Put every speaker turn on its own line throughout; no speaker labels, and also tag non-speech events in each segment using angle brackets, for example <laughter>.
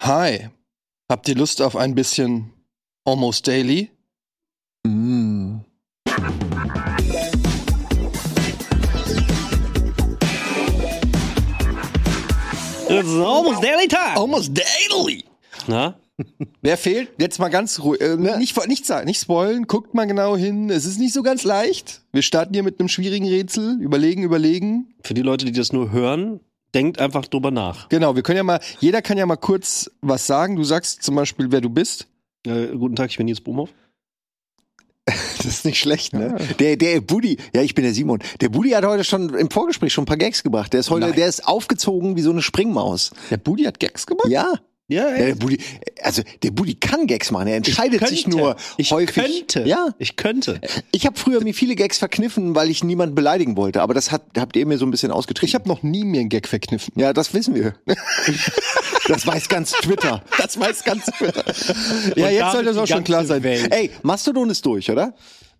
Hi, habt ihr Lust auf ein bisschen Almost Daily?
Mm.
It's almost daily time.
Almost Daily!
Na?
Wer fehlt? Jetzt mal ganz ruhig. Äh,
Ne?
nicht, vor- nicht, sa- nicht spoilen, guckt mal genau hin. Es ist nicht so ganz leicht. Wir starten hier mit einem schwierigen Rätsel. Überlegen, überlegen.
Für die Leute, die das nur hören, denkt einfach drüber nach.
Genau, wir können ja mal, jeder kann ja mal kurz was sagen. Du sagst zum Beispiel, wer du bist.
Äh, guten Tag, ich bin Nils Bohmhoff.
Das ist nicht schlecht, ne? Der, der Buddy, ja, ich bin der Simon. Der Buddy hat heute schon im Vorgespräch schon ein paar Gags gebracht. Der ist heute,
Nein.
der ist aufgezogen wie so
<laughs>
eine Springmaus.
Der Budi hat Gags gemacht.
Ja.
Ja,
ja der Buddy, also der Buddy kann Gags machen. Er entscheidet sich
könnte.
nur
ich
häufig.
Könnte.
Ja.
Ich könnte.
Ich habe früher mir viele Gags verkniffen, weil ich niemanden beleidigen wollte. Aber das hat, habt ihr mir so ein bisschen ausgetrieben.
Ich habe noch nie mir einen Gag verkniffen.
ja, das wissen wir. <laughs> das weiß ganz Twitter.
Das weiß
<laughs>
ganz Twitter. ja,
damit
jetzt sollte es
die
auch schon
ganze
klar sein.
Welt.
Ey, Mastodon ist durch, oder?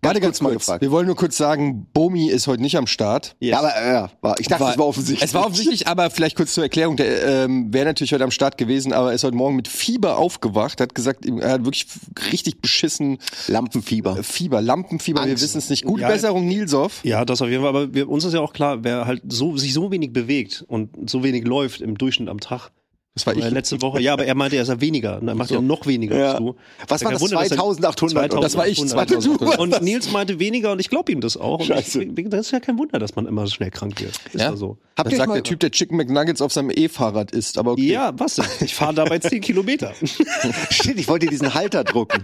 Warte ganz
Ganz kurz mal
kurz.
gefragt.
Wir wollen nur kurz sagen, Bomi ist heute nicht am Start.
Yes.
Ja, aber äh, war, ich dachte, es war offensichtlich.
Es war offensichtlich, aber vielleicht kurz zur Erklärung. Der ähm, wäre natürlich heute am Start gewesen, aber ist heute Morgen mit Fieber aufgewacht. Hat gesagt, ihm- er hat wirklich f- richtig beschissen äh,
Lampenfieber.
Fieber, Lampenfieber, wir
Angst.
wissen es nicht. Gute
Ja.
Besserung, Nilsoff.
Ja, das auf jeden Fall. Aber wir, uns ist ja auch klar, wer halt so, sich so wenig bewegt und so wenig läuft im Durchschnitt am Tag.
Das war
Äh,
ich.
letzte Woche, ja, aber er meinte, er ist ja weniger. Und er macht ja noch weniger
Ja.
als du.
Was war
Kein
das?
Wunder, dass er-
2800, oder?
Das war ich,
2800.
Und Nils meinte weniger und ich glaube ihm das auch. Und
Scheiße.
Ich, das ist ja kein Wunder, dass man immer so schnell krank wird. Ist
Ja.
ja so.
Das
Habt ihr euch
sagt
mal,
der Typ, der Chicken McNuggets auf seinem E-Fahrrad ist, aber okay.
Ja, was denn? Ich fahre dabei 10 Kilometer.
<laughs> Shit, ich wollte diesen Halter drucken.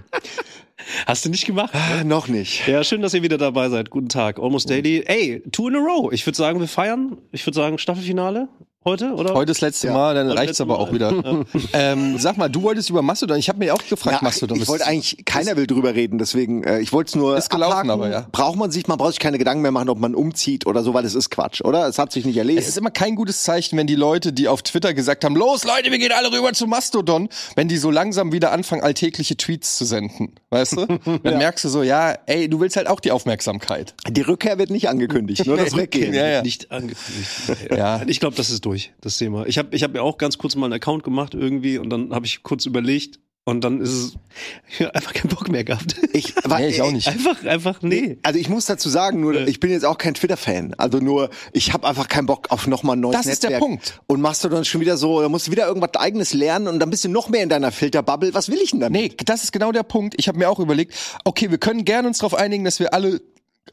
Hast du nicht gemacht?
Ah, noch nicht.
Ja, schön, dass ihr wieder dabei seid. Guten Tag. Almost Daily. Ey, two in a row. Ich würde sagen, wir feiern. Ich würde sagen, Staffelfinale heute, oder?
Heute das letzte Mal, dann
Heute
reicht's
letzte
aber auch <laughs>
Mal.
wieder. ähm, sag mal, du wolltest über Mastodon. Ich habe mir auch gefragt,
Ja,
Mastodon.
ich
ist-
wollte eigentlich, keiner will drüber reden, deswegen, äh, ich wollte es nur.
Ist gelaufen, aber ja.
Braucht man sich, man braucht sich keine Gedanken mehr machen, ob man umzieht oder so, weil es ist Quatsch, oder? Es hat sich nicht
Es ist
erledigt.
immer kein gutes Zeichen, wenn die Leute, die auf Twitter gesagt haben, los Leute, wir gehen alle rüber zu Mastodon, wenn die so langsam wieder anfangen, alltägliche Tweets zu senden. Weißt
<laughs>
du? Dann merkst du so, ja, ey, du willst halt auch die Aufmerksamkeit.
Die Rückkehr wird nicht angekündigt, nur das
<laughs>
Weggehen.
Ja, ja.
Nicht angekündigt.
<laughs> Ja.
Ich glaube, das ist durch, das Thema. Ich habe ich hab mir auch ganz kurz mal einen Account gemacht irgendwie und dann habe ich kurz überlegt und dann ist es. <laughs> Ich hab einfach keinen Bock mehr gehabt.
Ich, war,
Nee, ich auch nicht.
Einfach, einfach, nee. <laughs>
Also ich muss dazu sagen, nur ich bin jetzt auch kein Twitter-Fan. Also nur, ich habe einfach keinen Bock auf nochmal ein neues
Das ist der
Netzwerk.
Punkt.
Und machst du dann schon wieder so, da musst du wieder irgendwas eigenes lernen und dann bist du noch mehr in deiner Filterbubble. Was will ich denn damit?
Nee, das ist genau der Punkt. Ich habe mir auch überlegt, okay, wir können gerne uns darauf einigen, dass wir alle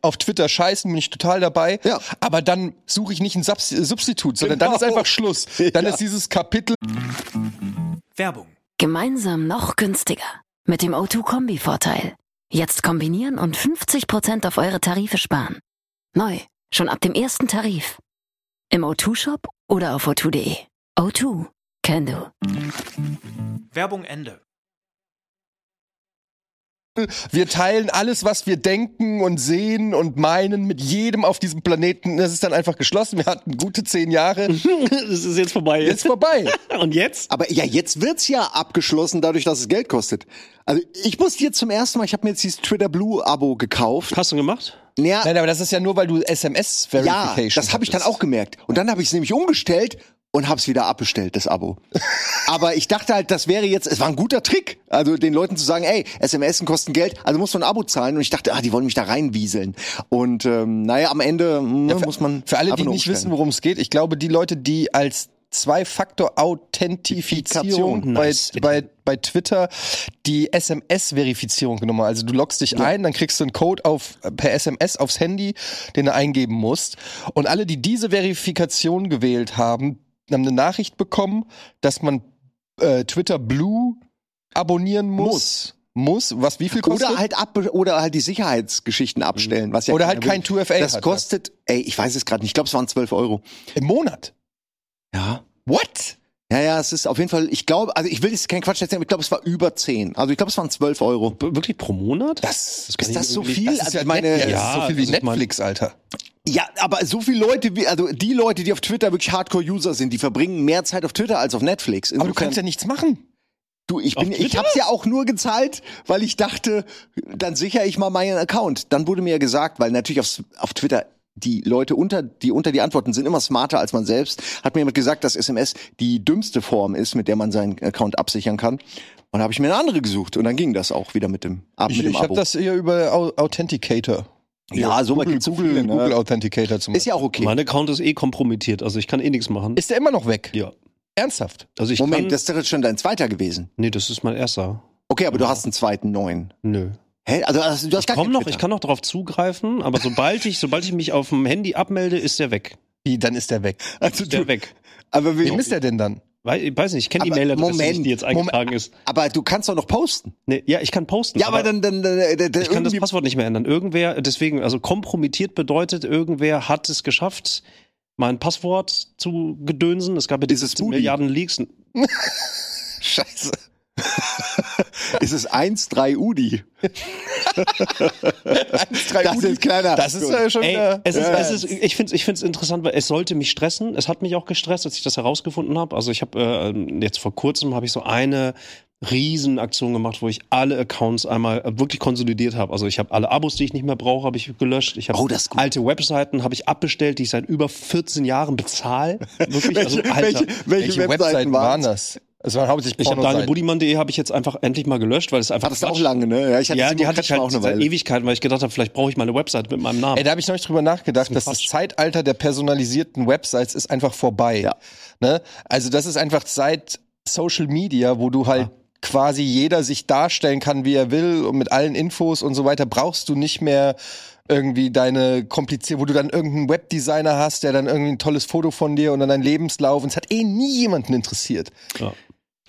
auf Twitter scheißen, bin ich total dabei.
Ja.
Aber dann suche ich nicht einen Subs Substitut, sondern dann
Genau.
ist einfach Schluss. Dann
Ja.
ist dieses Kapitel
Werbung.
Gemeinsam noch günstiger. Mit dem O2-Kombi-Vorteil. Jetzt kombinieren und 50% auf eure Tarife sparen. Neu, schon ab dem ersten Tarif. Im O2-Shop oder auf o2.de. O2, can do.
Werbung Ende.
Wir teilen alles, was wir denken und sehen und meinen mit jedem auf diesem Planeten. Das ist dann einfach geschlossen. Wir hatten gute zehn Jahre.
Das ist jetzt vorbei.
Jetzt vorbei.
Und jetzt?
Aber ja, jetzt wird's ja abgeschlossen, dadurch, dass es Geld kostet. Also ich muss jetzt zum ersten Mal, ich habe mir jetzt dieses Twitter Blue Abo gekauft.
Hast du gemacht?
Naja,
<laughs> Nein, aber das ist ja nur, weil du
ja,
SMS-Verification
das habe ich dann auch gemerkt. Und dann habe ich es nämlich umgestellt und habe es wieder abbestellt, das
<laughs>
Abo. Aber ich dachte halt, das wäre jetzt, es war ein guter Trick, also den Leuten zu sagen, ey, SMS kosten Geld, also muss man ein Abo zahlen. Und ich dachte, ah, die wollen mich da reinwieseln. Und ähm, naja, am Ende hm,
Für-
muss man
Für alle,
einfach
die
nur
nicht
umstellen.
wissen, worum es geht, ich glaube, die Leute, die als Zwei-Faktor-Authentifizierung bei,
Nice.
bei, bei Twitter die SMS-Verifizierung genommen haben. Also du loggst dich ein, dann kriegst du einen Code auf, per SMS aufs Handy, den du eingeben musst. Und alle, die diese Verifikation gewählt haben, haben eine Nachricht bekommen, dass man äh, Twitter Blue abonnieren muss. Muss. Was wie viel kostet?
Oder halt ab oder halt die Sicherheitsgeschichten abstellen, was ja
Oder halt
keiner
kein 2FA
Das
hat,
kostet, ey, ich weiß es gerade nicht, ich glaube, es waren 12 Euro.
Im Monat.
Ja.
What?
Ja, ja, es ist auf jeden Fall, ich glaube, also ich will jetzt keinen Quatsch erzählen, aber ich glaube, es war über 10. Also ich glaube, es waren 12 Euro.
B- Wirklich pro Monat?
Das,
kann
Ist
ich
das so
irgendwie-
viel?
Das ist
also
ja,
ich meine,
Net, ja,
ja.
das ist so viel wie
das ist mein-
Netflix, Alter.
aber so viele Leute, wie, also die Leute, die auf Twitter wirklich Hardcore-User sind, die verbringen mehr Zeit auf Twitter als auf Netflix.
Aber du
Insofern-
kannst ja nichts machen.
du, ich bin,
Auf
ich
Twitter?
hab's ja auch nur gezahlt, weil ich dachte, dann sichere ich mal meinen Account. Dann wurde mir ja gesagt, weil natürlich auf, auf Twitter die Leute unter die unter die Antworten sind immer smarter als man selbst. Hat mir jemand gesagt, dass SMS die dümmste Form ist, mit der man seinen Account absichern kann. Und habe ich mir eine andere gesucht und dann ging das auch wieder mit dem ab
Ich,
mit dem
ich habe
Abo.
das eher über Au- Authenticator.
ja, so weit
Google,
gibt's
Google,
viele, ne?
Google Authenticator zum
Ist
Beispiel.
ja auch okay.
Mein Account ist eh kompromittiert, also ich kann eh nichts machen.
Ist der immer noch weg?
ja.
Ernsthaft?
Also ich
Moment,
kann,
das ist doch jetzt schon dein zweiter gewesen.
Nee, das ist mein erster.
Okay, aber du hast einen zweiten neuen.
Nö.
Hä? Also also, du hast
Ich
gar
komm
keinen
noch,
Twitter.
ich kann noch darauf zugreifen, aber sobald ich, sobald ich mich auf dem Handy abmelde, ist der weg.
Wie, dann ist der weg.
Also
Ist der
du,
weg.
aber,
Wem
wir,
ist der denn dann?
Wei- Ich weiß nicht, ich kenne die
Aber
Mailadresse
Moment,
nicht, die jetzt
Moment.
eingetragen ist.
aber du kannst doch noch posten.
Nee, ja, ich kann posten.
Ja, aber, dann, dann, dann, dann
Ich kann das
irgendwie-
Passwort nicht mehr ändern. Irgendwer, deswegen, also kompromittiert bedeutet, irgendwer hat es geschafft, mein Passwort zu gedönsen. Es gab ja
Ist
diese
es Moody?
Milliarden Leaks.
Scheiße.
Es <laughs> ist
<laughs>
1-3 Udi.
Drei
Das
Udi.
ist kleiner.
das ist ja schon
Ey,
wieder.
es ist,
Ja.
es ist, ich finde es ich find's interessant, weil es sollte mich stressen. Es hat mich auch gestresst, als ich das herausgefunden habe. Also ich habe äh, jetzt vor kurzem habe ich so eine Riesenaktion gemacht, wo ich alle Accounts einmal äh, wirklich konsolidiert habe. Also ich habe alle Abos, die ich nicht mehr brauche, habe ich gelöscht. Ich habe
Oh, das ist gut.
alte Webseiten habe ich abbestellt, die ich seit über 14 Jahren bezahle.
<laughs>
Wirklich, also, Alter.
Welche Webseiten, waren das? Es waren hauptsächlich
Ich habe
Pornoseiten.
deine habe ich jetzt einfach endlich mal gelöscht, weil es einfach
War das auch
Quatsch-
lange, ne? Ja, ich hatte
Ja,
Simon
die hatte ich
Kretschmer
halt
auch eine
seit
Weile.
Ewigkeiten, weil ich gedacht habe, vielleicht brauche ich mal eine Website mit meinem Namen.
Ey, da habe ich neulich drüber nachgedacht, dass das
Quatsch.
Zeitalter der personalisierten Websites ist einfach vorbei.
Ja.
Ne? Also das ist einfach seit Social Media, wo du halt quasi jeder sich darstellen kann, wie er will und mit allen Infos und so weiter, brauchst du nicht mehr irgendwie deine komplizierte, wo du dann irgendeinen Webdesigner hast, der dann irgendwie ein tolles Foto von dir und dann deinen Lebenslauf und es hat eh nie jemanden interessiert.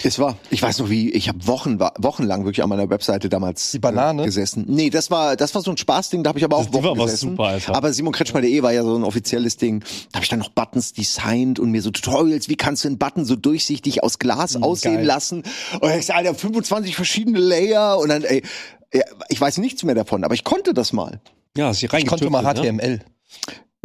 Es war, ich weiß noch wie, ich habe Wochen, wochenlang wirklich an meiner Webseite damals
Die Banane?
äh, gesessen. Nee, das war, das war so ein Spaßding, da habe ich aber auch
Die
Wochen
war aber
gesessen.
super, Alter.
Aber simonkretschmer.de war ja so ein offizielles Ding. Da habe ich dann noch Buttons designed und mir so Tutorials, wie kannst du einen Button so durchsichtig aus Glas aussehen
geil.
lassen. Und ich sag, Alter, 25 verschiedene Layer und dann, ey, ja, ich weiß nichts mehr davon, aber ich konnte das mal.
Ja, sie
Ich konnte mal
ne?
HTML.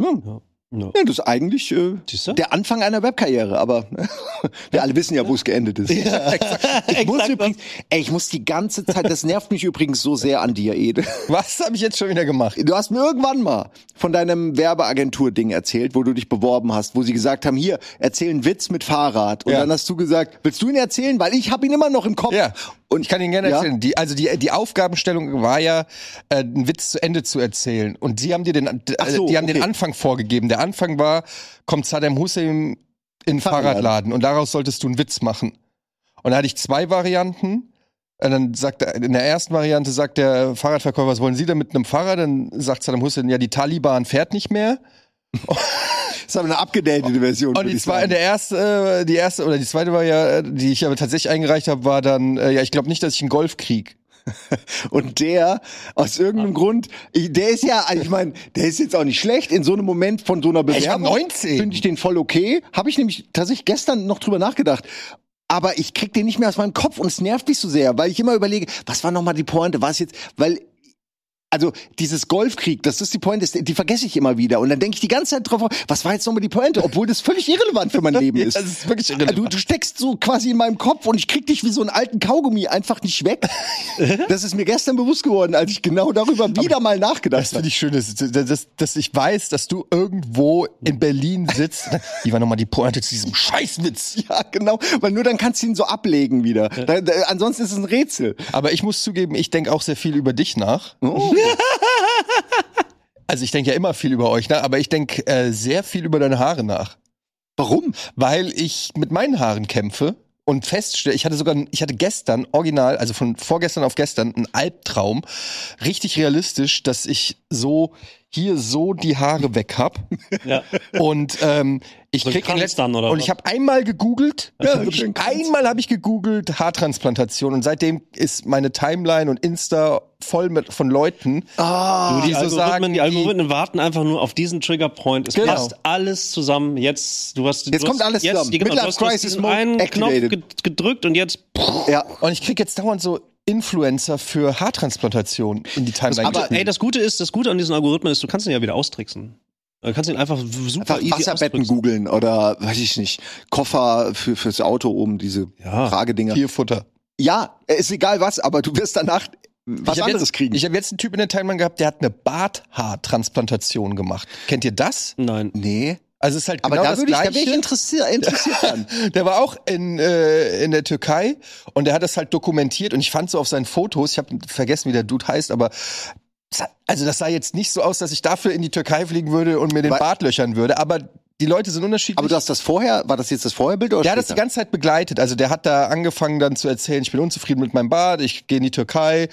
Hm.
Ja.
Ja, das ist eigentlich äh,
Siehst du?
der Anfang einer Webkarriere, aber <laughs> wir alle wissen ja, wo es geendet ist. <laughs> ich, muss
Exakt
übrigens, ey, ich muss die ganze Zeit, das nervt mich übrigens so sehr an dir, Ede.
Was habe ich jetzt schon wieder gemacht?
Du hast mir irgendwann mal von deinem Werbeagentur-Ding erzählt, wo du dich beworben hast, wo sie gesagt haben, hier, erzähl einen Witz mit Fahrrad. Und
Ja.
dann hast du gesagt, willst du ihn erzählen? Weil ich habe ihn immer noch im Kopf.
Ja,
Und
und ich kann Ihnen gerne
Ja?
erzählen. Die, also die, die Aufgabenstellung war ja, äh, einen Witz zu Ende zu erzählen. Und die haben dir den, äh,
so,
die haben den
okay.
Anfang vorgegeben. Der Anfang war, kommt Saddam Hussein in den
Fahrradladen.
Fahrradladen und daraus solltest du einen Witz machen. Und da hatte ich zwei Varianten. Und dann sagt er, in der ersten Variante sagt der Fahrradverkäufer, was wollen Sie denn mit einem Fahrrad? Dann sagt Saddam Hussein, ja, die Taliban fährt nicht mehr.
das ist aber eine abgedatete Version.
Und
würd
die
ich
zwei,
sagen.
der erste, äh, die erste oder die zweite war ja, äh, die ich aber tatsächlich eingereicht habe, war dann, äh, ja, ich glaube nicht, dass ich einen Golf krieg.
Und der, aus irgendeinem Grund, ich, der ist ja, also ich meine, der ist jetzt auch nicht schlecht. In so einem Moment von so einer
Ich war
Bewerbung
19.
finde ich den voll okay. Habe ich nämlich tatsächlich gestern noch drüber nachgedacht. Aber ich krieg den nicht mehr aus meinem Kopf und es nervt mich so sehr, weil ich immer überlege, was war nochmal die Pointe? Was jetzt, weil, also dieses Golfkrieg, das ist die Pointe, das- die vergesse ich immer wieder. Und dann denke ich die ganze Zeit drauf, was war jetzt nochmal die Pointe? Obwohl das völlig irrelevant für
<laughs>
mein Leben ist.
Das ist wirklich
Du, du steckst so quasi in meinem Kopf und ich krieg dich wie so einen alten Kaugummi einfach nicht
<laughs>
weg. das ist mir gestern bewusst geworden, als ich genau darüber wieder mal
Das
nachgedacht habe.
finde ich schön, dass, dass, dass, dass ich weiß, dass du irgendwo in Berlin <laughs> sitzt. Die war nochmal die Pointe zu diesem Scheißwitz.
<laughs> Ja, genau, weil nur dann kannst du ihn so ablegen wieder. Da, da, ansonsten ist es ein Rätsel. Oh.
Aber ich muss zugeben, ich denke auch sehr viel über dich nach. Also ich denke ja immer viel über euch nach, aber ich denke äh, sehr viel über deine Haare nach.
Warum?
Weil ich mit meinen Haaren kämpfe und feststelle, ich hatte sogar, ich hatte gestern original, also von vorgestern auf gestern, einen Albtraum, richtig realistisch, dass ich so hier so die Haare weg hab.
<laughs> Ja.
Und ähm, ich
So ein
krieg den
Kranz
letzten,
dann, oder
und
was?
ich habe einmal
<laughs>
gegoogelt,
Ja,
wirklich
so ein Kranz.
einmal habe ich gegoogelt Haartransplantation und seitdem ist meine Timeline und Insta voll mit von Leuten,
Ah,
Die,
die so
Algorithmen,
sagen,
Also die Algorithmen warten einfach nur auf diesen Triggerpoint. Es
Genau.
passt alles zusammen. Jetzt, du hast, du
Jetzt
hast,
kommt alles
Jetzt,
zusammen.
genau, du
Midlife
hast, du hast
Crisis
diesen
Mode
einen
activated.
Knopf ged- gedrückt und jetzt.
ja.
und ich krieg jetzt dauernd so Influencer für Haartransplantation in die Timeline.
Aber
geschnitten.
ey, das Gute ist, das Gute an diesen Algorithmen ist, du kannst ihn ja wieder austricksen. Du kannst ihn einfach w- super
Einfach
easy
Wasserbetten
austricksen.
googeln oder, weiß ich nicht, Koffer für, fürs Auto oben, diese
Ja.
Fragedinger.
Tierfutter.
Ja, ist egal was, aber du wirst danach was
ich hab
anderes
jetzt,
kriegen.
Ich habe jetzt einen Typ in der Timeline gehabt, der hat eine Barthaartransplantation gemacht. Kennt ihr das?
Nein.
nee.
Also es ist halt
Aber
genau
da,
das
würde ich, da
Gleiche.
wäre ich interessiert,
<laughs>
interessiert dran.
Der war auch in, äh, in der Türkei und der hat das halt dokumentiert und ich fand so auf seinen Fotos, ich habe vergessen, wie der Dude heißt, aber es hat- also das sah jetzt nicht so aus, dass ich dafür in die Türkei fliegen würde und mir den
Weil-
Bart löchern würde, aber die Leute sind unterschiedlich.
Aber du hast das vorher, war das jetzt das Vorherbild oder
der hat das die
später?
ganze Zeit begleitet. Also der hat da angefangen dann zu erzählen, ich bin unzufrieden mit meinem Bart, ich gehe in die Türkei.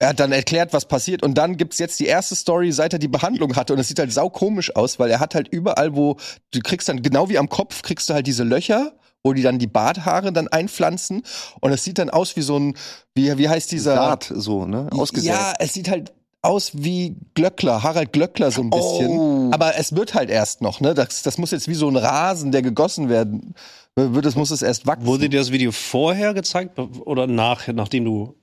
Er hat dann erklärt, was passiert. Und dann gibt's jetzt die erste Story, seit er die Behandlung hatte. Und es sieht halt saukomisch aus, weil er hat halt überall, wo du kriegst dann, genau wie am Kopf, kriegst du halt diese Löcher, wo die dann die Barthaare dann einpflanzen. Und es sieht dann aus wie so ein, wie, wie heißt dieser?
Saat, so, ne? Ausgesät.
Ja, es sieht halt aus wie Glöckler, Harald Glöckler so ein bisschen.
Oh.
Aber es wird halt erst noch, ne? Das, das muss jetzt wie so ein Rasen, der gegossen werden wird, das muss es erst wachsen.
Wurde dir das Video vorher gezeigt be- oder nach, nachdem du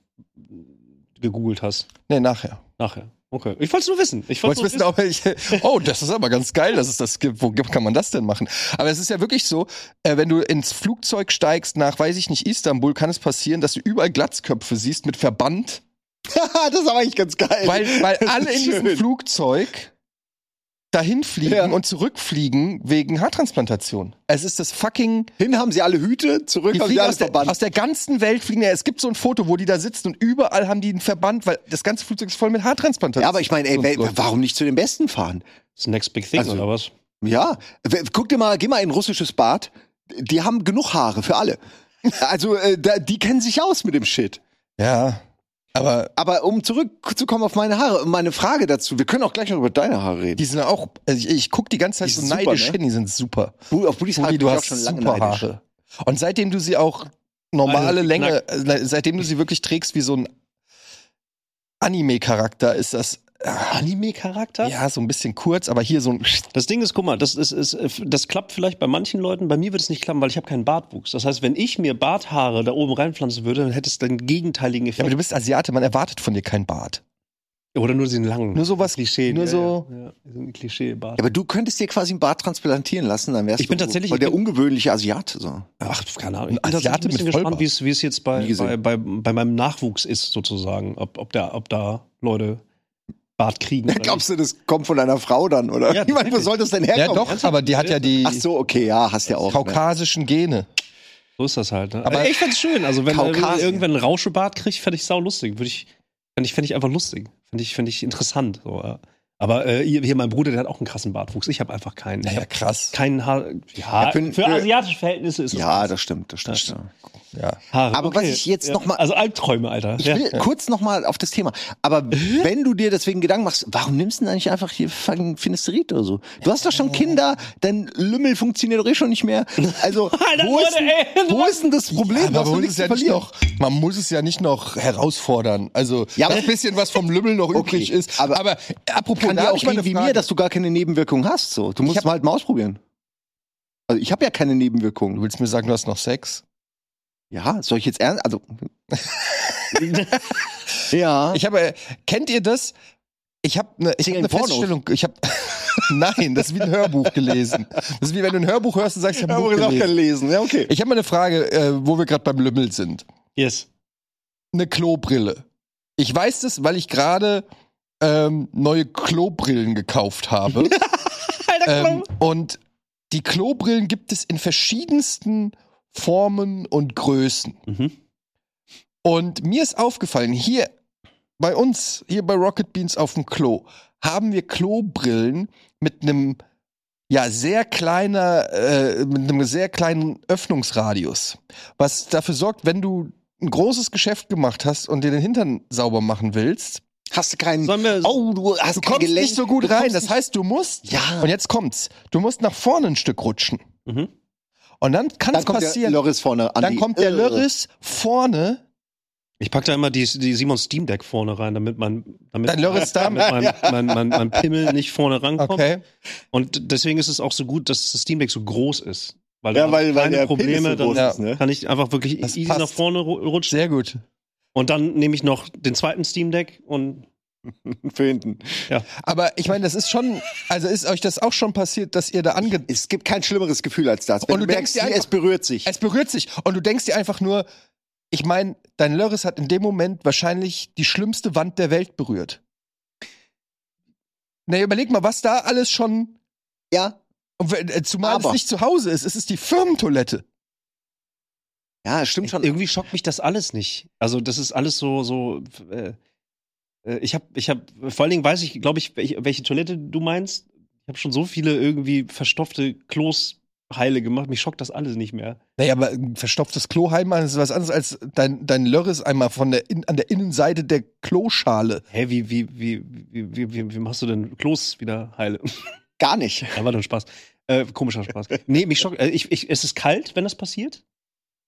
gegoogelt hast?
nee, nachher.
Nachher. Okay. Ich wollte es nur wissen. Ich
Wolltest
wollte
wissen, ob
<laughs>
ich, oh, das ist aber ganz geil, dass es das gibt. Wo kann man das denn machen? Aber es ist ja wirklich so, äh, wenn du ins Flugzeug steigst nach, weiß ich nicht, Istanbul, kann es passieren, dass du überall Glatzköpfe siehst mit Verband,
<laughs> das ist aber eigentlich ganz geil.
weil, weil
Das
alle
ist
in diesem
schön.
Flugzeug dahin fliegen
Ja.
und zurückfliegen wegen Haartransplantation. Es ist das fucking
Hin haben sie alle Hüte, zurück
Die
haben sie
fliegen
alle
aus der, aus
verbannt.
der ganzen Welt fliegen ja. Es gibt so ein Foto, wo die da sitzen und überall haben die einen Verband, weil das ganze Flugzeug ist voll mit Haartransplantationen.
Ja, aber ich meine, ey, wer-
Leute.
warum nicht zu den Besten fahren?
Das Next Big Thing
Also-
oder was?
Ja, w- guck dir mal, geh mal in ein russisches Bad. Die haben genug Haare für alle. Also, äh, da, die kennen sich aus mit dem Shit.
Ja, aber
Aber um zurückzukommen auf meine Haare, meine Frage dazu, wir können auch gleich noch über deine Haare reden.
die sind ja auch. Also ich, ich guck die ganze Zeit
Die
so
sind super,
neidisch
ne?
hin. Die sind super.
Bu- auf Budis
Budi,
Haare
du
bin ich
hast super Haare. Und seitdem du sie auch normale
Also,
Länge, äh, seitdem du sie wirklich trägst wie so ein Anime-Charakter, ist das
Anime-Charakter?
ja so ein bisschen kurz, aber hier so ein.
Das Ding ist, guck mal, das, ist, ist, äh, das klappt vielleicht bei manchen Leuten, bei mir wird es nicht klappen, weil ich habe keinen Bartwuchs. Das heißt, wenn ich mir Barthaare da oben reinpflanzen würde, dann hätte es den gegenteiligen
Ja, aber
Effekt.
du bist Asiate, man erwartet von dir keinen Bart.
oder nur den langen.
Nur sowas-
Klischee.
nur
ja,
so-
Ja, ja. So ein Klischee-Bart.
Ja, aber du könntest dir quasi einen Bart transplantieren lassen, dann wärst
Ich
du
bin tatsächlich-
voll der ungewöhnliche Asiate. So.
Ach, keine Ahnung. Ich
Ein
bin tatsächlich
Asiate
ein bisschen
mit
gespannt,
Vollbart.
wie es wie es jetzt
Nie
bei,
gesehen.
bei, bei, bei meinem Nachwuchs ist, sozusagen. Ob, ob, da, ob da Leute Bart kriegen. oder
Glaubst du, das kommt von einer Frau dann, oder?
Ja,
ich meine, wo soll das denn
Ja,
herkommen?
doch, aber die hat ja die
Ach so, okay, ja, hast ja auch. Ne?
kaukasischen Gene.
So ist das halt. Ne?
Aber-
Aber ich fand's schön. Also wenn
Kaukasien.
Kaukasien. irgendwann einen Rauschebart kriegt, fände ich sau lustig. Würde ich, fänd ich, fänd ich einfach lustig. Fände ich, fänd ich interessant. So, ja. Aber äh, hier, hier mein Bruder, der hat auch einen krassen Bartwuchs. Ich habe einfach keinen. Ich
Naja,
hab
krass.
keinen Haar. Ja,
Ja, für-
für, asiatische Verhältnisse ist
Ja,
das
das stimmt, das stimmt. Ja.
Ja.
Haare.
Aber was ich jetzt noch mal-
Also Albträume, Alter.
Ich
Ja.
will kurz nochmal auf das Thema. Aber wenn du dir deswegen Gedanken machst, warum nimmst du denn eigentlich einfach hier fucking Finasterid oder so? Du hast doch schon Kinder, dein Lümmel funktioniert doch eh schon nicht mehr. <laughs> Also,
Alter,
wo, ist
Leute,
denn,
ey.
wo ist denn das Problem?
Aber
Du hast doch
man muss,
nichts
es
zu
ja nicht noch,
verlieren.
man muss es ja nicht noch herausfordern. Also
Ja,
das
aber-
bisschen, was vom Lümmel noch
Okay,
übrig ist.
aber-
Aber, apropos,
kann
da
ja
hab
auch
ich mal
gehen
eine
wie
Frage.
mir, dass du gar keine Nebenwirkungen hast. So. Du musst
hab-
mal halt mal ausprobieren. Also ich habe ja keine
du
Nebenwirkungen.
willst mir sagen, du hast noch Sex?
Ja, soll ich jetzt ernst?
<laughs>
Also. ja.
Ich habe, äh, kennt ihr das? Ich habe eine ich hab <laughs>
Single
ne
Pornos.
Feststellung. Ich habe, nein, das ist wie ein Hörbuch gelesen. Das ist wie wenn du ein Hörbuch hörst und sagst, ich habe ein Buch gelesen.
Lesen. Ja, okay.
Ich habe mal eine Frage, äh, wo wir gerade beim Lümmel sind.
Yes.
eine Klobrille. Ich weiß das, weil ich gerade ähm, neue Klobrillen gekauft habe. ähm, und die Klobrillen gibt es in verschiedensten Formen und Größen.
Mhm.
Und mir ist aufgefallen, hier bei uns, hier bei Rocket Beans auf dem Klo, haben wir Klobrillen mit einem ja sehr kleiner, äh, mit einem sehr kleinen Öffnungsradius, was dafür sorgt, wenn du ein großes Geschäft gemacht hast und dir den Hintern sauber machen willst,
Hast du keinen.
Sollen wir-
oh, du hast
du
kein
kommst
Gelenk.
nicht so gut
Du
rein.
kommst
Das
nicht-
heißt, du musst
Ja.
und jetzt kommt's, du musst nach vorne ein Stück rutschen
Mhm.
und dann kann
dann
es
kommt
passieren.
der Loris vorne an.
dann
die-
kommt der
Äh,
Lörris vorne
Ich pack da immer die, die Simon Steam Deck vorne rein, damit man damit,
Dein Loris da-
<laughs> damit mein, mein, mein, mein Pimmel nicht vorne rankommt.
Okay.
Und deswegen ist es auch so gut, dass das Steam Deck so groß ist. Weil
Ja,
da
weil, weil
keine
der
Probleme,
Penis so groß
dann
<laughs>
ist, ne?
kann ich einfach wirklich
Das
easy
passt.
nach vorne ru- rutschen.
Sehr gut.
Und dann nehme ich noch den zweiten Steam Deck und
Für hinten.
Aber ich meine, das ist schon, also ist euch das auch schon passiert, dass ihr da ange...
Es gibt kein schlimmeres Gefühl als das. Wenn
Und
du,
du
merkst,
denkst dir
es
einfach-
berührt sich.
Es berührt sich und du denkst dir einfach nur, ich meine, dein Lörres hat in dem Moment wahrscheinlich die schlimmste Wand der Welt berührt. Na, überleg mal, was da alles schon,
Ja,
und wenn- äh, zumal
Aber-
es nicht zu Hause ist, es ist die Firmentoilette.
ja, es stimmt schon.
Irgendwie schockt mich das alles nicht. Also das ist alles so so. Äh, äh, ich habe ich habe vor allen Dingen weiß ich glaube ich welche, welche Toilette du meinst. Ich habe schon so viele irgendwie verstopfte Klos heile gemacht. Mich schockt das alles nicht mehr.
Naja, aber ein verstopftes Klo heimmachen ist was anderes als dein, dein Lörres einmal von der, in, an der Innenseite der Kloschale.
Hä, wie wie wie wie wie, wie, wie machst du denn Klos wieder heile?
Gar nicht.
<laughs> Ja, war doch ein Spaß. Äh, komischer Spaß. Nee, mich schockt. Äh, ich, ich, es ist kalt, wenn das passiert.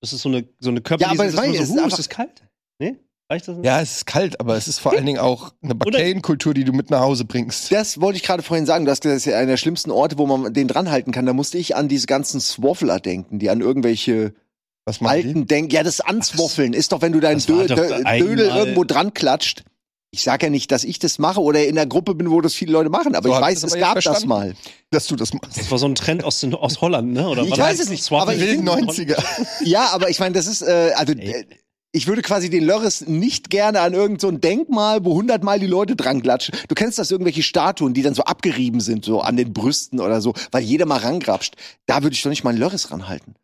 Das ist so eine so eine körperliche.
aber
das
das war-
ist nur
es
so,
ist
huh,
einfach-
ist es kalt? Nee, reicht das nicht?
Ja, es ist kalt, aber es ist vor allen Dingen auch eine Bakterienkultur, die du mit nach Hause bringst.
Das wollte ich gerade vorhin sagen. Du hast gesagt, das ist ja einer der schlimmsten Orte, wo man den dranhalten kann. Da musste ich an diese ganzen Swaffler denken, die an irgendwelche
Was
Alten denken. Ja, das Anzwoffeln ist doch, wenn du deinen
Das war
Dö
doch
Dö
einmal-
Dödel irgendwo dran klatscht. Ich sage ja nicht, dass ich das mache oder in einer Gruppe bin, wo das viele Leute machen, aber
So
ich
hab ich
weiß,
das
es
aber jetzt
gab das
verstanden.
mal.
dass du das machst?
Das war so ein Trend aus, den, aus Holland, ne? Oder
Ich
war
weiß
das
es nicht,
Swaffel-
aber ich
Wilden
finde-
90er.
Ja, aber ich meine, das ist, äh, also
Ey.
äh, ich würde quasi den Lörres nicht gerne an irgendein so ein Denkmal, wo hundertmal die Leute dran klatschen. Du kennst das, irgendwelche Statuen, die dann so abgerieben sind, so an den Brüsten oder so, weil jeder mal rangrapscht. Da würde ich doch nicht mal einen Lörres ranhalten.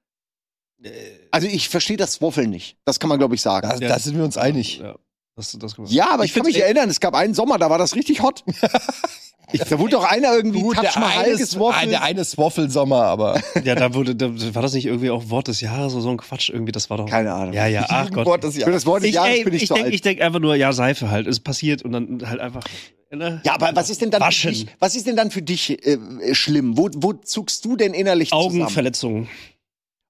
Also ich verstehe das Waffeln nicht. Das kann man, glaube ich, sagen.
Da, da sind wir uns einig.
Ja, das, das kann man-
ja, aber ich, kann
find's e-
mich
echt-
erinnern, es gab einen Sommer, da war das
<laughs>
richtig hot. da wurde doch einer irgendwie Touch Mahal
ah,
geswaffelt.
der eine ist Waffelsommer, aber
Ja, da wurde, da, war das nicht irgendwie auch Wort des Jahres oder so ein Quatsch irgendwie? Das war doch.
Keine Ahnung.
<laughs>
ja, ja, ach Gott.
Wort des
Für
Jahres.
das Wort des
Ich,
Jahres
ey,
bin ich,
ich
zu
denke
alt.
denk einfach nur, ja, Seife halt, es passiert und dann halt einfach. Ne?
Ja, aber was ist denn dann
Waschen.
für dich, was ist denn dann für dich äh, äh, schlimm? Wo, wo zuckst du denn innerlich zusammen?
Augenverletzungen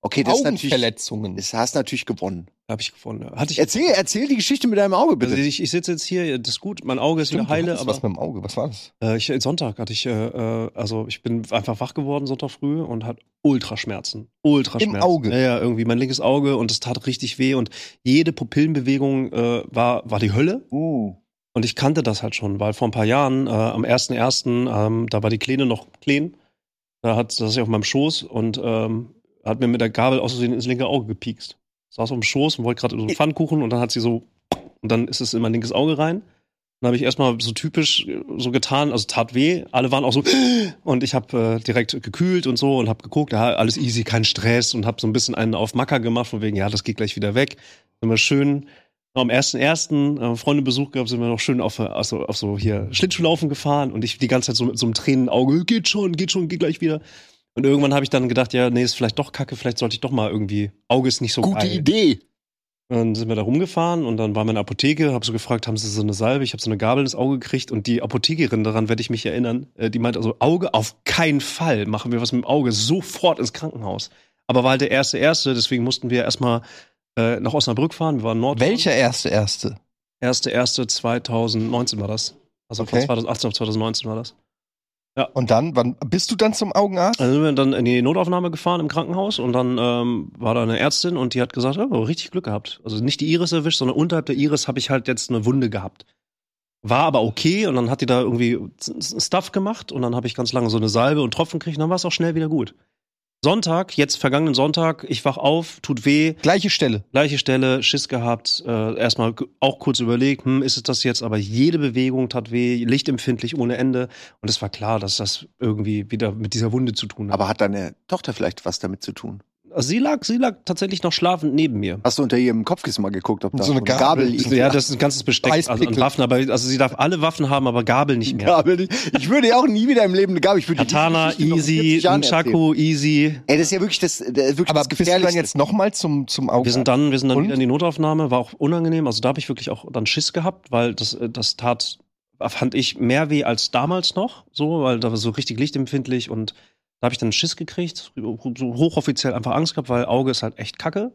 Okay, das ist natürlich,
Augenverletzungen.
das hast natürlich gewonnen.
habe ich gefunden. Hatte ich.
Erzähl, erzähl die Geschichte mit deinem Auge bitte.
Also ich, ich sitze jetzt hier, das ist gut, mein Auge ist
Stimmt,
wieder
du
heile,
hattest
aber
was mit dem Auge, was war das?
Äh, ich, Sonntag hatte ich, äh, äh, also ich bin einfach wach geworden Sonntag früh und hat Ultraschmerzen. Ultraschmerzen.
Im Auge?
Ja, ja, irgendwie mein linkes Auge und es tat richtig weh und jede Pupillenbewegung äh, war, war die Hölle.
Uh.
Und ich kannte das halt schon, weil vor ein paar Jahren, äh, am 1.1., ähm, da war die Kleine noch klein, da hat das ist ja auf meinem Schoß und ähm, hat mir mit der Gabel aus Versehen ins linke Auge gepiekst. Saß auf dem Schoß und wollte gerade so einen Pfannkuchen und dann hat sie so, und dann ist es in mein linkes Auge rein. Dann habe ich erstmal so typisch äh, so getan, also tat weh. Alle waren auch so <gasps> und ich habe äh, direkt gekühlt und so und habe geguckt, ja, alles easy, kein Stress und habe so ein bisschen einen auf Macker gemacht von wegen, ja, das geht gleich wieder weg. Immer schön am 1.1. Äh, Freundebesuch gehabt, sind wir noch schön auf, äh, also, auf so hier Schlittschuhlaufen gefahren und ich die ganze Zeit so mit so einem Tränenauge, geht schon, geht schon, geht gleich wieder. Und irgendwann habe ich dann gedacht, ja, nee, ist vielleicht doch kacke, vielleicht sollte ich doch mal irgendwie, Auge ist nicht so
Gute
geil.
Idee.
Dann sind wir da rumgefahren und dann waren wir in der Apotheke, habe so gefragt, haben sie so eine Salbe? Ich habe so eine Gabel ins Auge gekriegt und die Apothekerin, daran werde ich mich erinnern, äh, die meinte also, Auge auf keinen Fall, machen wir was mit dem Auge, sofort ins Krankenhaus. Aber war halt der erste Erste, deswegen mussten wir erstmal äh, nach Osnabrück fahren, wir waren Nord.
Welcher erste erste?
Erste, erste 2019 war das. Also von
Okay.
2018 auf 2019 war das.
Und dann, wann bist du dann zum Augenarzt?
Dann Also sind wir dann in die Notaufnahme gefahren im Krankenhaus und dann ähm, war da eine Ärztin und die hat gesagt, oh, richtig Glück gehabt. Also nicht die Iris erwischt, sondern unterhalb der Iris habe ich halt jetzt eine Wunde gehabt. War aber okay und dann hat die da irgendwie S- S- Stuff gemacht und dann habe ich ganz lange so eine Salbe und Tropfen gekriegt und dann war es auch schnell wieder gut. Sonntag, jetzt vergangenen Sonntag, ich wach auf, tut weh,
Gleiche Stelle.
gleiche Stelle, Schiss gehabt, äh, erstmal g- auch kurz überlegt, hm, ist es das jetzt, aber jede Bewegung tat weh, lichtempfindlich ohne Ende und es war klar, dass das irgendwie wieder mit dieser Wunde zu tun hat.
Aber hat deine Tochter vielleicht was damit zu tun?
Also sie lag, sie lag tatsächlich noch schlafend neben mir. Also,
Hast du unter ihrem Kopfkissen mal geguckt, ob da
So eine Gabel.
liegt?
<laughs> Ja, das ist ein ganzes Besteck also an
Eispickel.
Waffen, aber also sie darf alle Waffen haben, aber Gabel nicht mehr.
Gabel. liegt. Ich würde ja auch nie wieder im Leben eine Gabel. Ich würde diese
Katana,
Geschichte noch in 40
easy,
Jahren erzählen.
Nunchaku, easy.
Ey, das ist ja wirklich das, das, ist wirklich
Aber
das
bist du dann
Gefährlichste.
jetzt nochmal zum, zum Augenarzt?
Wir sind dann, wir sind dann
Und?
wieder in die Notaufnahme, war auch unangenehm. Also da habe ich wirklich auch dann Schiss gehabt, weil das, äh, das tat, fand ich mehr weh als damals noch, so, weil da war so richtig lichtempfindlich und da habe ich dann Schiss gekriegt, so hochoffiziell einfach Angst gehabt, weil Auge ist halt echt kacke.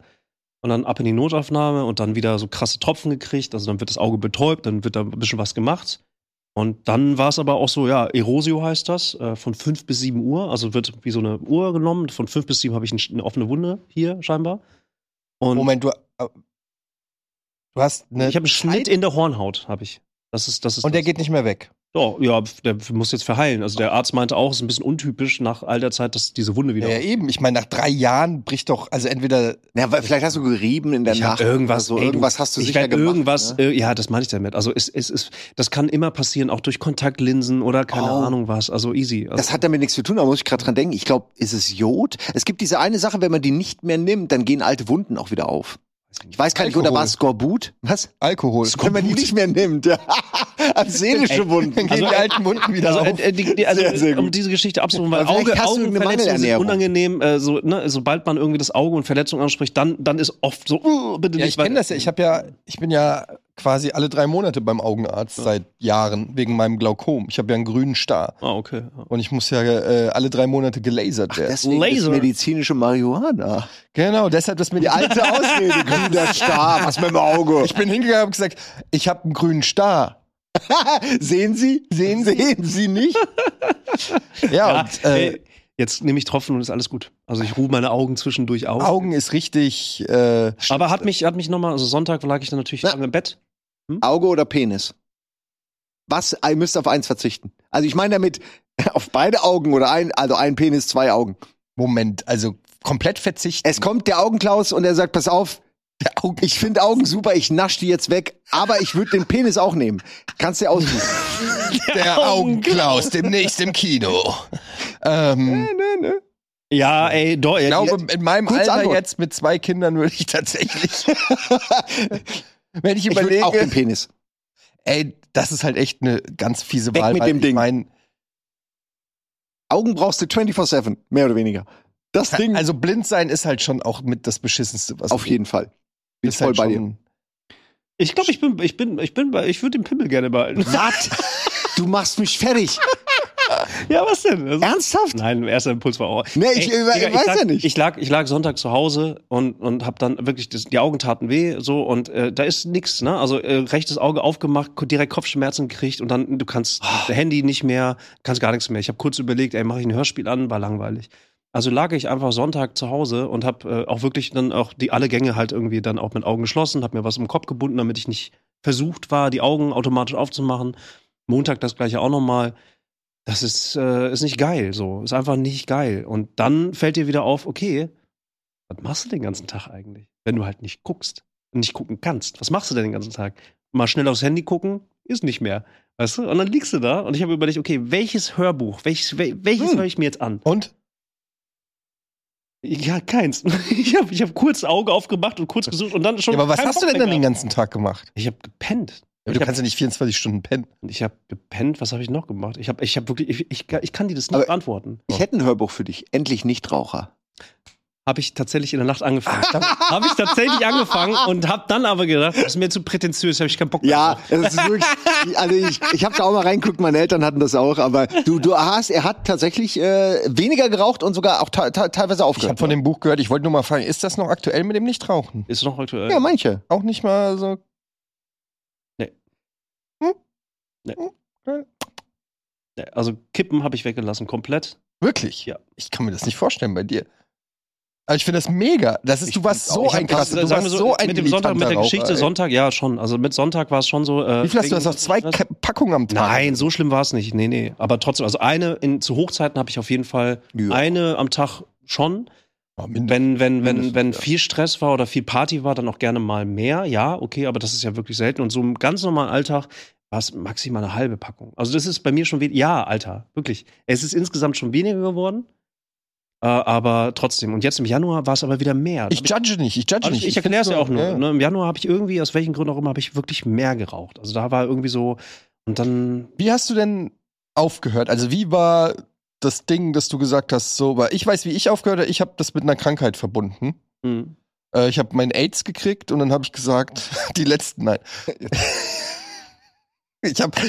Und dann ab in die Notaufnahme und dann wieder so krasse Tropfen gekriegt. Also dann wird das Auge betäubt, dann wird da ein bisschen was gemacht. Und dann war es aber auch so, ja, Erosio heißt das, äh, von 5 bis 7 Uhr. Also wird wie so eine Uhr genommen. Von 5 bis 7 habe ich ein- eine offene Wunde hier scheinbar. Und
Moment, du, äh, du hast eine.
ich habe einen Schnitt in der Hornhaut, habe ich. Das ist, das ist
und der
das.
geht nicht mehr weg.
Ja, ja, der muss jetzt verheilen. Also der Arzt meinte auch, es ist ein bisschen untypisch nach all der Zeit, dass diese Wunde wieder.
Ja, eben. Ich meine, nach drei Jahren bricht doch, also entweder
Na, weil vielleicht hast du gerieben in der
Ich hab
Nacht.
irgendwas,
oder so.
ey, du,
irgendwas hast du
ich
sicher
werd
gemacht.
Irgendwas,
ne?
äh, ja, das meine ich damit. Also es, es, es, das kann immer passieren, auch durch Kontaktlinsen oder keine
Oh.
Ahnung was. Also easy. Also,
Das hat damit nichts zu tun, da muss ich gerade dran denken. Ich glaube, ist es Jod? Es gibt diese eine Sache, wenn man die nicht mehr nimmt, dann gehen alte Wunden auch wieder auf. Ich weiß gar nicht, oder
Alkohol.
war es Skorbut? Was?
Alkohol.
Wenn man die nicht mehr nimmt. ja. <laughs> Also seelische
Dann <laughs> gehen
Wunden.
die alten Wunden wieder
also,
auf.
äh, die, die, also
Sehr, sehr
um
gut.
diese Geschichte abzurufen, weil
Aber
Auge,
vielleicht hast du eine
Augenverletzungen sind
Mangelernährung.
unangenehm. Äh, so, ne, sobald man irgendwie das Auge und Verletzung anspricht, dann, dann ist oft so, uh, bitte
Ja,
nicht.
ich kenne das ja. Ich habe ja, ich bin ja quasi alle drei Monate beim Augenarzt seit Jahren wegen meinem Glaukom. Ich habe ja einen grünen Star
Ah, okay.
und ich muss ja äh, alle drei Monate gelasert werden.
Deswegen ist
Laser.
medizinische Marihuana.
genau, deshalb das mir
<laughs>
Die alte Ausrede, grüner Star, was mit dem <laughs> Auge.
Ich bin hingegangen und hab gesagt, ich habe einen grünen Star.
Sehen Sie? Sehen Sie? Sehen Sie nicht?
Ja,
Ja,
und, äh,
ey, jetzt nehme ich Tropfen und ist alles gut. Also ich ruhe meine Augen zwischendurch auf.
Augen ist richtig. Äh,
Aber hat mich, hat mich nochmal, also Sonntag lag ich dann natürlich
Na.
lange im Bett.
Auge oder Penis? Was? Ihr müsst auf eins verzichten. Also ich meine damit <laughs> auf beide Augen oder ein, also ein Penis, zwei Augen.
Moment, also komplett
<laughs>
verzichten.
Es kommt der Augenklaus und er sagt, pass auf,
Der Augen.
ich finde Augen super, ich nasch die jetzt weg, aber ich würde den Penis auch nehmen. Kannst dir aussuchen.
Der Augenklaus, demnächst im Kino. Ähm,
Ja, ey, doch,
ich
ey,
glaube, in meinem
Kurze
Alter
Antwort.
jetzt mit zwei Kindern würde ich tatsächlich. wenn ich
Ich würde auch
überlege,
den Penis.
ey, das ist halt echt eine ganz fiese
Weg
Wahl.
mit
weil
dem
ich
Ding.
Mein,
Augen brauchst du 24-7, mehr oder weniger. Das Ding
also blind sein ist halt schon auch mit das Beschissenste, was halt
<laughs> auf jeden Fall. Bin
Fall
ich voll bei dir.
Ich glaube, ich bin, ich bin, ich bin bei, ich würde den Pimmel gerne behalten.
Was? Du machst mich fertig.
<laughs> ja, was denn? Also,
Ernsthaft?
Nein, mein erster Impuls war oh, auch.
Nee, ich,
Ey,
über-
Digga,
weiß
lag,
ja nicht.
Ich lag, ich lag Sonntag zu Hause und, und hab dann wirklich, das, die Augen taten weh, so, und äh, da ist nix, ne? Also, äh, rechtes Auge aufgemacht, ko- direkt Kopfschmerzen gekriegt und dann, du kannst
Ah.
Handy nicht mehr, kannst gar nichts mehr. Ich habe kurz überlegt, ey, mache ich ein Hörspiel an, war langweilig. Also lag ich einfach Sonntag zu Hause und habe äh, auch wirklich dann auch die alle Gänge halt irgendwie dann auch mit Augen geschlossen, habe mir was im Kopf gebunden, damit ich nicht versucht war, die Augen automatisch aufzumachen. Montag das gleiche auch nochmal. Das ist, äh, ist nicht geil, so. Ist einfach nicht geil. Und dann fällt dir wieder auf, okay, was machst du den ganzen Tag eigentlich, wenn du halt nicht guckst und nicht gucken kannst? Was machst du denn den ganzen Tag? Mal schnell aufs Handy gucken, ist nicht mehr. Weißt du? Und dann liegst du da und ich habe überlegt, okay, welches Hörbuch, welches, wel, welches
Hm.
höre ich mir jetzt an?
Und?
Ja, keins. <laughs> Ich habe ich hab kurz Auge aufgemacht und kurz gesucht und dann schon.
Ja, aber was
keinen
hast du
Bock
denn dann
mehr
den
gehabt.
ganzen Tag gemacht?
Ich habe gepennt.
Ja, aber
ich
du
hab-
kannst ja nicht 24 Stunden pennen.
Ich habe gepennt. Was habe ich noch gemacht? Ich habe ich hab wirklich. Ich, ich, ich kann dir das nicht
Aber-
beantworten.
Ich hätte ein Hörbuch für dich. Endlich Nichtraucher.
Habe ich tatsächlich in der Nacht angefangen. habe ich tatsächlich angefangen und habe dann aber gedacht, das ist mir zu prätentiös, habe ich keinen Bock mehr.
Ja,
drauf.
das ist wirklich, also ich, ich habe da auch mal reingeguckt, meine Eltern hatten das auch, aber du, du hast, er hat tatsächlich äh, weniger geraucht und sogar auch te- te- teilweise
Ich habe
aufgehört.
von dem Buch gehört, ich wollte nur mal fragen, ist das noch aktuell mit dem Nichtrauchen?
Ist noch aktuell.
ja, manche.
Auch nicht mal so.
Nee.
Hm?
Nee.
Hm?
also Kippen habe ich weggelassen, komplett.
Wirklich?
Ja.
Ich kann mir das nicht vorstellen bei dir. Aber ich finde das mega. Das ist,
Ich
du warst
find's auch.
so
Ich hab
ein
Das,
krasser, du
sagen wir
warst so ein
mit dem Sonntag, mit der
militanter
Geschichte
Raucher, ey.
Sonntag, ja schon. Also mit Sonntag war es schon so. Äh,
Wie viel hast du das
wegen-
auf zwei
was?
Ka- Packungen am Tag?
Nein, so schlimm war es nicht. Nee, nee. Aber trotzdem, also eine, in, zu Hochzeiten habe ich auf jeden Fall
Ja.
eine am Tag schon.
Oh, mindestens.
Wenn, wenn, wenn,
Mindestens,
wenn
ja.
viel Stress war oder viel Party war, dann auch gerne mal mehr. Ja, okay, aber das ist ja wirklich selten. Und so im ganz normalen Alltag war es maximal eine halbe Packung. Also das ist bei mir schon wenig. Ja, Alter, wirklich. Es ist insgesamt schon weniger geworden. Äh, aber trotzdem. Und jetzt im Januar war es aber wieder mehr. Da
ich judge nicht, ich judge
also
nicht.
ich, ich erkläre es ja
find's
auch nur.
ja.
Ne? Im Januar habe ich irgendwie, aus welchem Grund auch immer, habe ich wirklich mehr geraucht. Also da war irgendwie so, und dann,
Wie hast du denn aufgehört? Also wie war das Ding, das du gesagt hast, so war? Ich weiß, wie ich aufgehört habe. Ich habe das mit einer Krankheit verbunden.
hm,
Äh, ich habe meinen AIDS gekriegt und dann habe ich gesagt, <laughs> die letzten, nein. ich
Oh
habe,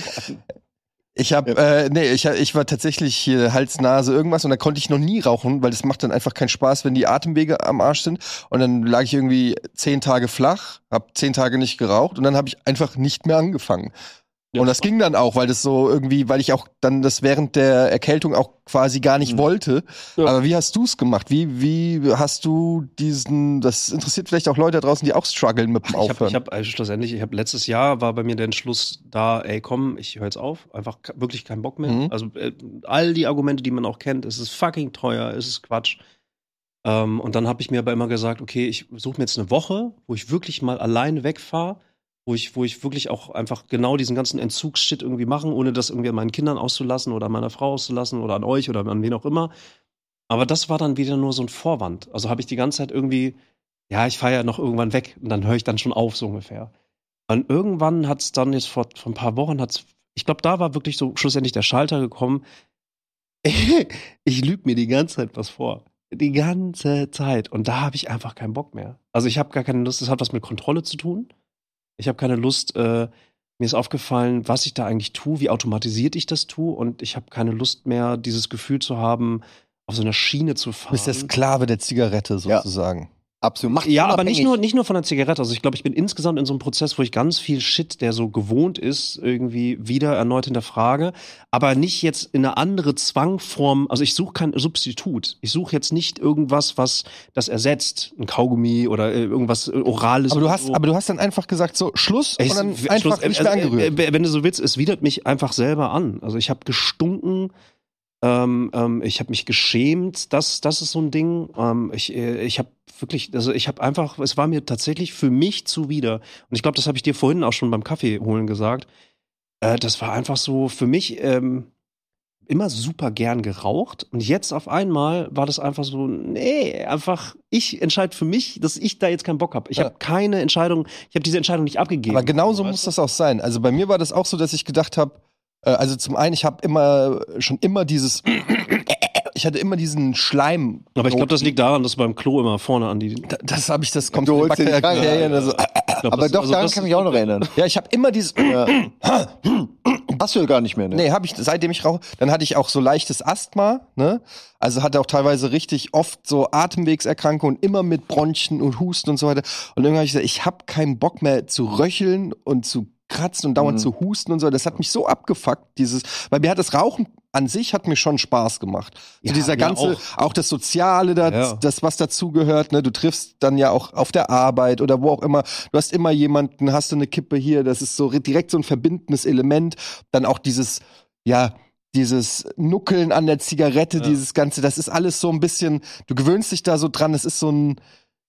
ich habe, äh, nee, ich, ich war tatsächlich hier Hals, Nase, irgendwas und da konnte ich noch nie rauchen, weil das macht dann einfach keinen Spaß, wenn die Atemwege am Arsch sind. Und dann lag ich irgendwie zehn Tage flach, habe zehn Tage nicht geraucht und dann habe ich einfach nicht mehr angefangen. Und das ging dann auch, weil das so irgendwie, weil ich auch dann das während der Erkältung auch quasi gar nicht wollte.
Mhm. Ja.
Aber wie hast du es gemacht? Wie, wie hast du diesen, das interessiert vielleicht auch Leute da draußen, die auch strugglen mit dem
Ich habe
Aufhören.
ich hab, äh, schlussendlich, ich habe letztes Jahr war bei mir der Entschluss da, ey, komm, ich höre jetzt auf, einfach ke- wirklich keinen Bock mehr.
Mhm.
Also äh, all die Argumente, die man auch kennt, es ist fucking teuer, es ist Quatsch. Ähm, und dann habe ich mir aber immer gesagt, okay, ich suche mir jetzt eine Woche, wo ich wirklich mal allein wegfahre, wo ich, wo ich wirklich auch einfach genau diesen ganzen Entzugsshit irgendwie machen, ohne das irgendwie an meinen Kindern auszulassen oder an meiner Frau auszulassen oder an euch oder an wen auch immer. Aber das war dann wieder nur so ein Vorwand. Also habe ich die ganze Zeit irgendwie, ja, ich fahre ja noch irgendwann weg und dann höre ich dann schon auf, so ungefähr. Und irgendwann hat es dann jetzt vor, vor ein paar Wochen, hat's, ich glaube, da war wirklich so schlussendlich der Schalter gekommen. <laughs> ich lüge mir die ganze Zeit was vor. Die ganze Zeit. Und da habe ich einfach keinen Bock mehr. Also ich habe gar keine Lust, das hat was mit Kontrolle zu tun. Ich habe keine Lust, äh, mir ist aufgefallen, was ich da eigentlich tue, wie automatisiert ich das tue. Und ich habe keine Lust mehr, dieses Gefühl zu haben, auf so einer Schiene zu
Du
fahren.
bist der Sklave der Zigarette sozusagen.
Absolut. Macht
Ja, aber nicht
unabhängig.
nur, nicht nur von der Zigarette. Also ich glaube, ich bin insgesamt in so einem Prozess, wo ich ganz viel Shit, der so gewohnt ist, irgendwie wieder erneut hinterfrage. Aber nicht jetzt in eine andere Zwangform. Also ich suche kein Substitut. Ich suche jetzt nicht irgendwas, was das ersetzt. Ein Kaugummi oder äh, irgendwas äh, Orales.
Aber du
oder
hast,
so.
aber du hast dann einfach gesagt, so Schluss
Ey,
und dann
es-
einfach
Schluss-
nicht mehr
also,
angerührt.
äh, Wenn du so willst, es widert mich einfach selber an. Also ich habe gestunken, ähm, ähm, ich habe mich geschämt, das, das ist so ein Ding. Ähm, ich äh, ich habe wirklich, also ich habe einfach, es war mir tatsächlich für mich zuwider. Und ich glaube, das habe ich dir vorhin auch schon beim Kaffee holen gesagt. Äh, das war einfach so für mich ähm, immer super gern geraucht. Und jetzt auf einmal war das einfach so, nee, einfach, ich entscheide für mich, dass ich da jetzt keinen Bock habe. Ich
Ja.
habe keine Entscheidung, ich habe diese Entscheidung nicht abgegeben.
Aber genauso
Weißt
muss
du?
das auch sein. Also bei mir war das auch so, dass ich gedacht habe, äh, also zum einen, ich habe immer schon immer dieses, <coughs> ich hatte immer diesen Schleim.
Aber ich glaube, das liegt daran, dass du beim Klo immer vorne an die.
das, das habe ich, das kommt
Du
von
holst den
Bakterien.
Kragen,
Also,
Ich glaub,
Aber
das-
doch,
also
daran
das-
kann ich mich auch noch erinnern.
ja, ich habe immer dieses
Ja. Hast du ja gar nicht mehr, ne?
Nee, habe ich, seitdem ich rauche, dann hatte ich auch so leichtes Asthma, ne? Also hatte auch teilweise richtig oft so Atemwegserkrankungen, immer mit Bronchien und Husten und so weiter. Und irgendwann habe ich gesagt, ich habe keinen Bock mehr zu röcheln und zu kratzen und dauernd
Mhm.
zu husten und so. Das hat mich so abgefuckt, dieses, weil mir hat das Rauchen an sich hat mir schon Spaß gemacht.
Ja,
so dieser
mir
ganze,
auch.
auch. das Soziale, da,
Ja.
das, was dazugehört, ne? Du triffst dann ja auch auf der Arbeit oder wo auch immer. Du hast immer jemanden, hast du eine Kippe hier, das ist so ri- direkt so ein verbindendes Element. Dann auch dieses, ja, dieses Nuckeln an der Zigarette,
Ja.
dieses Ganze, das ist alles so ein bisschen, du gewöhnst dich da so dran, es ist so ein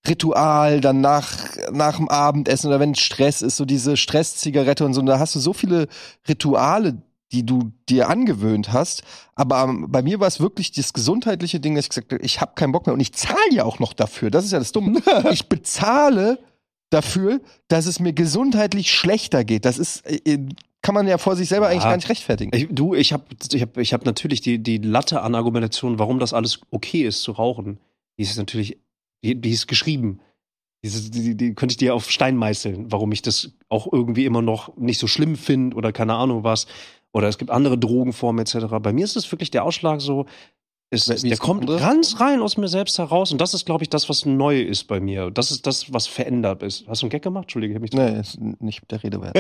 Ritual, dann nach, nach dem Abendessen oder wenn Stress ist, so diese Stresszigarette und so, und da hast du so viele Rituale, die du dir angewöhnt hast. Aber ähm, bei mir war es wirklich das gesundheitliche Ding, dass ich gesagt habe, ich habe keinen Bock mehr und ich zahle ja auch noch dafür. Das ist ja das
<laughs>
Dumme. ich bezahle dafür, dass es mir gesundheitlich schlechter geht. Das ist, äh, äh, kann man ja vor sich selber eigentlich
Ja.
gar nicht rechtfertigen.
Ich, du, ich habe ich hab, ich hab natürlich die, die Latte an Argumentation, warum das alles okay ist zu rauchen. Die ist natürlich, die, die ist geschrieben. Diese, die, die könnte ich dir auf Stein meißeln, warum ich das auch irgendwie immer noch nicht so schlimm finde oder keine Ahnung was. Oder es gibt andere Drogenformen etc. Bei mir ist es wirklich der Ausschlag so, es,
Wie- wie
der
ist
kommt
andere?
ganz rein aus mir selbst heraus und das ist, glaube ich, das, was neu ist bei mir. Das ist das, was verändert ist. Hast du einen Gag gemacht? Entschuldige, ich hab mich
Nee, ist nicht der Rede wert.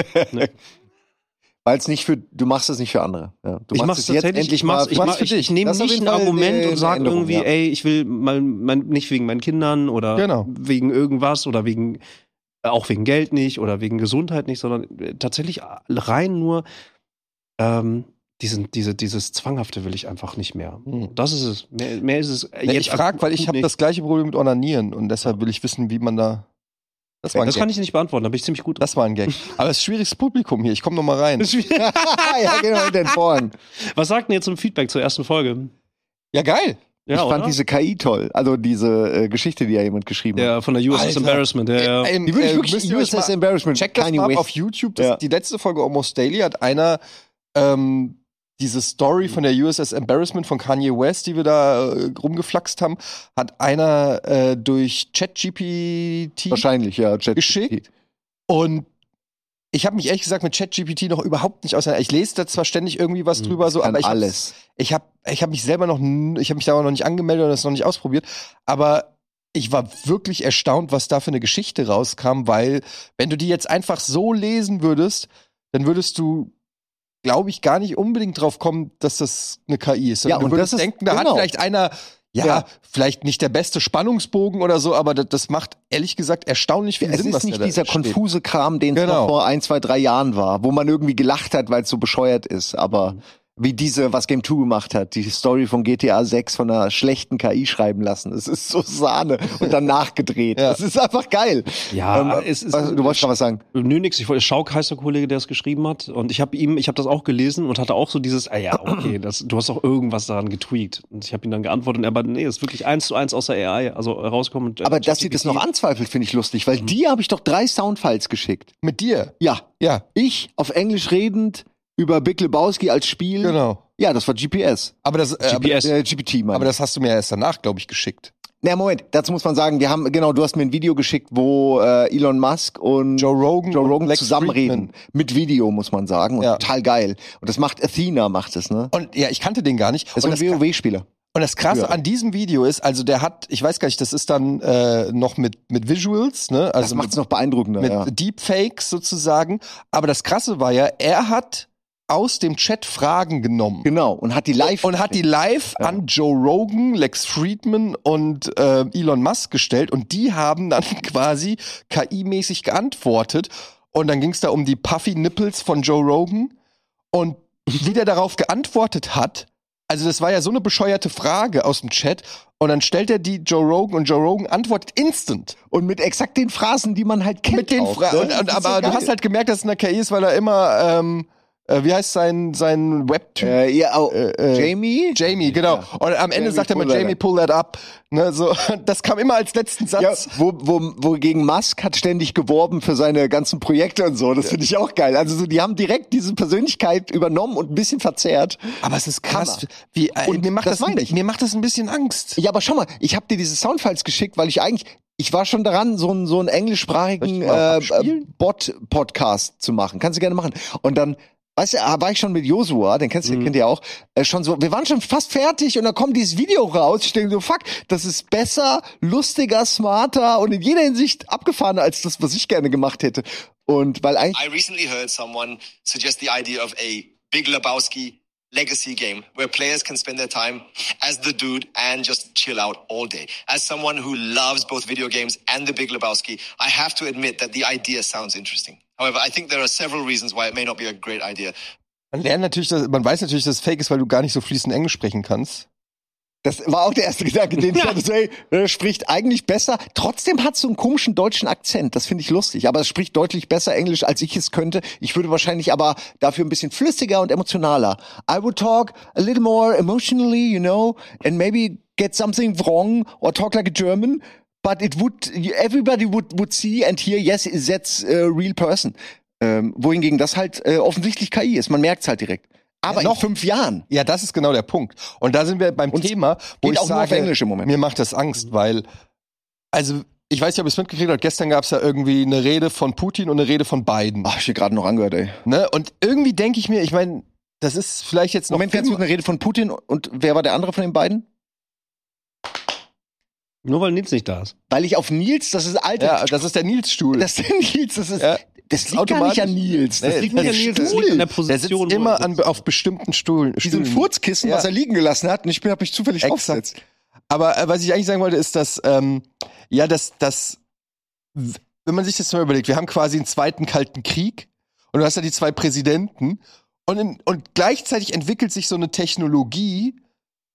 Weil es nicht für, du machst es nicht für andere. Ja. Du
ich
machst
mach's
es
tatsächlich, ich mach's, ich, mach,
für
ich,
dich.
ich nehme
Das ist auf
nicht ein
jeden Fall
Argument
eine-
und sage
eine Änderung,
irgendwie,
ja.
ey, ich will mein, mein, nicht wegen meinen Kindern oder
Genau.
wegen irgendwas oder wegen äh, auch wegen Geld nicht oder wegen Gesundheit nicht, sondern äh, tatsächlich rein nur ähm, diesen, diese, dieses Zwanghafte will ich einfach nicht mehr.
Hm.
Das ist es. Mehr, mehr ist es. äh,
Nee,
jetzt
ich frage, weil ich
akut
habe
nicht.
das gleiche Problem mit Onanieren und deshalb will ich wissen, wie man da. Das war ein
Das
Gag.
kann ich nicht beantworten, da bin ich ziemlich gut.
das war <laughs> ein Gag. Aber es ist schwieriges Publikum hier. Ich komme noch mal rein.
<laughs> <laughs> ja, geh mal mit den Vorn.
Was sagt denn ihr zum Feedback zur ersten Folge?
Ja geil.
<laughs> Ja,
ich fand
oder?
diese KI toll. Also diese äh, Geschichte, die ja jemand geschrieben hat.
ja, von der USS
Alter.
Embarrassment. Ja, ja.
Ähm,
Die würde ich
äh,
wirklich
müsst ihr euch
USS
mal-
Embarrassment.
Checkt das
Kanye
mal ab
West.
auf YouTube. Das,
Ja.
Die letzte Folge Almost Daily hat einer ähm, diese Story von der USS Embarrassment von Kanye West, die wir da äh, rumgeflaxt haben, hat einer äh, durch ChatGPT
Wahrscheinlich, ja. Chat
geschickt. Und ich habe mich ehrlich gesagt mit ChatGPT noch überhaupt nicht auseinander. Ich lese da zwar ständig irgendwie was
Mhm,
drüber, so, aber
Kann
Hm, ich hab's-
alles.
ich habe ich hab mich selber noch, n- ich habe mich da auch noch nicht angemeldet und das noch nicht ausprobiert, aber ich war wirklich erstaunt, was da für eine Geschichte rauskam, weil wenn du die jetzt einfach so lesen würdest, dann würdest du glaube ich, gar nicht unbedingt drauf kommen, dass das eine KI ist.
Ja,
du
und
würdest
das ist-
denken, da hat
genau.
vielleicht einer, ja,
Ja.
vielleicht nicht der beste Spannungsbogen oder so, aber das, das macht ehrlich gesagt erstaunlich viel
Es
Sinn, was
ist nicht
da
dieser
steht.
konfuse Kram, den es
Genau.
noch vor ein, zwei, drei Jahren war, wo man irgendwie gelacht hat, weil es so bescheuert ist. Aber
Mhm.
wie diese, was Game 2 gemacht hat, die Story von GTA 6 von einer schlechten KI schreiben lassen. Es ist so Sahne und
<laughs>
dann nachgedreht.
Ja.
Es ist einfach geil.
Ja,
Ähm,
es ist-
was, du wolltest schon was sagen.
Nö, nix. Ich wollte, Schauk heißt der Kollege, der es geschrieben hat. Und ich habe ihm, ich habe das auch gelesen und hatte auch so dieses, ah ja, okay, das, du hast auch irgendwas daran getweakt. Und ich habe ihm dann geantwortet und er meinte, nee, das ist wirklich eins zu eins außer AI, also rauskommen. und, äh,
Aber dass sie das noch
ChatGPT.
anzweifelt, finde ich lustig,
Mhm.
weil die habe ich doch drei Soundfiles geschickt.
Mit dir,
Ja,
ja,
ich auf Englisch redend über Big Lebowski als Spiel.
genau.
Ja, das war GPS.
Aber das, äh, aber,
GPS.
Äh, GPT, meine
aber das hast du mir erst danach, glaube ich, geschickt.
Na, Moment, dazu muss man sagen, wir haben, genau, du hast mir ein Video geschickt, wo äh, Elon Musk und
Joe Rogan
Joe
und
Rogan
Lex
zusammenreden.
Friedman.
Mit Video, muss man sagen. Und
Ja.
total geil. Und das macht Athena, macht es, ne?
Und ja, ich kannte den gar nicht.
Das
und
ist
das
ein WoW-Spieler.
Und das Krasse
Ja.
an diesem Video ist, also der hat, ich weiß gar nicht, das ist dann äh, noch mit, mit Visuals, ne?
Das
Also
macht es noch beeindruckender,
mit,
ja.
mit Deepfakes sozusagen. Aber das Krasse war ja, er hat aus dem Chat Fragen genommen.
Genau. Und hat die live.
Und hat die live
Ja.
an Joe Rogan, Lex Friedman und äh, Elon Musk gestellt und die haben dann <laughs> quasi KI-mäßig geantwortet. Und dann ging es da um die Puffy Nipples von Joe Rogan und wie der darauf geantwortet hat. Also das war ja so eine bescheuerte Frage aus dem Chat und dann stellt er die Joe Rogan und Joe Rogan antwortet instant
und mit exakt den Phrasen, die man halt kennt.
mit den
auch,
Fragen.
ne?
Und,
Das
und,
ist so
aber du
geil.
hast halt gemerkt, dass es eine KI ist, weil er immer ähm, äh, wie heißt sein sein Webtyp
Äh, ja, oh,
äh,
Jamie?
Jamie, genau.
Ja.
Und am Ende
Jamie,
sagt er mal,
pull that
Jamie,
up.
pull that up. Ne, so, <laughs> das kam immer als letzten
Ja,
Satz.
wo, wo, wogegen Musk hat ständig geworben für seine ganzen Projekte und so. Das finde ich auch geil. Also so, die haben direkt diese Persönlichkeit übernommen und ein bisschen verzerrt.
Aber es ist
Hammer.
Wie, äh,
Und
mir, macht
das
das
meine
ein,
ich.
mir macht das ein bisschen Angst.
Ja, aber schau mal, ich habe dir diese Soundfiles geschickt, weil ich eigentlich, ich war schon daran, so einen, so einen englischsprachigen
Soll ich die mal
äh,
abspielen?
äh, Bot-Podcast zu machen. Kannst du gerne machen. Und dann, weißt du, ah, war ich schon mit Josua, den kennst du,
Mhm.
kennt ihr auch, äh, schon so, wir waren schon fast fertig und dann kommt dieses Video raus. Ich denke so, fuck, das ist besser, lustiger, smarter und in jeder Hinsicht abgefahrener als das, was ich gerne gemacht hätte. Und weil eigentlich
I recently heard someone suggest the idea of a Big Lebowski legacy game where players can spend their time as the dude and just chill out all day. As someone who loves both video games and the Big Lebowski, I have to admit that the idea sounds interesting. However, I think there are several reasons why it may not be a great idea.
Man lernt natürlich, dass, man weiß natürlich, dass es fake ist, weil du gar nicht so fließend Englisch sprechen kannst.
Das war auch der erste Gedanke, den ich
Ja.
hatte. So, ey, er spricht eigentlich besser. Trotzdem hat so einen komischen deutschen Akzent. Das finde ich lustig. Aber es spricht deutlich besser Englisch, als ich es könnte. Ich würde wahrscheinlich aber dafür ein bisschen flüssiger und emotionaler. I would talk a little more emotionally, you know, and maybe get something wrong or talk like a German. But it would, everybody would, would see and hear, yes, that's a real person. Ähm, wohingegen das halt äh, offensichtlich KI ist. Man merkt's halt direkt. Aber noch in fünf Jahren.
Ja, das ist genau der Punkt. Und da sind wir beim
Und es
Thema, wo
geht
ich
auch nur auf
sage,
Englisch im Moment. Mhm.
mir macht das Angst, weil, also, ich weiß nicht, ob ihr es mitgekriegt habt, gestern gab es ja irgendwie eine Rede von Putin und eine Rede von Biden.
Ach, ich hab gerade noch angehört, ey.
Ne? Und irgendwie denke ich mir, ich meine, das ist vielleicht jetzt noch
Moment, ganz
Film-
kurz eine Rede von Putin und wer war der andere von den beiden?
Nur weil Nils nicht da ist.
Weil ich auf Nils, das ist alte,
Ja, das ist der Nils-Stuhl.
das ist <laughs> Nils, das ist
Ja.
das liegt gar
Automatisch.
nicht an Nils, das
Nee,
liegt nicht an
das
Nils,
Das
das
liegt an der
liegt
Der
Position.
sitzt
wo
immer
er
an,
sitzt.
auf bestimmten Stuhlen.
diesem
Stühlen.
Furzkissen,
Ja.
was er liegen gelassen hat, und ich bin hab mich zufällig
Exakt.
draufgesetzt.
Aber äh, was ich eigentlich sagen wollte, ist, dass, ähm, ja, dass, dass, w- wenn man sich das mal überlegt, wir haben quasi einen zweiten Kalten Krieg und du hast ja die zwei Präsidenten und, in, und gleichzeitig entwickelt sich so eine Technologie,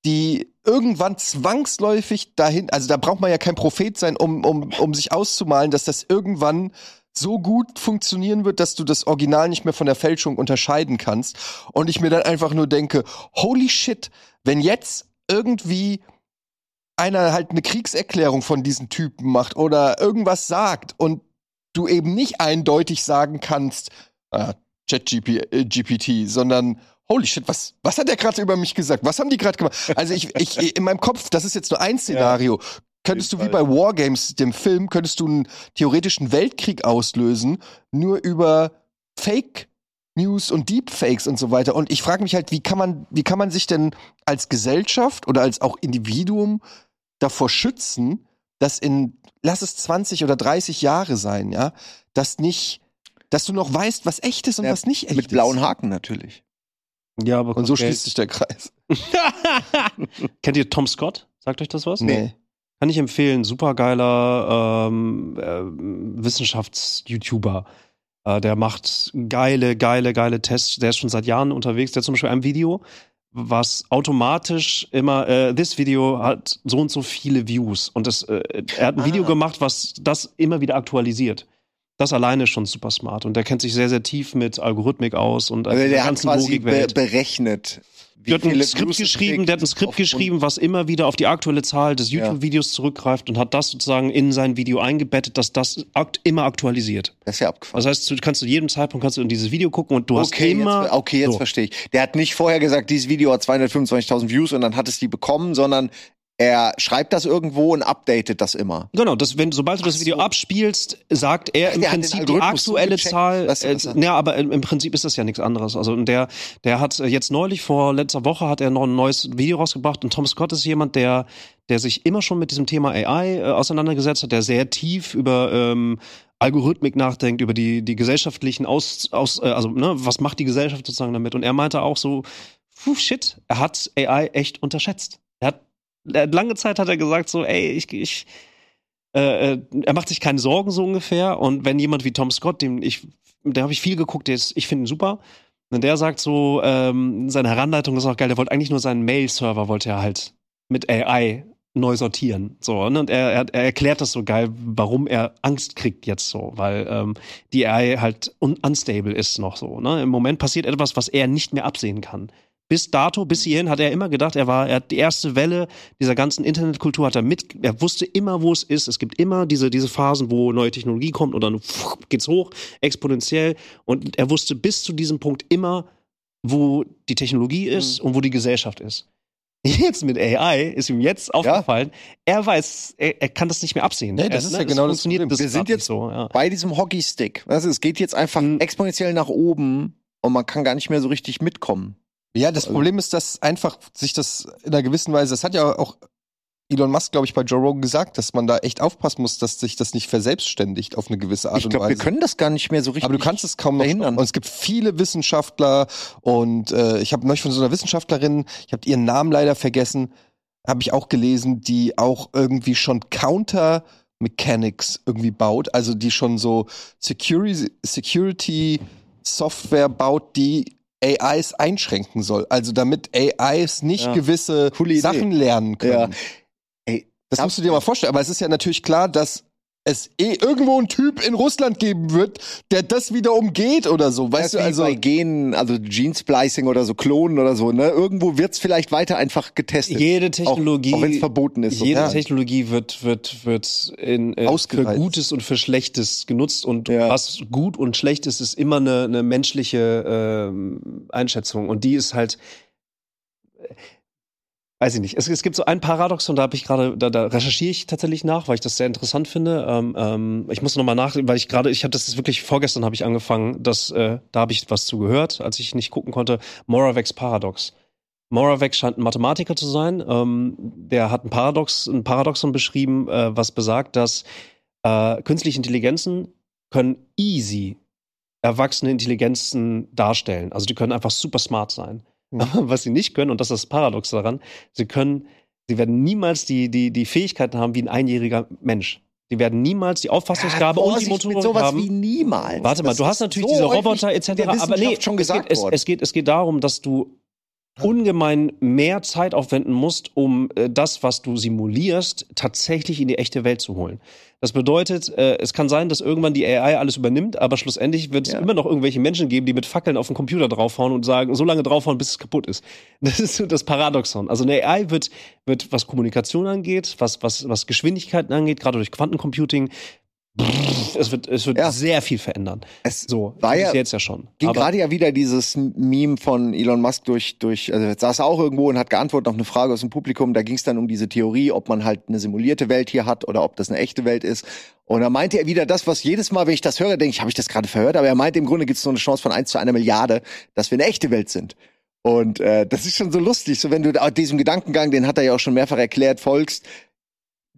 die irgendwann zwangsläufig dahin, also da braucht man ja kein Prophet sein, um, um, um sich auszumalen, dass das irgendwann so gut funktionieren wird, dass du das Original nicht mehr von der Fälschung unterscheiden kannst. Und ich mir dann einfach nur denke, holy shit, wenn jetzt irgendwie einer halt eine Kriegserklärung von diesen Typen macht oder irgendwas sagt und du eben nicht eindeutig sagen kannst, ah, ChatGPT, äh, GPT, sondern holy shit, was, was hat der gerade über mich gesagt? Was haben die gerade gemacht? Also ich, ich, in meinem Kopf, das ist jetzt nur ein Szenario. Könntest du wie bei Wargames, dem Film, könntest du einen theoretischen Weltkrieg auslösen, nur über Fake News und Deepfakes und so weiter. Und ich frage mich halt, wie kann man, wie kann man sich denn als Gesellschaft oder als auch Individuum davor schützen, dass in, lass es 20 oder 30 Jahre sein, ja, dass nicht, dass du noch weißt, was echt ist und
Ja,
was nicht echt
Mit blauen
ist.
Haken natürlich.
Ja, aber
Und so schließt sich der Kreis.
Kennt ihr Tom Scott? Sagt euch das was?
Nee.
Kann ich empfehlen. Supergeiler ähm, äh, Wissenschafts-YouTuber. Äh, der macht geile, geile, geile Tests. Der ist schon seit Jahren unterwegs. Der hat zum Beispiel ein Video, was automatisch immer, äh, this Video hat so und so viele Views. Und das, äh, er hat ein
Ah.
Video gemacht, was das immer wieder aktualisiert. Das alleine ist schon super smart. Und der kennt sich sehr, sehr tief mit Algorithmik aus und äh,
Also der hat quasi be
Logikwelt.
berechnet. wie
Der hat ein
viele
Skript
Views es
geschrieben,
kriegt
der hat ein Skript
aufgrund-
geschrieben, was immer wieder auf die aktuelle Zahl des
Ja.
YouTube-Videos zurückgreift und hat das sozusagen in sein Video eingebettet, dass das akt immer aktualisiert.
Das ist ja abgefahren.
Das heißt, du kannst zu jedem Zeitpunkt kannst du in dieses Video gucken und du hast
okay,
immer.
jetzt, okay, jetzt
so.
verstehe ich. Der hat nicht vorher gesagt, dieses Video hat 225.000 Views und dann hat es die bekommen, sondern er schreibt das irgendwo und updatet das immer.
Genau, das, wenn, sobald du das Video abspielst, sagt er im
der hat den
Prinzip die
Algorithmus so
aktuelle
gecheckt,
Zahl.
dass er
Äh,
das hat.
ja, aber im, im Prinzip ist das ja nichts anderes. Also und der, der hat äh, jetzt neulich vor letzter Woche hat er noch ein neues Video rausgebracht und Tom Scott ist jemand, der, der sich immer schon mit diesem Thema AI äh, auseinandergesetzt hat, der sehr tief über ähm, Algorithmik nachdenkt, über die, die gesellschaftlichen Aus, aus äh, also ne, was macht die Gesellschaft sozusagen damit? Und er meinte auch so, puh, shit, er hat AI echt unterschätzt. Er hat, er hat lange Zeit hat er gesagt so, ey, ich, ich äh, äh, er macht sich keine Sorgen so ungefähr. Und wenn jemand wie Tom Scott, dem ich, der habe ich viel geguckt, der ist, ich finde ihn super. Und der sagt so, ähm, seine Heranleitung ist auch geil. Der wollte eigentlich nur seinen Mail-Server wollte er halt mit AI neu sortieren. So, ne? Und er, er, er erklärt das so geil, warum er Angst kriegt jetzt so, weil ähm, die AI halt un unstable ist noch so. Ne? Im Moment passiert etwas, was er nicht mehr absehen kann. Bis dato, bis
Mhm.
hierhin hat er immer gedacht, er war, er hat die erste Welle dieser ganzen Internetkultur hat er mit, er wusste immer, wo es ist. Es gibt immer diese, diese Phasen, wo neue Technologie kommt und dann pff, geht's hoch, exponentiell. Und er wusste bis zu diesem Punkt immer, wo die Technologie ist
Mhm.
und wo die Gesellschaft ist. <laughs> Jetzt mit AI ist ihm jetzt aufgefallen, er weiß, er, er kann das nicht mehr absehen.
Nee, das
er, ne,
ist ja genau das Problem.
Wir sind
grad nicht
jetzt-
so. Ja.
Bei diesem Hockeystick. Also es geht jetzt einfach
Mhm.
exponentiell nach oben und man kann gar nicht mehr so richtig mitkommen.
Ja,
Also
das Problem ist, dass einfach sich das in einer gewissen Weise, das hat ja auch Elon Musk, glaube ich, bei Joe Rogan gesagt, dass man da echt aufpassen muss, dass sich das nicht verselbstständigt auf eine gewisse Art
Ich
und
glaube,
Weise.
wir können das gar nicht mehr so richtig.
aber du kannst es kaum noch
verhindern.
stoppen. Und es gibt viele Wissenschaftler und äh, ich habe neulich von so einer Wissenschaftlerin, ich habe ihren Namen leider vergessen, habe ich auch gelesen, die auch irgendwie schon Counter Mechanics irgendwie baut, also die schon so Security Security Software baut, die AIs einschränken soll, also damit AIs nicht
Ja.
gewisse
Coole Idee.
Sachen lernen können.
Ja. Ey,
Das musst du dir mal vorstellen, aber es ist ja natürlich klar, dass es eh irgendwo einen Typ in Russland geben wird, der das wieder umgeht oder so. Weißt du, also
bei Genen, also Gene-Splicing oder so, Klonen oder so, ne? Irgendwo wird's vielleicht weiter einfach getestet.
Jede Technologie,
Auch, auch wenn es verboten ist.
jede
ja.
Technologie wird, wird, wird in, äh,
Ausgereizt.
für Gutes und für Schlechtes genutzt und
Ja.
was gut und schlecht ist, ist immer eine, eine menschliche ähm, Einschätzung und die ist halt äh, Weiß ich nicht. Es, es gibt so ein Paradoxon, da habe ich gerade, da, da recherchiere ich tatsächlich nach, weil ich das sehr interessant finde. Ähm, ähm, ich muss nochmal nach, weil ich gerade, ich habe das ist wirklich vorgestern habe ich angefangen, das, äh, da habe ich was zu gehört, als ich nicht gucken konnte. Moravec's Paradox. Moravec scheint ein Mathematiker zu sein. Ähm, der hat ein Paradox, ein Paradoxon beschrieben, äh, was besagt, dass äh, künstliche Intelligenzen können easy erwachsene Intelligenzen darstellen. Also die können einfach super smart sein.
Hm.
Aber <laughs> was sie nicht können, und das ist das Paradox daran, sie können, sie werden niemals die, die, die Fähigkeiten haben wie ein einjähriger Mensch. Sie werden niemals die Auffassungsgabe und die
Ah, Vorsicht mit
Motorik
sowas
haben.
wie niemals.
Warte mal,
Das
du hast
ist
natürlich
so
diese
häufig
Roboter etc.
der
Aber nee,
Wissenschaft schon
es,
gesagt
geht, es,
worden.
es, geht, es geht darum, dass du ungemein mehr Zeit aufwenden musst, um äh, das, was du simulierst, tatsächlich in die echte Welt zu holen. Das bedeutet, äh, es kann sein, dass irgendwann die AI alles übernimmt, aber schlussendlich wird es immer noch irgendwelche Menschen geben, die mit Fackeln auf den Computer draufhauen und sagen, so lange draufhauen, bis es kaputt ist. <laughs> Das ist so das Paradoxon. Also eine AI wird, wird was Kommunikation angeht, was, was, was Geschwindigkeiten angeht, gerade durch Quantencomputing, es wird, es wird
Ja.
sehr viel verändern.
Es
so,
war
das
ja-
ist jetzt ja schon.
Ging
Aber- <laughs>
gerade ja wieder dieses Meme von Elon Musk durch, durch, also jetzt saß er auch irgendwo und hat geantwortet auf eine Frage aus dem Publikum. Da ging es dann um diese Theorie, ob man halt eine simulierte Welt hier hat oder ob das eine echte Welt ist. Und da meinte er wieder das, was jedes Mal, wenn ich das höre, denke ich, habe ich das gerade verhört? Aber er meinte, im Grunde gibt es nur eine Chance von 1 zu einer Milliarde, dass wir eine echte Welt sind. Und äh, das ist schon so lustig. So, wenn du da- diesem Gedankengang, den hat er ja auch schon mehrfach erklärt, folgst,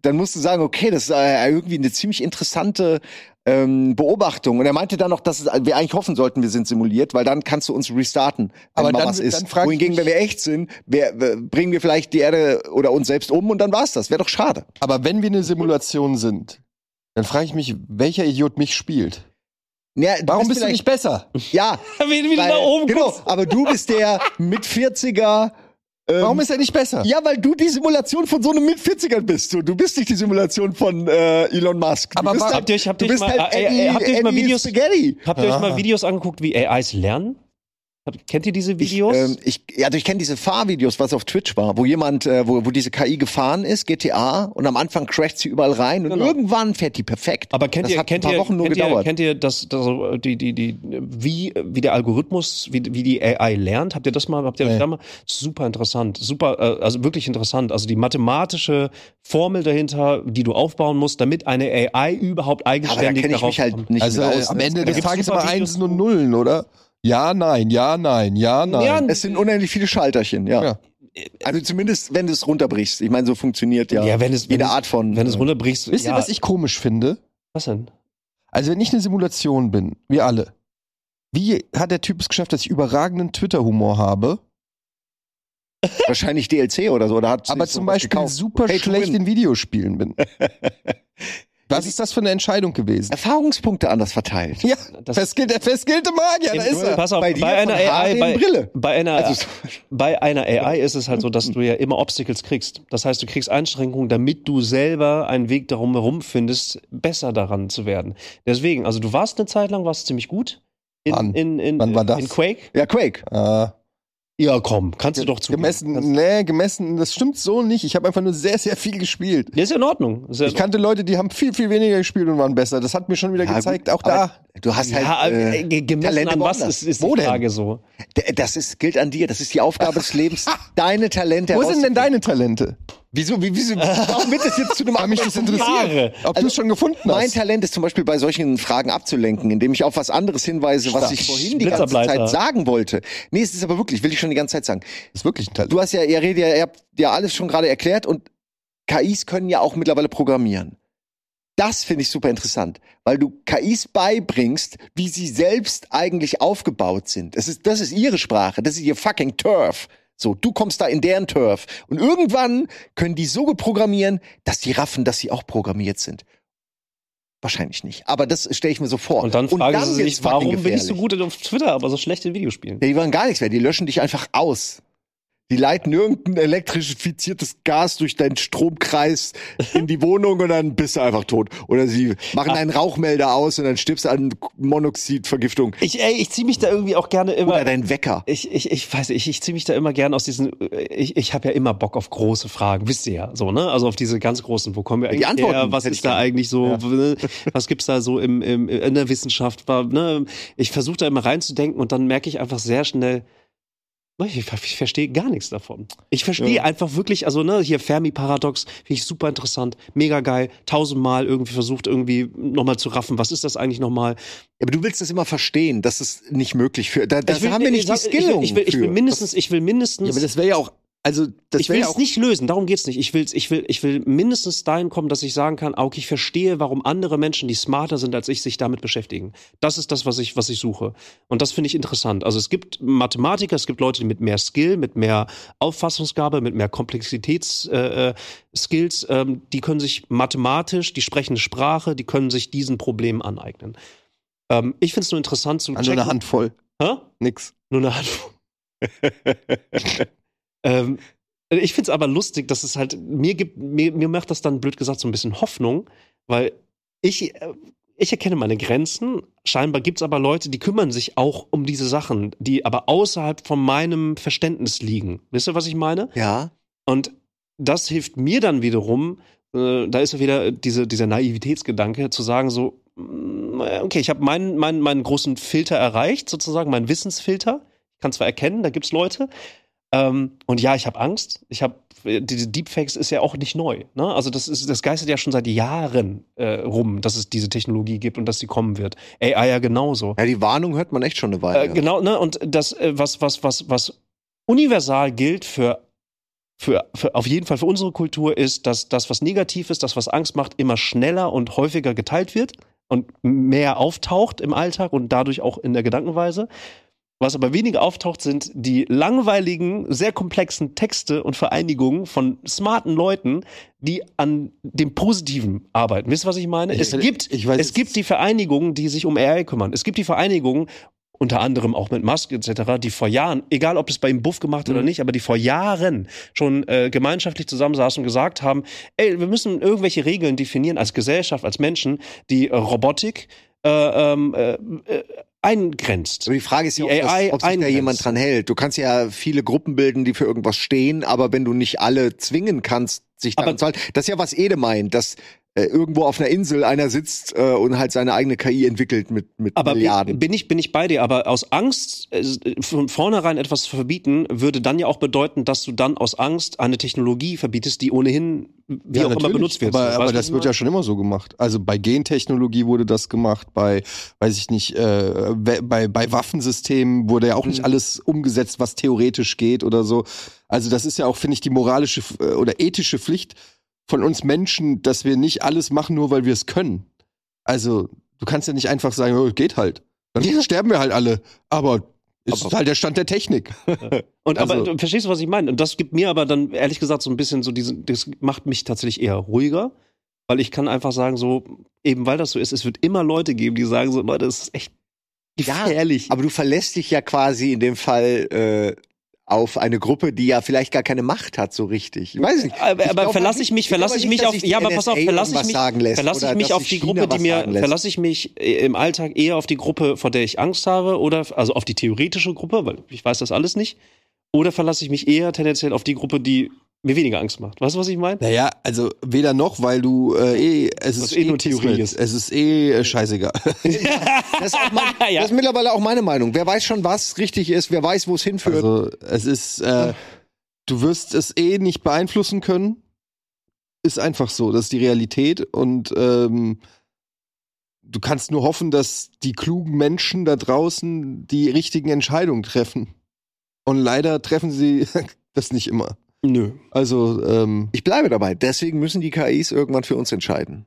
dann musst du sagen, okay, das ist äh, irgendwie eine ziemlich interessante äh, ähm, Beobachtung. Und er meinte dann noch, dass es, wir eigentlich hoffen sollten, wir sind simuliert, weil dann kannst du uns restarten, wenn
Aber
mal
dann-
was ist.
dann frag ich
Wohingegen,
mich-
wenn wir echt sind, wer, wer- bringen wir vielleicht die Erde oder uns selbst um und dann war's das. Wäre doch schade.
Aber wenn wir eine Simulation sind, dann frage ich mich, welcher Idiot mich spielt.
Ja,
Warum bist du
vielleicht- Ähm,
nicht besser? <laughs>
Ja,
Wie, wie du
weil,
nach oben
genau,
guckst.
aber du bist der mit
<laughs>
40er. Ähm,
Warum ist er nicht besser?
ja, weil du die Simulation von so einem mit 40ern bist. Du, du bist nicht die Simulation von äh, Elon Musk. Du
Aber
bist
wa-
Habt ihr euch- habt ihr
du
euch
bist
mal-
halt
äh, äh,
Eddie,
habt ihr euch mal
Eddie
Videos-
Spaghetti.
Habt ihr euch
Ah.
mal Videos angeguckt, wie AIs lernen? Habt- Kennt ihr diese
Ich,
Videos?
ähm, ich, ja, ich kenne diese Fahrvideos, was auf Twitch war, wo jemand, äh, wo, wo diese KI gefahren ist, GTA, und am Anfang crasht sie überall rein und
Genau.
irgendwann fährt die perfekt.
Aber kennt
das
ihr,
hat
kennt
ein paar
ihr,
Wochen nur
kennt ihr,
gedauert.
kennt ihr das, das also, die, die, die, wie, wie der Algorithmus, wie, wie die AI lernt? Habt ihr das mal, habt ihr
Nee.
das da mal? Super interessant, super, äh, also wirklich interessant. Also die mathematische Formel dahinter, die du aufbauen musst, damit eine AI überhaupt
aber da
eigenständig
kenne ich
darauf
mich halt
kommt.
nicht
also
mehr
äh,
aus.
am
ne?
Ende
Da
des
gibt's
Tages
super
immer
Videos
Einsen und Nullen, oder? Ja, nein, ja, nein, ja, nein.
Ja,
es sind unendlich viele Schalterchen, ja.
Ja.
Also zumindest, wenn du es runterbrichst. Ich meine, so funktioniert ja,
Ja, wenn es, wenn
jede
es,
Art von.
wenn es
äh,
runterbrichst,
Wisst
ja,
ihr, was ich komisch finde?
was denn?
Also wenn ich eine Simulation bin, wir alle, wie hat der Typ es geschafft, dass ich überragenden Twitter-Humor habe,
wahrscheinlich DLC oder so. Oder hat
aber
sich
zum
sowas
Beispiel
gekauft.
super
Pay to
schlecht
win.
in Videospielen bin? Was ist das für eine Entscheidung gewesen?
Erfahrungspunkte anders verteilt.
Ja,
Das-
verskillte, verskillte Magier, da
Im-
ist er.
Pass auf,
Bei
bei,
dir
einer
von Harley
AI,
in
bei,
Brille.
bei einer,
Also,
bei einer AI ist es halt so, dass du ja immer Obstacles kriegst. Das heißt, du kriegst Einschränkungen, damit du selber einen Weg darum herum findest, besser daran zu werden. Deswegen, also du warst eine Zeit lang, warst ziemlich gut. In,
Wann?
In, in,
Wann war das?
in Quake?
ja, Quake.
Ah.
Ja, komm, kannst du doch zugeben.
Gemessen, nee, gemessen, das stimmt so nicht. Ich habe einfach nur sehr, sehr viel gespielt.
Kannst, ist in Ordnung. Ist ja-
Ich kannte Leute, die haben viel, viel weniger gespielt und waren besser. Das hat mir schon wieder
Ja,
gezeigt,
gut,
auch da.
aber Du hast halt.
ja,
äh,
äh, ge- gemessen
Talente
an was
woanders.
ist, ist
Wo
die
denn?
Frage so.
D- Das ist, gilt an dir. Das ist die Aufgabe des Lebens, deine Talente
Wo sind denn
herauszufinden.
deine Talente?
Wieso, wie, wieso, warum wird das jetzt <laughs> zu einem
Weil mich das
Argument von mir?
interessiert. Ob du es schon gefunden
Mein
hast.
Talent ist zum Beispiel bei solchen Fragen abzulenken, indem ich auf was anderes hinweise, was ich vorhin die ganze
Blitzableiter.
Zeit sagen wollte. Nee, es ist aber wirklich, will ich schon die ganze Zeit sagen.
ist wirklich ein Talent.
Du hast ja, ihr redet ja, ihr habt ja alles schon gerade erklärt und KIs können ja auch mittlerweile programmieren. Das finde ich super interessant, weil du KIs beibringst, wie sie selbst eigentlich aufgebaut sind. Es ist, das ist ihre Sprache, das ist ihr fucking Turf. So, du kommst da in deren Turf. Und irgendwann können die so programmieren, dass die raffen, dass sie auch programmiert sind. Wahrscheinlich nicht. Aber das stelle ich mir so vor.
Und dann fragen sie
wird's
sich, warum
fucking
bin ich so
gefährlich.
gut auf Twitter, aber so schlecht in Videospielen?
Ja, die waren gar nichts mehr. Die löschen dich einfach aus. Die leiten irgendein elektrifiziertes Gas durch deinen Stromkreis in die Wohnung und dann bist du einfach tot. Oder sie
Ah.
machen deinen Rauchmelder aus und dann stirbst du an Monoxidvergiftung.
Ich, ey, ich ziehe mich da irgendwie auch gerne immer.
Oder dein Wecker.
Ich, ich, ich weiß nicht, ich, ich ziehe mich da immer gern aus diesen, ich, ich habe ja immer Bock auf große Fragen, wisst ihr ja, so, ne? Also auf diese ganz großen, wo kommen wir
Die
eigentlich
Antworten
her, was
hätte ich
ist da
gerne.
eigentlich so, ne? was gibt's da so im, im, in der Wissenschaft, wa- ne? Ich versuche da immer reinzudenken und dann merke ich einfach sehr schnell, ne, ich, ver- ich verstehe gar nichts davon. Ich verstehe einfach wirklich, also ne, hier Fermi-Paradox, finde ich super interessant, mega geil, tausendmal irgendwie versucht irgendwie nochmal zu raffen, was ist das eigentlich nochmal?
Aber du willst das immer verstehen, dass es nicht möglich für. Da, das
Ich will- ne,
haben wir nicht die
ich, will,
Skillung
ich, will, ich will
für.
mindestens, ich will mindestens.
das wäre ja auch. Also, das
ich will es nicht lösen, darum geht's nicht. Ich, will's, ich, will, ich will mindestens dahin kommen, dass ich sagen kann, ah, okay, ich verstehe, warum andere Menschen, die smarter sind als ich, sich damit beschäftigen. Das ist das, was ich, was ich suche. Und das finde ich interessant. Also es gibt Mathematiker, es gibt Leute die mit mehr Skill, mit mehr Auffassungsgabe, mit mehr Komplexitätsskills, äh, äh, Skills, ähm, die können sich mathematisch, die sprechen eine Sprache, die können sich diesen Problemen aneignen. Ähm, ich finde es nur interessant zu
Also eine
checken.
Handvoll.
Hä?
Nix.
Nur eine Handvoll. ähm, ich finde es aber lustig, dass es halt, mir gibt, mir, mir macht das dann blöd gesagt so ein bisschen Hoffnung, weil ich, äh, ich erkenne meine Grenzen. Scheinbar gibt es aber Leute, die kümmern sich auch um diese Sachen, die aber außerhalb von meinem Verständnis liegen. Wisst ihr, was ich meine?
Ja.
Und das hilft mir dann wiederum, äh, da ist ja wieder diese, dieser Naivitätsgedanke, zu sagen so, mm, okay, ich habe meinen, meinen, meinen großen Filter erreicht, sozusagen, meinen Wissensfilter. Ich kann zwar erkennen, da gibt's Leute. Ähm, und ja, ich habe Angst. Ich habe äh, diese Deepfakes ist ja auch nicht neu. Ne? Also das ist, das geistert ja schon seit Jahren äh, rum, dass es diese Technologie gibt und dass sie kommen wird. AI ja genauso.
Ja, die Warnung hört man echt schon eine Weile.
Äh, genau, ne? Und das, äh, was, was, was, was universal gilt für, für, für auf jeden Fall für unsere Kultur, ist, dass das, was negativ ist, das, was Angst macht, immer schneller und häufiger geteilt wird. und mehr auftaucht im Alltag und dadurch auch in der Gedankenweise. Was aber weniger auftaucht, sind die langweiligen, sehr komplexen Texte und Vereinigungen von smarten Leuten, die an dem Positiven arbeiten. Wisst ihr, was ich meine?
Ich-
es gibt,
ich weiß
es
jetzt-
gibt die Vereinigungen, die sich um AI kümmern. Es gibt die Vereinigungen, unter anderem auch mit Musk etc., die vor Jahren, egal ob es bei ihm Buff gemacht
Mhm.
oder nicht, aber die vor Jahren schon äh, gemeinschaftlich zusammensaßen und gesagt haben, ey, wir müssen irgendwelche Regeln definieren als Gesellschaft, als Menschen, die äh, Robotik äh, ähm, äh, äh, eingrenzt.
Aber die Frage ist ja, ob,
Die AI
das, ob sich da
eingrenzt.
jemand dran hält. Du kannst ja viele Gruppen bilden, die für irgendwas stehen, aber wenn du nicht alle zwingen kannst, sich
Aber-
daran zu halten, das ist ja was Ede meint, dass äh, irgendwo auf einer Insel einer sitzt äh, und halt seine eigene KI entwickelt mit, mit
Aber bi-
Milliarden.
bin ich, bin ich bei dir, aber aus Angst äh, von vornherein etwas zu verbieten, würde dann ja auch bedeuten, dass du dann aus Angst eine Technologie verbietest, die ohnehin wie auch immer
natürlich.
benutzt wird.
Aber,
Weißt
aber
du,
das
was
wird
ich
ja schon immer so gemacht. Also bei Gentechnologie wurde das gemacht, bei, weiß ich nicht, äh, we- bei, bei Waffensystemen wurde ja auch nicht alles umgesetzt, was theoretisch geht oder so. Also das ist ja auch, finde ich, die moralische F- äh, oder ethische Pflicht von uns Menschen, dass wir nicht alles machen, nur weil wir es können. Also du kannst ja nicht einfach sagen, oh, geht halt. Dann sterben wir halt alle. Aber es ist halt der Stand der Technik.
Und aber
Also-
du verstehst du, was ich meine? Und das gibt mir aber dann ehrlich gesagt so ein bisschen so diesen, das macht mich tatsächlich eher ruhiger, weil ich kann einfach sagen, so, eben weil das so ist, es wird immer Leute geben, die sagen so, Leute, das ist echt gefährlich.
Aber du verlässt dich ja quasi in dem Fall äh, auf eine Gruppe, die ja vielleicht gar keine Macht hat, so richtig. Ich weiß nicht.
Aber- aber
glaub
verlass
halt
ich mich-
glaub
verlass
halt
ich
nicht,
mich
dass
auf-
sich
ja,
die
aber pass auf,
NSA
verlass ich
irgendwas
mich-
sagen lässt
Verlasse
oder
ich mich
dass
auf
sich
die
China
Gruppe, die
was
mir,
sagen lässt.
verlasse ich mich äh, im Alltag eher auf die Gruppe, vor der ich Angst habe, oder f- also auf die theoretische Gruppe, weil ich weiß das alles nicht, oder verlasse ich mich eher tendenziell auf die Gruppe, die mir weniger Angst macht. Weißt du, was ich meine?
Naja, also weder noch, weil du äh, eh, es ist
eh nur
Kismet.
Theorie ist.
Es ist eh äh, scheißegal.
Das ist, auch mein,
<laughs> Ja.
das ist mittlerweile auch meine Meinung. Wer weiß schon, was richtig ist, wer weiß, wo es hinführt.
Also es ist, äh, du wirst es eh nicht beeinflussen können. Ist einfach so, das ist die Realität und ähm, du kannst nur hoffen, dass die klugen Menschen da draußen die richtigen Entscheidungen treffen. Und leider treffen sie <laughs> das nicht immer.
Nö.
Also ähm,
ich bleibe dabei. Deswegen müssen die KIs irgendwann für uns entscheiden.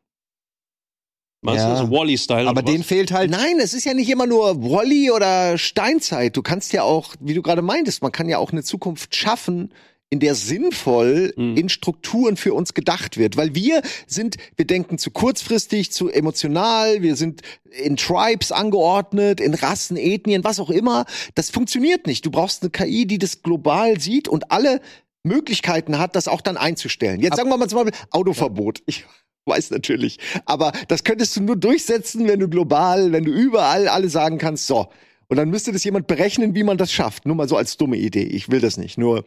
Meinst
Ja.
du so Wally-Style?
aber
oder
denen
was?
fehlt halt
Nein, es ist ja nicht immer nur Wally oder Steinzeit. Du kannst ja auch, wie du gerade meintest, man kann ja auch eine Zukunft schaffen, in der sinnvoll
Mhm.
in Strukturen für uns gedacht wird. Weil wir sind, wir denken zu kurzfristig, zu emotional, wir sind in Tribes angeordnet, in Rassen, Ethnien, was auch immer. Das funktioniert nicht. Du brauchst eine KI, die das global sieht und alle Möglichkeiten hat, das auch dann einzustellen. Jetzt sagen wir mal zum Beispiel Autoverbot. Ich weiß natürlich. Aber das könntest du nur durchsetzen, wenn du global, wenn du überall alle sagen kannst, so. Und dann müsste das jemand berechnen, wie man das schafft. Nur mal so als dumme Idee. Ich will das nicht. Nur,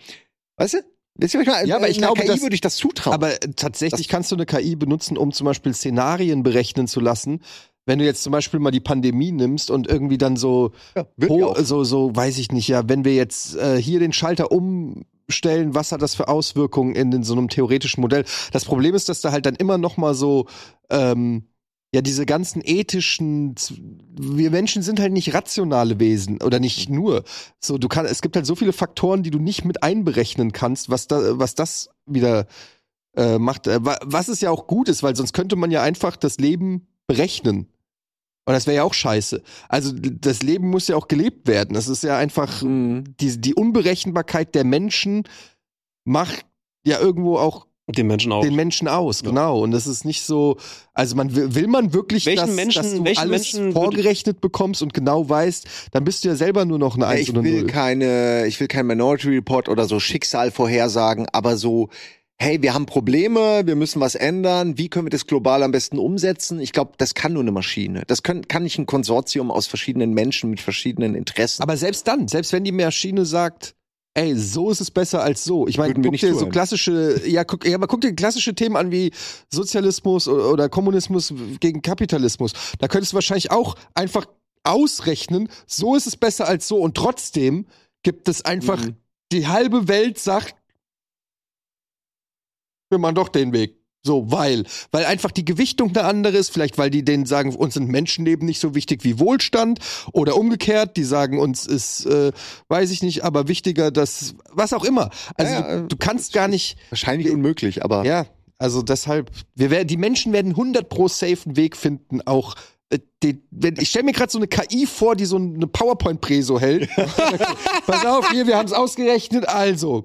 weißt du? Wisst ihr, was ich meine?
Ja, aber ich
Einer
glaube,
KI
das-
würde ich das zutrauen.
Aber tatsächlich kannst du eine KI benutzen, um zum Beispiel Szenarien berechnen zu lassen. Wenn du jetzt zum Beispiel mal die Pandemie nimmst und irgendwie dann so,
Ja, wird ja
ho,
auch.
so, so, weiß ich nicht, ja, wenn wir jetzt äh, hier den Schalter umstellen, was hat das für Auswirkungen in, in so einem theoretischen Modell? Das Problem ist, dass da halt dann immer noch mal so, ähm, ja, diese ganzen ethischen, Z- wir Menschen sind halt nicht rationale Wesen oder nicht nur. So, du kannst, es gibt halt so viele Faktoren, die du nicht mit einberechnen kannst, was da, was das wieder äh, macht, äh, wa- was es ja auch gut ist, weil sonst könnte man ja einfach das Leben berechnen. Und das wäre ja auch scheiße. Also d- das Leben muss ja auch gelebt werden. Das ist ja einfach,
Mhm.
die, die Unberechenbarkeit der Menschen macht ja irgendwo auch
Den Menschen auch. Äh,
den Menschen aus,
Ja.
genau. Und das ist nicht so, also man will, will man wirklich,
Welchen
dass,
Menschen-
dass du
welchen
alles
Menschen würd-
vorgerechnet bekommst und genau weißt, dann bist du ja selber nur noch eine
Ja,
Eins
ich
oder
will
Null.
keine, ich will kein Minority Report oder so Schicksal vorhersagen, aber so, hey, wir haben Probleme, wir müssen was ändern, wie können wir das global am besten umsetzen? Ich glaube, das kann nur eine Maschine. Das können, kann nicht ein Konsortium aus verschiedenen Menschen mit verschiedenen Interessen.
Aber selbst dann, selbst wenn die Maschine sagt, ey, so ist es besser als so. Ich meine,
Würden wir
guck
nicht
dir so
zuhören.
klassische, ja, guck, ja, aber guck dir klassische Themen an wie Sozialismus oder, oder Kommunismus gegen Kapitalismus. Da könntest du wahrscheinlich auch einfach ausrechnen, so ist es besser als so. Und trotzdem gibt es einfach,
Mhm.
die halbe Welt sagt, wir machen doch den Weg. So, weil, weil einfach die Gewichtung eine andere ist, vielleicht weil die denen sagen, uns sind Menschenleben nicht so wichtig wie Wohlstand oder umgekehrt, die sagen, uns ist, äh, weiß ich nicht, aber wichtiger, dass, was auch immer. Also
Ja, ja,
du, du kannst gar nicht,
Wahrscheinlich unmöglich, aber
ja, also deshalb, wir werden, die Menschen werden 100 pro safe einen Weg finden, auch äh, die, wenn, ich stelle mir gerade so eine KI vor, die so eine PowerPoint-Preso hält. <laughs> Pass auf, hier, wir haben es ausgerechnet. Also,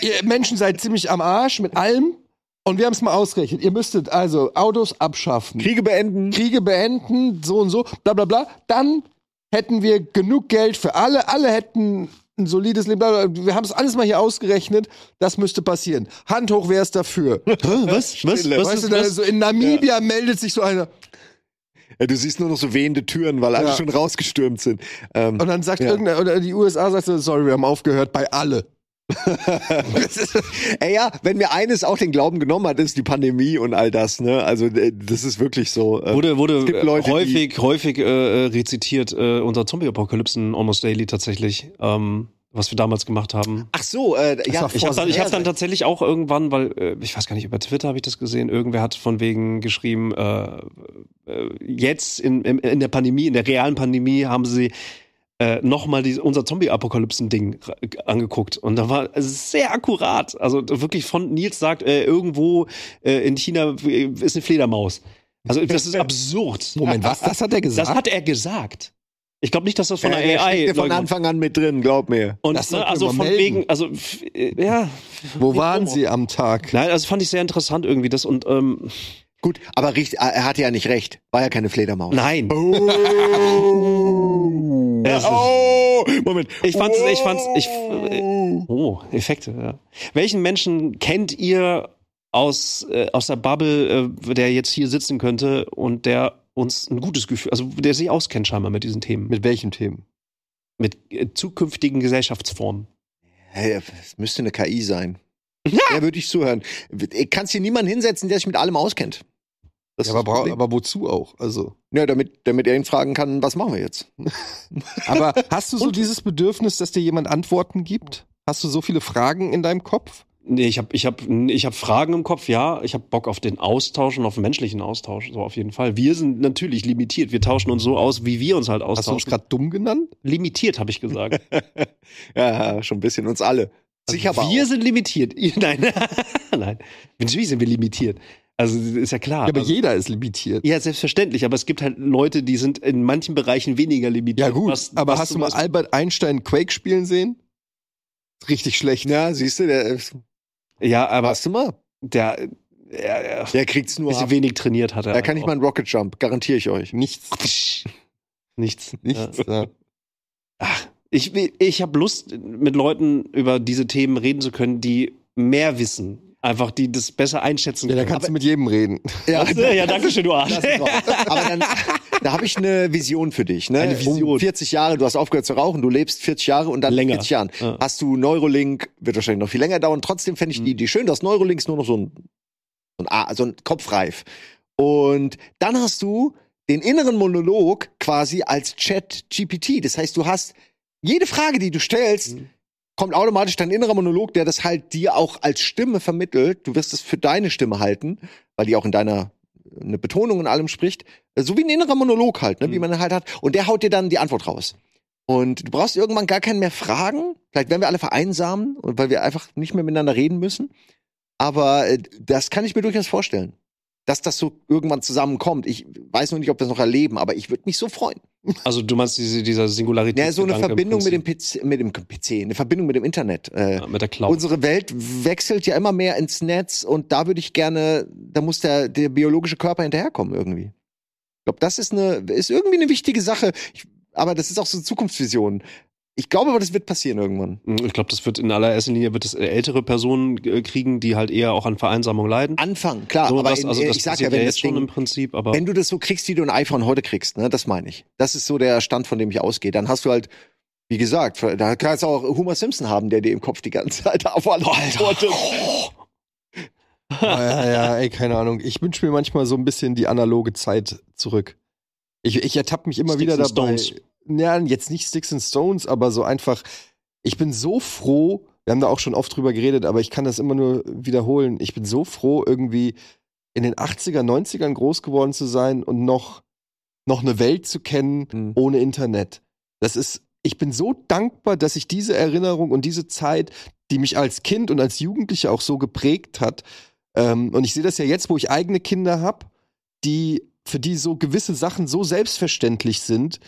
ihr Menschen seid ziemlich am Arsch mit allem. Und wir haben es mal ausgerechnet. Ihr müsstet also Autos abschaffen.
Kriege beenden.
Kriege beenden, so und so, bla bla bla. Dann hätten wir genug Geld für alle, alle hätten ein solides Leben. Bla, bla. Wir haben es alles mal hier ausgerechnet. Das müsste passieren. Hand hoch, wer ist dafür?
Was? Was?
Stille.
Was
weißt du,
ist
da,
das?
so in Namibia meldet sich so einer
Ja, du siehst nur noch so wehende Türen, weil alle
Ja.
schon rausgestürmt sind.
<laughs>
Ähm,
und dann sagt
Ja.
irgendeiner, oder die USA sagt so, sorry, wir haben aufgehört bei alle.
Ey, ja, wenn mir eines auch den Glauben genommen hat, ist die Pandemie und all das. Ne? Also äh, das ist wirklich so. äh,
Wurde, wurde
es gibt Leute, die-
häufig, häufig äh, äh, rezitiert äh, unser Zombie-Apokalypsen Almost Daily tatsächlich, ähm, was wir damals gemacht haben.
Ach so, äh, ja,
war
Ich habe dann, ich hab dann tatsächlich auch irgendwann, weil äh, ich weiß gar nicht, über Twitter habe ich das gesehen, irgendwer hat von wegen geschrieben, äh, äh, jetzt in, in, in der Pandemie, in der realen Pandemie haben sie äh, nochmal unser Zombie-Apokalypsen-Ding ra- äh, angeguckt. Und da war es sehr akkurat. Also wirklich von Nils sagt, äh, irgendwo äh, in China äh, ist eine Fledermaus. Also das ist absurd.
Moment, was? Das hat er gesagt?
Das hat er gesagt. Ich glaube nicht, dass das von
Äh,
der
der
AI
steckt dir von
leugnet.
Anfang an mit drin, glaub mir.
Und
Das
ne,
sollten wir
also
mal
von
melden.
wegen, also f- äh, ja.
Wo waren
Oh.
sie am Tag?
Nein, also fand ich sehr interessant irgendwie das und ähm,
Gut, aber richt- äh, er hatte ja nicht recht. War ja keine Fledermaus.
nein. <laughs> Es ist-
Oh, Moment.
Ich fand's, ich fand's, ich. Oh, Effekte, ja. Welchen Menschen kennt ihr aus, äh, aus der Bubble, äh, der jetzt hier sitzen könnte und der uns ein gutes Gefühl, also der sich auskennt scheinbar mit diesen Themen, mit,
Mit welchen Themen?
mit äh, zukünftigen Gesellschaftsformen?
Hey, es müsste eine
<laughs>
KI sein. Der würde ich zuhören. Kannst hier niemanden hinsetzen, der sich mit allem auskennt. Das
Ja,
ist
aber,
das
brau-
Problem.
aber wozu auch? Also.
ja, damit, damit er ihn fragen kann, was machen wir jetzt?
Aber hast du so dieses Bedürfnis, dass dir jemand Antworten gibt? Hast du so viele Fragen in deinem Kopf?
Nee, ich habe ich hab, ich hab Fragen im Kopf, ja. Ich habe Bock auf den Austausch und auf den menschlichen Austausch, so auf jeden Fall. Wir sind natürlich limitiert. Wir tauschen uns so aus, wie wir uns halt
Hast du uns
austauschen.
gerade dumm genannt?
limitiert, habe ich <laughs> gesagt. Also
Ja, schon ein bisschen uns alle. Sicher aber
wir
auch.
sind limitiert. <laughs> Ihr- Nein, nein. Natürlich sind wir limitiert. Also ist ja klar.
Ja, aber
also,
jeder ist limitiert.
ja, selbstverständlich. Aber es gibt halt Leute, die sind in manchen Bereichen weniger limitiert.
Ja, gut.
Was-
aber
was
hast du mal
was-
Albert Einstein Quake spielen sehen? Richtig schlecht.
Ja, siehst du, der,
Ja, aber
warst du mal?
der, äh, der, der
Der kriegt's nur
bisschen
ab.
wenig trainiert hat er.
Da kann ich
auch.
mal einen Rocket Jump, garantiere ich euch.
Nichts.
Nichts.
Nichts.
Ja.
Ja.
Ich, will- ich habe Lust, mit Leuten über diese Themen reden zu können, die mehr wissen. Einfach, die das besser einschätzen
Ja, da
können.
kannst du mit jedem reden.
Ja,
ja, ja, danke schön, du Arsch.
Das ist auch- Aber dann, da habe ich eine Vision für dich. Ne?
Eine Vision.
Um 40 Jahre, du hast aufgehört zu rauchen, du lebst 40 Jahre und dann
Länger.
40 Jahren.
<laughs> Ja.
Hast du Neurolink, wird wahrscheinlich noch viel länger dauern. Trotzdem fände ich die Idee schön, dass Neurolinks nur noch so ein, so ein, A- so ein Kopfreif. Und dann hast du den inneren Monolog quasi als Chat-GPT. Das heißt, du hast jede Frage, die du stellst, kommt automatisch dein innerer Monolog, der das halt dir auch als Stimme vermittelt. Du wirst es für deine Stimme halten, weil die auch in deiner eine Betonung in allem spricht, so wie ein innerer Monolog halt, ne, wie man halt hat. Und der haut dir dann die Antwort raus. Und du brauchst irgendwann gar keinen mehr fragen. Vielleicht werden wir alle vereinsamen, und weil wir einfach nicht mehr miteinander reden müssen. Aber äh, das kann ich mir durchaus vorstellen, dass das so irgendwann zusammenkommt. Ich weiß nur nicht, ob wir es noch erleben, aber ich würde mich so freuen.
Also du meinst diese, dieser Singularität.
Ja, so eine Verbindung mit dem PC, mit dem PC, eine Verbindung mit dem Internet. Äh,
mit der Cloud.
Unsere Welt wechselt ja immer mehr ins Netz und da würde ich gerne, da muss der, der biologische Körper hinterherkommen irgendwie. Ich glaube, das ist eine, ist irgendwie eine wichtige Sache. Ich, aber das ist auch so eine Zukunftsvision. Ich glaube aber, das wird passieren irgendwann.
Hm, Ich glaube, das wird in allererster Linie wird es ältere Personen äh, kriegen, die halt eher auch an Vereinsamung leiden.
Anfang, klar,
So,
Ah, aber
das-
in, äh,
also das
ich sag ja,
passiert
wenn, das
jetzt schon im
Ding,
Prinzip, aber
wenn du das so kriegst, wie du ein iPhone heute kriegst, ne, das meine ich. Das ist so der Stand, von dem ich ausgehe. Dann hast du halt, wie gesagt, da kannst du auch Homer Simpson haben, der dir im Kopf die ganze Zeit <laughs> auf alle antwortet.
Ah, ja, ja, ey, keine Ahnung. Ich wünsche mir manchmal so ein bisschen die analoge Zeit zurück. Ich, ich ertappe mich immer
Sticks
wieder
and
dabei.
Stones.
Ja, jetzt nicht Sticks and Stones, aber so einfach. Ich bin so froh, wir haben da auch schon oft drüber geredet, aber ich kann das immer nur wiederholen. Ich bin so froh, irgendwie in den 80er, 90ern groß geworden zu sein und noch, noch eine Welt zu kennen
Hm.
Mhm.
ohne Internet. Das ist, ich bin so dankbar, dass ich diese Erinnerung und diese Zeit, die mich als Kind und als Jugendlicher auch so geprägt hat, ähm, und ich sehe das ja jetzt, wo ich eigene Kinder habe, die für die so gewisse Sachen so selbstverständlich sind,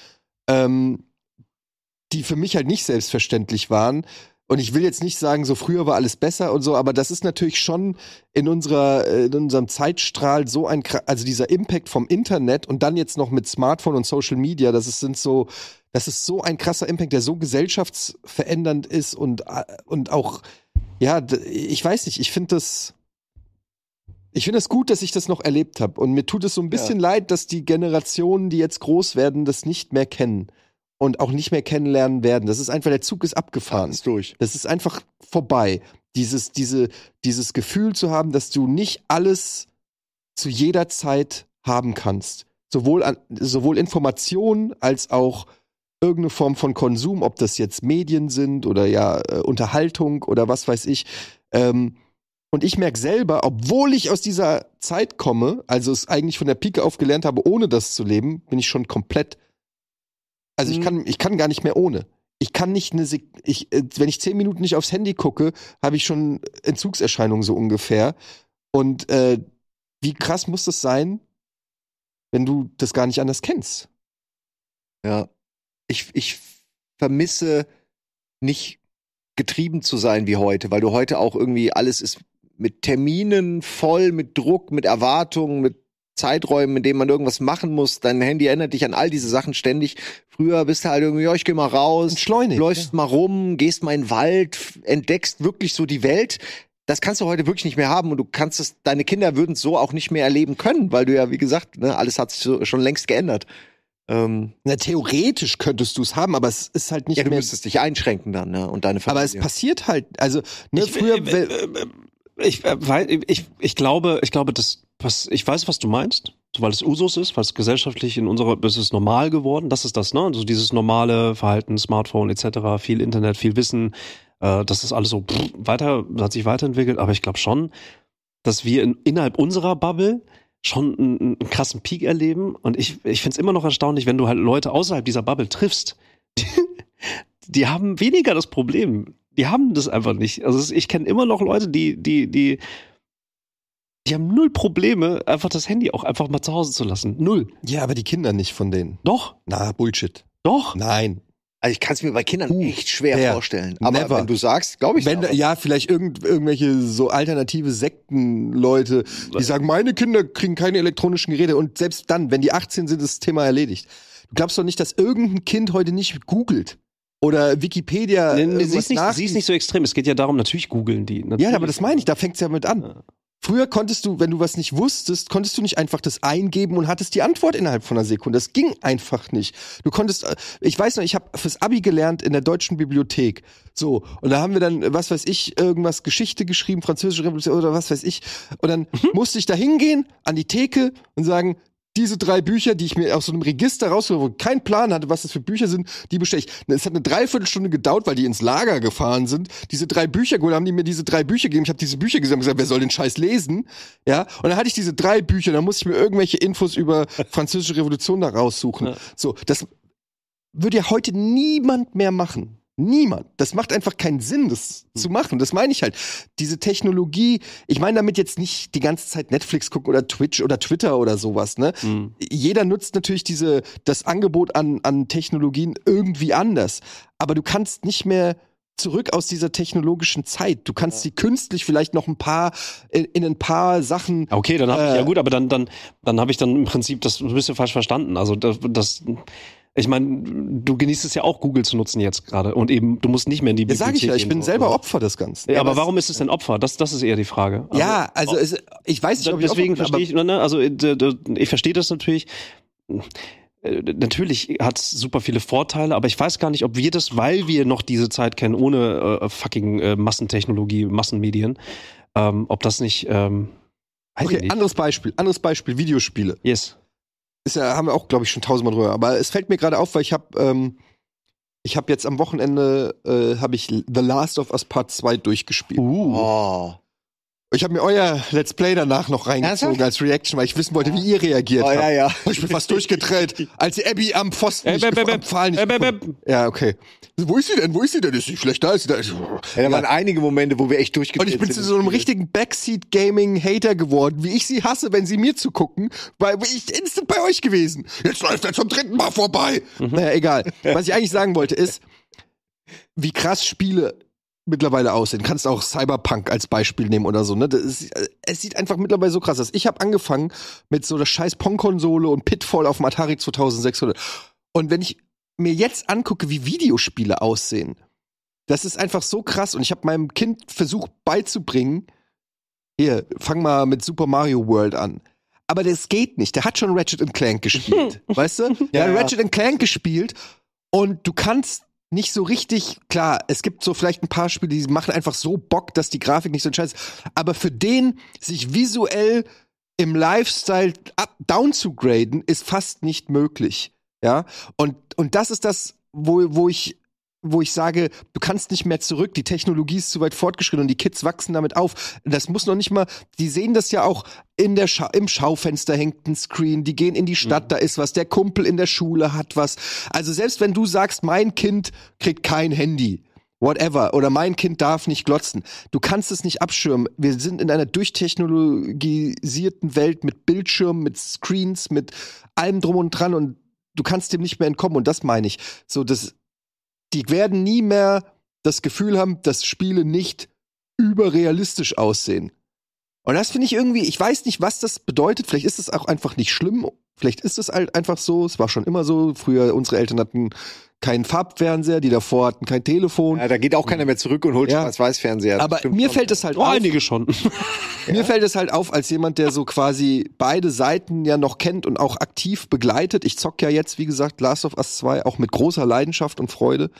ähm, die für mich halt nicht selbstverständlich waren. Und ich will jetzt nicht sagen, so früher war alles besser und so, aber das ist natürlich schon in unserer, äh, in unserem Zeitstrahl so ein, kra- also dieser Impact vom Internet und dann jetzt noch mit Smartphone und Social Media, das ist, sind so, das ist so ein krasser Impact, der so gesellschaftsverändernd ist und, äh, und auch, ja, d- ich weiß nicht, ich finde das, ich finde es das gut, dass ich das noch erlebt habe. Und mir tut es so ein bisschen leid, dass die Generationen, die jetzt groß werden, das nicht mehr kennen und auch nicht mehr kennenlernen werden. Das ist einfach, der Zug ist abgefahren.
Ist durch.
Das ist einfach vorbei. Dieses, diese, dieses Gefühl zu haben, dass du nicht alles zu jeder Zeit haben kannst. Sowohl, an, sowohl Information als auch irgendeine Form von Konsum, ob das jetzt Medien sind oder ja äh, Unterhaltung oder was weiß ich. Ähm, und ich merke selber, obwohl ich aus dieser Zeit komme, also es eigentlich von der Pike auf gelernt habe, ohne das zu leben, bin ich schon komplett. Also ich kann, ich kann gar nicht mehr ohne. Ich kann nicht eine, Sek ich, äh, wenn ich zehn Minuten nicht aufs Handy gucke, habe ich schon Entzugserscheinungen so ungefähr. Und äh, wie krass muss das sein, wenn du das gar nicht anders kennst?
Ja. Ich, ich vermisse nicht getrieben zu sein wie heute, weil du heute auch irgendwie alles ist mit Terminen voll, mit Druck, mit Erwartungen, mit Zeiträumen, in denen man irgendwas machen muss. Dein Handy erinnert dich an all diese Sachen ständig. Früher bist du halt irgendwie, ja, ich geh mal raus,
Entschleunigt.
läufst mal rum, gehst mal in den Wald, f- entdeckst wirklich so die Welt. Das kannst du heute wirklich nicht mehr haben und du kannst es, deine Kinder würden es so auch nicht mehr erleben können, weil du ja, wie gesagt, ne, alles hat sich so, schon längst geändert. Ähm,
Na, theoretisch könntest du es haben, aber es ist halt nicht
ja, du
mehr.
müsstest dich einschränken dann, ne? Und deine
aber
Familie.
es passiert halt. Also, ne,
Ich-
früher.
äh,
wel-
äh, äh, ich, äh, weil- ich, ich glaube, ich glaube, das, was, ich weiß, was du meinst, so, weil es Usus ist, weil es gesellschaftlich in unserer, es ist normal geworden, das ist das, ne? Also dieses normale Verhalten, Smartphone etc., viel Internet, viel Wissen, äh, das ist alles so pff, weiter, hat sich weiterentwickelt, aber ich glaube schon, dass wir in, innerhalb unserer Bubble schon einen, einen krassen Peak erleben und ich, ich finde es immer noch erstaunlich, wenn du halt Leute außerhalb dieser Bubble triffst, die haben weniger das Problem. Die haben das einfach nicht. Also es- ich kenne immer noch Leute, die, die, die, die haben null Probleme, einfach das Handy auch einfach mal zu Hause zu lassen. Null.
ja, aber die Kinder nicht von denen.
Doch,
Na, Bullshit.
doch.
Nein.
also ich kann es mir bei Kindern
Puh,
echt schwer
ja.
vorstellen. Aber
Never.
wenn du sagst, glaube ich
Wenn,
aber.
ja, vielleicht irgend, irgendwelche so alternative Sektenleute, die sagen, meine Kinder kriegen keine elektronischen Geräte und selbst dann, wenn die 18 sind, ist das Thema erledigt. Du glaubst doch nicht, dass irgendein Kind heute nicht googelt oder Wikipedia.
Nee, nee,
irgendwas
sie, ist nicht, sie
nachliest.
ist nicht so extrem. Es geht ja darum, natürlich googeln die. Natürlich.
Ja, aber das meine ich, da fängt's ja mit an.
Ja.
Früher konntest du, wenn du was nicht wusstest, konntest du nicht einfach das eingeben und hattest die Antwort innerhalb von einer Sekunde. Das ging einfach nicht. Du konntest, äh, ich weiß noch, ich habe fürs Abi gelernt in der deutschen Bibliothek. So, und da haben wir dann, äh, was weiß ich, irgendwas Geschichte geschrieben, französische Revolution oder was weiß ich. Und dann
Mhm.
musste ich da hingehen an die Theke und sagen, diese drei Bücher, die ich mir aus so einem Register rausgeholt habe, wo ich keinen Plan hatte, was das für Bücher sind, die bestelle ich. Es hat eine Dreiviertelstunde gedauert, weil die ins Lager gefahren sind. Diese drei Bücher geholt, haben die mir diese drei Bücher gegeben. Ich habe diese Bücher gesehen und gesagt, wer soll den Scheiß lesen? Ja, und dann hatte ich diese drei Bücher, dann musste ich mir irgendwelche Infos über französische Revolution da raussuchen.
Ja.
So, das würde ja heute niemand mehr machen. Niemand. Das macht einfach keinen Sinn, das zu machen. Das meine ich halt. Diese Technologie, ich meine damit jetzt nicht die ganze Zeit Netflix gucken oder Twitch oder Twitter oder sowas, ne?
Hm.
jeder nutzt natürlich diese, das Angebot an, an Technologien irgendwie anders. Aber du kannst nicht mehr zurück aus dieser technologischen Zeit. Du kannst sie künstlich vielleicht noch ein paar, in, in ein paar Sachen.
Okay, dann habe ich,
Äh,
ja gut, aber dann, dann, dann habe ich dann im Prinzip das ein bisschen falsch verstanden. Also das, das ich meine, du genießt es ja auch, Google zu nutzen jetzt gerade. Und eben, du musst nicht mehr in die
Ja, sag ich ja, ich
gehen,
bin
so.
selber Opfer des Ganzen.
Ja, aber warum ist es denn Opfer? Das, das ist eher die Frage.
Ja, also es, ich weiß nicht, ob ich
deswegen
Opfer bin,
verstehe ich, ne, also äh, d- d- ich verstehe das natürlich. Äh, Natürlich hat es super viele Vorteile, aber ich weiß gar nicht, ob wir das, weil wir noch diese Zeit kennen, ohne äh, fucking äh, Massentechnologie, Massenmedien, ähm, ob das nicht. Ähm, weiß ich
Okay,
nicht.
anderes Beispiel, anderes Beispiel, Videospiele.
Yes.
ist ja, haben wir auch, glaube ich, schon tausendmal drüber. Aber es fällt mir gerade auf, weil ich habe, ähm, ich habe jetzt am Wochenende äh, habe ich The Last of Us Part 2 durchgespielt.
oh.
Ich habe mir euer Let's Play danach noch reingezogen
Ernsthaft?
als Reaction, weil ich wissen wollte, wie ihr reagiert
Oh,
habt.
ja, ja.
Ich bin fast durchgedreht, als Abby am Pfosten
Äh,
nicht
bäb, bäb,
am
bäb.
Pfahl nicht
Äh, bäb,
gefunden- Ja, okay. Wo ist sie denn? Wo ist sie denn? Ist sie schlecht da? Ist sie da? Ist-
Ja, da waren einige Momente, wo wir echt
Und
durchgedreht
ich bin zu so einem richtigen Backseat-Gaming-Hater geworden, wie ich sie hasse, wenn sie mir zugucken, weil ich instant bei euch gewesen. Jetzt läuft er zum dritten Mal vorbei. Naja, egal. Was ich eigentlich sagen wollte ist, wie krass Spiele mittlerweile aussehen. Kannst auch Cyberpunk als Beispiel nehmen oder so. Ne? Das ist, es sieht einfach mittlerweile so krass aus. Ich habe angefangen mit so der scheiß Pong-Konsole und Pitfall auf dem Atari 2600. Und wenn ich mir jetzt angucke, wie Videospiele aussehen, das ist einfach so krass. Und ich habe meinem Kind versucht beizubringen, hier, fang mal mit Super Mario World an. Aber das geht nicht. Der hat schon Ratchet and Clank gespielt. weißt du? Der hat
ja.
Ratchet and Clank gespielt und du kannst nicht so richtig, klar, es gibt so vielleicht ein paar Spiele, die machen einfach so Bock, dass die Grafik nicht so entscheidend ist. Aber für den, sich visuell im Lifestyle up, down zu graden, ist fast nicht möglich. Ja, und, und das ist das, wo, wo ich wo ich sage, du kannst nicht mehr zurück, die Technologie ist zu weit fortgeschritten und die Kids wachsen damit auf. Das muss noch nicht mal, die sehen das ja auch in der Scha im Schaufenster hängt ein Screen, die gehen in die Stadt, da ist was, der Kumpel in der Schule hat was. Also selbst wenn du sagst, mein Kind kriegt kein Handy, whatever, oder mein Kind darf nicht glotzen, du kannst es nicht abschirmen. Wir sind in einer durchtechnologisierten Welt mit Bildschirmen, mit Screens, mit allem drum und dran und du kannst dem nicht mehr entkommen und das meine ich. So das die werden nie mehr das Gefühl haben, dass Spiele nicht überrealistisch aussehen. Und das finde ich irgendwie, ich weiß nicht, was das bedeutet. Vielleicht ist es auch einfach nicht schlimm. Vielleicht ist es halt einfach so. Es war schon immer so. Früher, unsere Eltern hatten keinen Farbfernseher, die davor hatten kein Telefon.
ja, da geht auch keiner mehr zurück und holt
Ja.
Schwarz-Weiß-Fernseher. Das
Aber
stimmt
mir
schon.
fällt es halt
Oh,
auf.
einige schon.
Mir fällt es halt auf, als jemand, der so quasi beide Seiten ja noch kennt und auch aktiv begleitet. Ich zock ja jetzt, wie gesagt, Last of Us 2 auch mit großer Leidenschaft und Freude.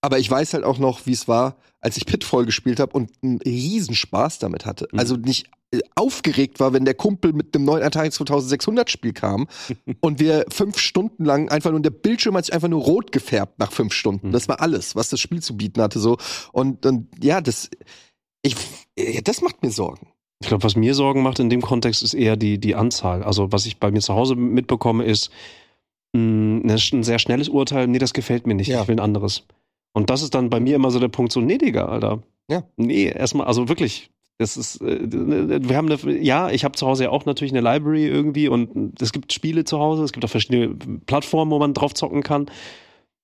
Aber ich weiß halt auch noch, wie es war, als ich Pitfall gespielt habe und einen Riesenspaß damit hatte. Also nicht äh, aufgeregt war, wenn der Kumpel mit dem neuen Atari 2600 Spiel kam und wir fünf Stunden lang einfach nur, der Bildschirm hat sich einfach nur rot gefärbt nach fünf Stunden. Das war alles, was das Spiel zu bieten hatte, so. Und, und ja, das, ich, ja, das macht mir Sorgen.
Ich glaube, was mir Sorgen macht in dem Kontext, ist eher die, die Anzahl. Also, was ich bei mir zu Hause mitbekomme, ist mh, ne- ein sehr schnelles Urteil, nee, das gefällt mir nicht,
Ja.
ich will ein anderes. Und das ist dann bei mir immer so der Punkt, so, nee, Digga, Alter.
Ja.
Nee, erstmal, also wirklich. Das ist, äh, wir haben eine, ja, ich habe zu Hause ja auch natürlich eine Library irgendwie und es gibt Spiele zu Hause, es gibt auch verschiedene Plattformen, wo man drauf zocken kann.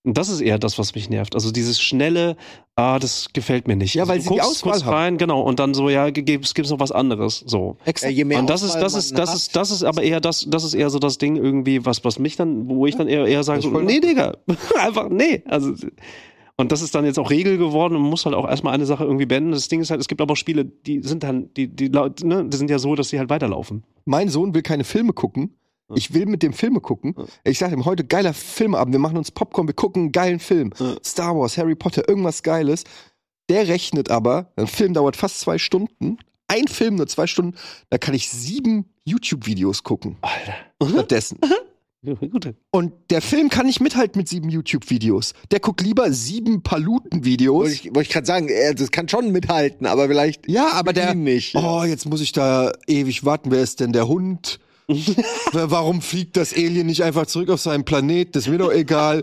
Und das ist eher das, was mich nervt. Also dieses schnelle, ah, das gefällt mir nicht.
Ja, weil
also,
sie die
guckst
Auswahl
kurz
haben.
rein, genau, und dann so, ja, gibt's, gibt's noch was anderes, so.
Ja, je mehr
Und das ist,
Auswahl
das
man
ist, das
hat,
ist, das ist aber eher das, das ist eher so das Ding irgendwie, was, was mich dann, wo ich dann eher, eher sage,
Das
so,
ist voll
nee, Digga, <laughs> einfach, nee, also, und das ist dann jetzt auch Regel geworden und man muss halt auch erstmal eine Sache irgendwie beenden. Das Ding ist halt, es gibt aber auch Spiele, die sind dann, die, die, lau- ne, die sind ja so, dass sie halt weiterlaufen.
mein Sohn will keine Filme gucken. Ich will mit dem Filme gucken. Ich sage ihm heute geiler Filmabend. Wir machen uns Popcorn, wir gucken einen geilen Film. Star Wars, Harry Potter, irgendwas Geiles. Der rechnet aber, ein Film dauert fast zwei Stunden. Ein Film nur zwei Stunden. Da kann ich sieben YouTube-Videos gucken. Mhm. Stattdessen.
Gut.
Und der Film kann nicht mithalten mit sieben YouTube-Videos. Der guckt lieber sieben
Wollte
Paluten-Videos.
ich, wollte ich gerade sagen, äh, das kann schon mithalten, aber vielleicht
Ja, aber der.
ihn nicht.
Oh, jetzt muss ich da ewig warten. Wer ist denn der
<laughs>
Hund? Wer- Warum fliegt das Alien nicht einfach zurück auf seinen Planet? Das ist mir doch egal.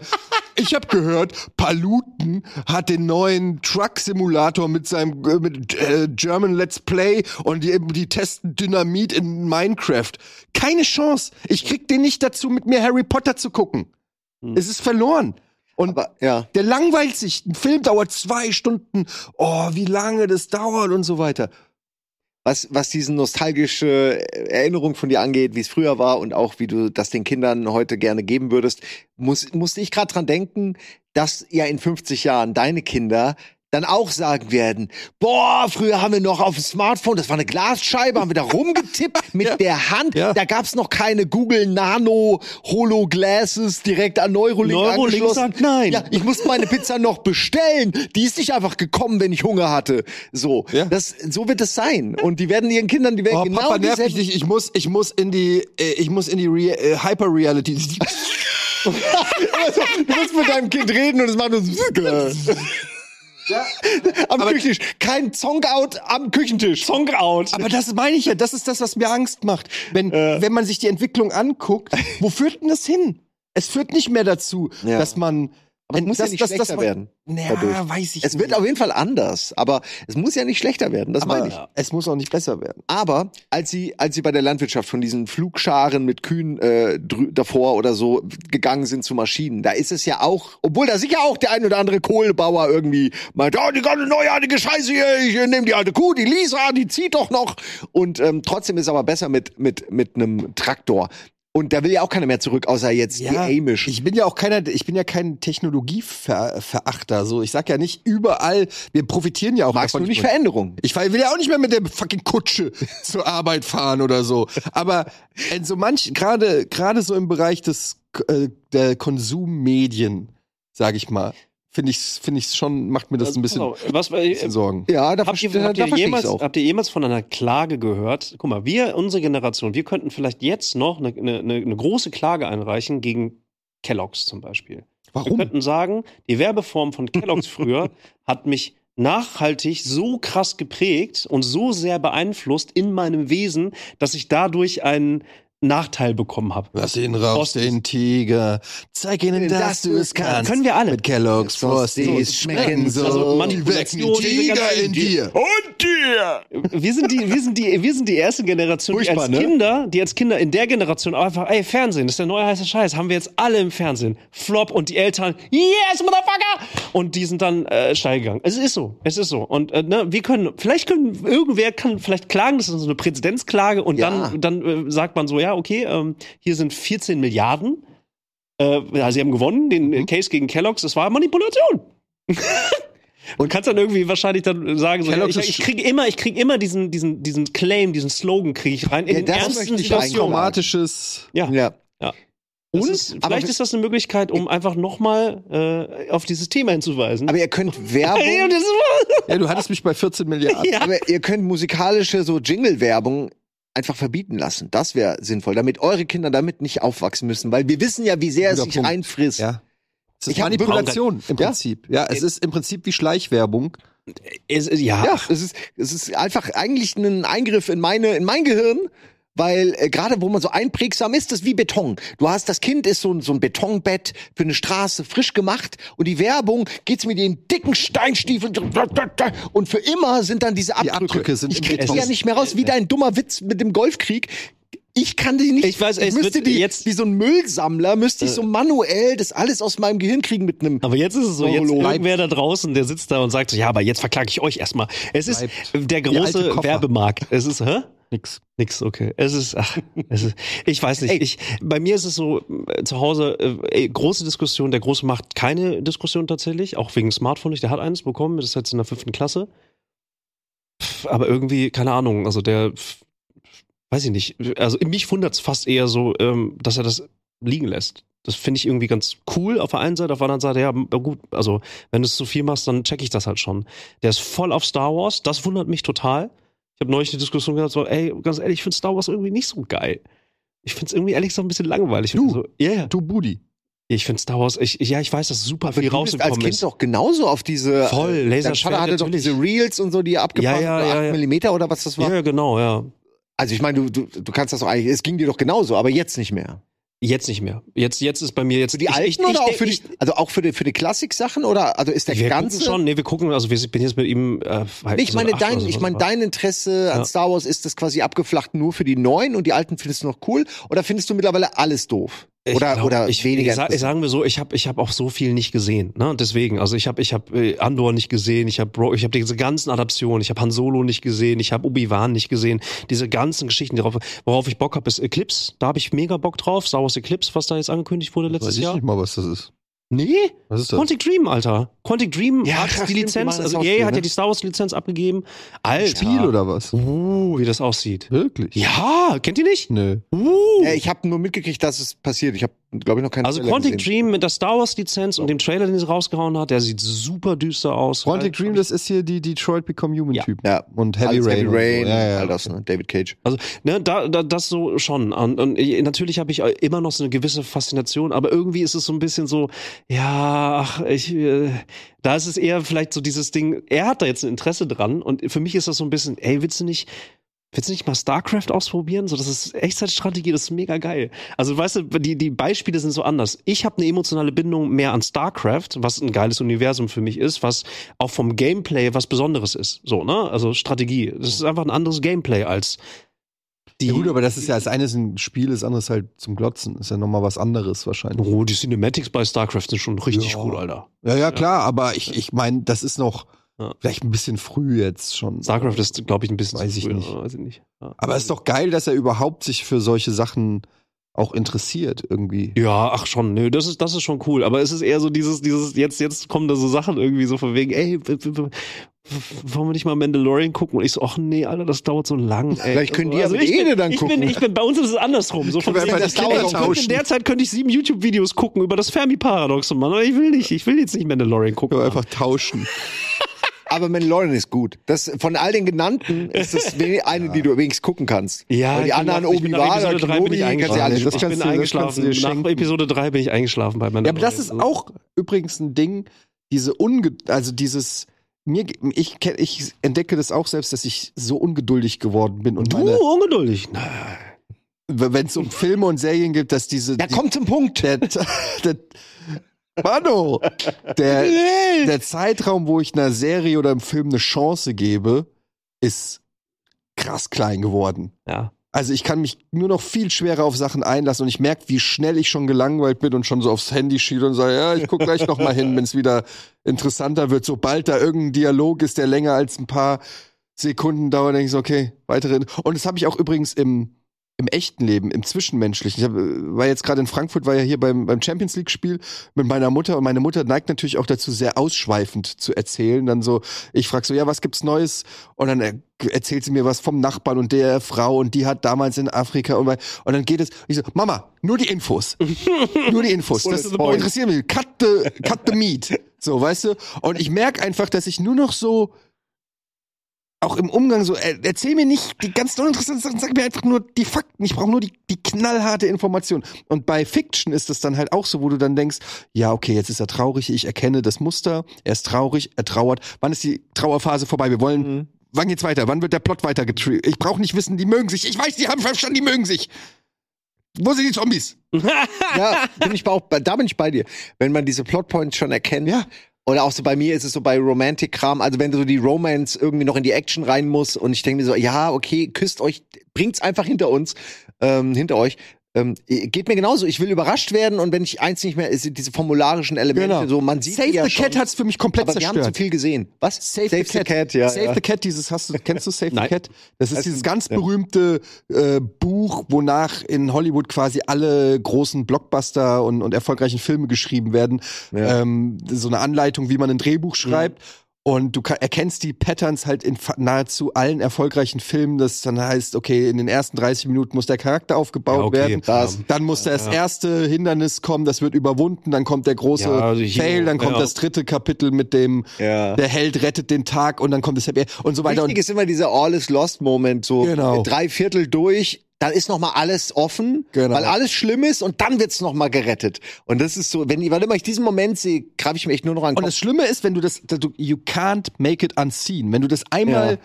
Ich habe gehört, Paluten hat den neuen Truck-Simulator mit seinem äh, mit, äh, German Let's Play und die, die testen Dynamit in Minecraft. Keine Chance. Ich krieg den nicht dazu, mit mir Harry Potter zu gucken.
Hm.
Es ist verloren. Und
Aber, ja.
der langweilt sich. Ein Film dauert zwei Stunden. Oh, wie lange das dauert und so
Äh,
weiter.
was, was diese nostalgische Erinnerung von dir angeht, wie es früher war und auch wie du das den Kindern heute gerne geben würdest, muss, musste ich gerade dran denken, dass ja in 50 Jahren deine Kinder dann auch sagen werden, boah, früher haben wir noch auf dem Smartphone, das war eine Glasscheibe, haben wir
<laughs>
da rumgetippt mit der Hand,
Ja.
da gab's noch keine Google Nano Holo Glasses direkt an Neurolink,
Neurolink
angeschlossen.
sagt nein.
Ja, ich muss meine Pizza noch bestellen. Die ist nicht einfach gekommen, wenn ich Hunger hatte. So,
Ja.
das, so wird es sein. Und die werden ihren Kindern, die werden
Oh,
genau
Papa nervt mich
dieselben- <laughs>
nicht. Ich muss, ich muss in die, äh, ich muss in die Re äh, Hyper Reality.
Immer so, du musst mit deinem Kind reden und es macht nur so- Am Küchentisch. Kein Zongout am Küchentisch.
Songout.
<laughs> Aber das meine ich ja, das ist das, was mir Angst macht. Wenn, wenn man sich die Entwicklung anguckt, wo führt denn das hin? Es führt nicht mehr dazu,
Ja.
dass man.
Aber es muss ja nicht schlechter
man-
werden
Naja,
dadurch.
weiß ich
Es wird
nicht.
auf jeden Fall anders, aber es muss ja nicht schlechter werden, das meine ich.
Aber es muss auch nicht besser werden.
Aber als sie, als sie bei der Landwirtschaft von diesen Flugscharen mit Kühen äh, drü- davor oder so gegangen sind zu Maschinen, da ist es ja auch, obwohl da sicher auch der ein oder andere Kohlebauer irgendwie meint, oh, die ganze neuartige Scheiße hier, ich äh, nehme die alte Kuh, die Lisa, die zieht doch noch. Und ähm, trotzdem ist es aber besser mit, mit, mit einem Traktor. Und da will ja auch keiner mehr zurück, außer jetzt die Amish.
Ich bin ja auch keiner, ich bin ja kein Technologieverachter. So, ich sag ja nicht überall, wir profitieren ja auch
Magst du
davon.
nicht Veränderungen?
Ich fahr- will ja auch nicht mehr mit der fucking
<laughs>
Kutsche zur Arbeit fahren oder so. Aber in so manch, gerade gerade so im Bereich des äh, der Konsummedien, sage ich mal, finde ich finde ich schon macht mir das
Also
ein bisschen,
Was, äh,
bisschen Sorgen.
Ja, da,
habt, ihr,
verste-
habt,
da
ihr
verstehe
jemals,
ich's auch.
habt ihr jemals von einer Klage gehört? Guck mal, wir, unsere Generation, wir könnten vielleicht jetzt noch eine, eine, eine eine große Klage einreichen gegen Kellogg's zum Beispiel. Wir
Warum?
könnten sagen, die Werbeform von Kellogg's früher hat mich nachhaltig so krass geprägt und so sehr beeinflusst in meinem Wesen, dass ich dadurch einen Nachteil bekommen habe.
Lass ihn raus,
Frosties.
den Tiger. Zeig ihnen,
Denn
dass du es kannst.
Können wir alle.
Mit Kellogg's Frosties schmecken so.
Also
die wecken den
Manipulation, diese
Tiger
ganzen
in dir.
Wir sind die, wir sind die, wir sind die erste Generation, die als Kinder, die als Kinder in der Generation auch einfach, ey, Fernsehen, das ist der neue heiße Scheiß, haben wir jetzt alle im Fernsehen. Flop und die Eltern, yes, Motherfucker! Und die sind dann äh, steil gegangen. Es ist so, es ist so. Und äh, ne, wir können, vielleicht können, irgendwer kann vielleicht klagen, das ist so eine Präzedenzklage und
Ja.
dann, dann äh, sagt man so, ja, okay, ähm, hier sind 14 Milliarden. Äh, ja, sie haben gewonnen, den
Mhm.
äh, Case gegen Kellogg's, es war
<laughs>
Manipulation. Und kannst dann irgendwie wahrscheinlich dann sagen, so, ja,
Kellogg's
ich, ich
ist-
kriege immer, ich krieg immer diesen, diesen, diesen Claim, diesen Slogan kriege ich rein. In
Ja,
den
das
ernsten
möchte ich
Situationen.
eigentlich
Traumatisches.
Ja.
Ja.
Das
Und,
ist,
aber
vielleicht ist das eine Möglichkeit, um einfach nochmal äh, auf dieses Thema hinzuweisen.
Aber
<laughs>
ihr könnt
Ey,
Werbung,
das ist-
<laughs> Ja, du hattest mich bei 14 Milliarden. <laughs>
<laughs> Ja.
aber ihr könnt musikalische so Jingle-Werbung einfach verbieten lassen. Das wäre sinnvoll, damit eure Kinder damit nicht aufwachsen müssen, weil wir wissen ja, wie sehr es
Guter
sich
Punkt.
einfrisst.
Ja. Es ist
Ich hab-
Manipulation im
Ja.
Prinzip. Ja, es ist im Prinzip wie Schleichwerbung.
es, ist- ja.
Ja, es ist, es ist einfach eigentlich ein Eingriff in meine, in mein Gehirn, weil äh, gerade wo man so einprägsam ist, das ist wie Beton. Du hast, das Kind ist so ein, so ein Betonbett für eine Straße, frisch gemacht und die Werbung geht's mit den dicken Steinstiefeln und für immer sind dann diese
Die
Abdrücke.
Abdrücke sind
ich
im
krieg die
Beton.
ja nicht mehr raus,
Äh,
wie dein dummer Witz mit dem Golfkrieg. Ich kann die nicht.
Ich weiß, es
müsste
wird
die
jetzt- Äh.
wie so ein Müllsammler müsste ich so manuell das alles aus meinem Gehirn kriegen mit einem
Aber jetzt ist es so, jetzt
Monolog.
irgendwer da draußen, der sitzt da und sagt so, ja, aber jetzt verklage ich euch erstmal. Es ist
Bleibt.
äh, der
Die alte
große
Koffer.
Werbemarkt. Es ist, hä?
Nix.
Nix, okay. Es ist, ach, es ist, ich weiß nicht.
Ey.
Ich, bei mir ist es so, äh, zu Hause, äh, ey, große Diskussion, der Große macht keine Diskussion tatsächlich, auch wegen Smartphone nicht. Der hat eines bekommen, das ist jetzt in der fünften Klasse. Pff, aber irgendwie, keine Ahnung, also der, pff, weiß ich nicht, also mich wundert es fast eher so, ähm, dass er das liegen lässt. Das finde ich irgendwie ganz cool auf der einen Seite, auf der anderen Seite, ja, m- gut, also wenn du es zu viel machst, dann checke ich das halt schon. Der ist voll auf Star Wars, das wundert mich total. Ich habe neulich eine Diskussion gehabt, so, ey, ganz ehrlich, ich finde Star Wars irgendwie nicht so geil. Ich finde es irgendwie ehrlich gesagt ein bisschen langweilig.
Du?
So, ja, ja.
Du Budi.
Ich finde Star Wars, ich, ja, ich weiß, dass super
Aber
viel
du bist als
rausgekommen
Kind
ist.
doch genauso auf diese.
Voll,
äh, Dein
Laserschwert
Vater hatte doch
natürlich.
diese Reels und so, die er abgepasst
Ja, ja, ja, ja.
8 Millimeter oder was das war.
Ja, ja, genau, ja.
Also ich meine, du, du, du kannst das doch eigentlich, es ging dir doch genauso, aber jetzt nicht mehr.
Jetzt nicht mehr. Jetzt, jetzt ist bei mir jetzt.
Für die alten oder auch für die, also auch für die, für die Klassik-Sachen oder, also ist der
wir
ganze.
gucken schon, nee, wir gucken, also wir- ich bin jetzt mit ihm. Äh,
Nee, ich meine, dein, ich meine, dein Interesse an
Ja.
Star Wars ist das quasi abgeflacht nur für die neuen und die alten findest du noch cool oder findest du mittlerweile alles doof? Oder, oder
ich,
weniger?
Ich, sag, ich
interessant?
sagen wir so, ich habe ich hab auch so viel nicht gesehen. Ne? Deswegen, also ich habe ich hab, äh, Andor nicht gesehen, ich habe ich hab diese ganzen Adaptionen, ich habe Han Solo nicht gesehen, ich habe Obi-Wan nicht gesehen. Diese ganzen Geschichten, die darauf, worauf ich Bock habe, ist Eclipse. Da habe ich mega Bock drauf. Star Wars Eclipse, was da jetzt angekündigt wurde
Weiß
letztes
ich
Jahr.
nicht mal, was das ist.
Nee?
Was ist das?
Quantic Dream, Alter. Quantic Dream
Ja,
hat
stimmt,
die
die
Lizenz,
machen das
also
auch
EA
viel,
hat ja
ne?
die Star Wars Lizenz abgegeben. Alter.
Spiel oder was?
Uh, wie das aussieht.
Wirklich?
Ja, kennt ihr nicht?
Nö.
Uh.
Äh, Ja, ich habe nur mitgekriegt, dass es passiert. Ich habe glaube ich, noch keinen
Also
Trailer
Quantic
gesehen.
Dream mit der Star Wars Lizenz und dem Trailer, den sie rausgehauen hat, der sieht super düster aus.
Quantic
Halt,
Dream, das ist hier die Detroit Become
Ja.
Human-Typen.
Ja.
Und Heavy
Alles
Rain. und so. Ja, ja.
all das, ne? David Cage.
Also, ne, da, da, das so schon. Und, und ich- natürlich habe ich immer noch so eine gewisse Faszination, aber irgendwie ist es so ein bisschen so, ja, ach, ich, äh, da ist es eher vielleicht so dieses Ding, er hat da jetzt ein Interesse dran und für mich ist das so ein bisschen, ey, willst du nicht, willst du nicht mal StarCraft ausprobieren? So, das ist Echtzeitstrategie, das ist mega geil. Also, weißt du, die, die Beispiele sind so anders. Ich habe eine emotionale Bindung mehr an StarCraft, was ein geiles Universum für mich ist, was auch vom Gameplay was Besonderes ist. So, ne? Also Strategie. Das ist einfach ein anderes Gameplay als die.
Ja, gut, aber das ist ja, das eine ist ein Spiel, das andere ist halt zum Glotzen. Ist ja nochmal was anderes wahrscheinlich.
Oh, die Cinematics bei StarCraft sind schon richtig
Ja.
gut, Alter.
Ja, ja, klar, aber ich, ich meine, das ist noch
Ja.
vielleicht ein bisschen früh jetzt schon.
StarCraft ist, glaube ich, ein bisschen
Weiß
zu
ich
früh,
nicht.
ne? Weiß ich nicht. Ja.
Aber es ist doch geil, dass er überhaupt sich für solche Sachen auch interessiert irgendwie.
Ja, ach schon, nö, das ist, das ist schon cool. Aber es ist eher so dieses, dieses, jetzt, jetzt kommen da so Sachen irgendwie so von wegen, ey, w- w- w- wollen wir nicht mal Mandalorian gucken? Und ich so, ach nee, Alter, das dauert so lang. Ey.
Vielleicht können die ja
also,
mit
ich bin-
Ede dann
ich
gucken.
Bin, ich bin, bei uns ist es andersrum. So von
eh Können wir
wegen,
einfach
das
die Kinder
dauert- ich könnte in
tauschen.
der Zeit könnte ich sieben YouTube-Videos gucken über das Fermi-Paradoxon, Mann. Aber ich will nicht, ich will jetzt nicht Mandalorian gucken.
Können wir
Mann.
einfach tauschen.
Aber Mandalorian ist gut. Das, von all den genannten ist
<laughs>
das we- eine, die du übrigens gucken kannst.
Ja,
Weil die
ich bin
anderen
nach- ich bin nach
Obi-Wan,
Episode 3 bin
Kenobi,
ich
kannst du
eingeschlafen.
alles
Das kannst
Ich bin
du- das
eingeschlafen.
kannst du dir
Nach
schenken.
Episode 3 bin ich eingeschlafen bei
Ja,
Mandalorian.
aber das ist auch übrigens ein Ding, diese Unge also dieses mir ge- ich ke- ich entdecke das auch selbst, dass ich so ungeduldig geworden bin und
Du,
meine
ungeduldig. Na,
wenn es um Filme und Serien gibt, dass diese
Ja, komm zum Punkt.
der, <laughs> der Mano, der, der Zeitraum, wo ich einer Serie oder einem Film eine Chance gebe, ist krass klein geworden.
Ja.
Also ich kann mich nur noch viel schwerer auf Sachen einlassen und ich merke, wie schnell ich schon gelangweilt bin und schon so aufs Handy schiele und sage, ja, ich gucke gleich noch mal hin, wenn es wieder interessanter wird. Sobald da irgendein Dialog ist, der länger als ein paar Sekunden dauert, denke ich so, okay, weitere. Und das habe ich auch übrigens im, im echten Leben, im Zwischenmenschlichen. Ich hab, äh, war jetzt gerade in Frankfurt, war ja hier beim, beim Champions League-Spiel mit meiner Mutter und meine Mutter neigt natürlich auch dazu, sehr ausschweifend zu erzählen. Dann so, ich frage so, ja, was gibt's Neues? Und dann äh, erzählt sie mir was vom Nachbarn und der Frau und die hat damals in Afrika und, bei- und dann geht es, ich so, Mama, nur die Infos. nur die Infos.
Bullet
Das ist
point.
interessiert mich. Cut the, cut the meat. So, weißt du? Und ich merke einfach, dass ich nur noch so auch im Umgang so, er, erzähl mir nicht die ganzen uninteressanten Sachen, sag mir einfach nur die Fakten. Ich brauche nur die, die knallharte Information. Und bei Fiction ist das dann halt auch so, wo du dann denkst, ja, okay, jetzt ist er traurig, ich erkenne das Muster, er ist traurig, er trauert. Wann ist die Trauerphase vorbei? Wir wollen, wann geht's weiter? Wann wird der Plot weitergetrieben? Ich brauche nicht wissen, die mögen sich. Ich weiß, die haben verstanden, die mögen sich. Wo sind die Zombies?
ja, bin ich bei- auch, bei- da bin ich bei dir. Wenn man diese Plotpoints schon erkennt. Ja. Oder auch so bei mir ist es so bei Romantic-Kram, also wenn so die Romance irgendwie noch in die Action rein muss und ich denke mir so, ja, okay, küsst euch, bringt's einfach hinter uns, ähm, hinter euch. Ähm, geht mir genauso, ich will überrascht werden und wenn ich eins nicht mehr, ist diese formularischen Elemente,
Genau.
so man sieht
Save
die ja
the Cat
schon,
hat's für mich komplett
aber wir haben zu
zerstört.
viel gesehen. Was?
Save, the, Cat.
ja.
Save
ja.
the Cat, dieses
<laughs>
hast du, kennst du Save the
Nein.
Cat? Das ist
Das
dieses
ist-
ganz berühmte äh, Buch, wonach in Hollywood quasi alle großen Blockbuster und, und erfolgreichen Filme geschrieben werden.
Ja.
Ähm, so eine Anleitung, wie man ein
Mhm.
Drehbuch schreibt. Und du ka- erkennst die Patterns halt in fa- nahezu allen erfolgreichen Filmen, das dann heißt, okay, in den ersten 30 Minuten muss der Charakter aufgebaut
Ja, okay,
werden.
das-
dann muss das erste Hindernis kommen, das wird überwunden, dann kommt der große
Ja, also hier-
Fail, dann kommt
ja.
das dritte Kapitel mit dem
Ja.
der Held rettet den Tag und dann kommt das Happy End und so weiter.
Wichtig ist immer dieser All is Lost Moment, so
Genau.
drei Viertel durch, dann ist noch mal alles offen,
Genau.
weil alles schlimm ist und dann wird's noch mal gerettet. Und das ist so, wenn ich, wann immer ich diesen Moment sehe, greife ich mir echt nur noch an.
und,
den
und
Kopf.
das Schlimme ist, wenn du das, dass du, you can't make it unseen. Wenn du das einmal
Ja.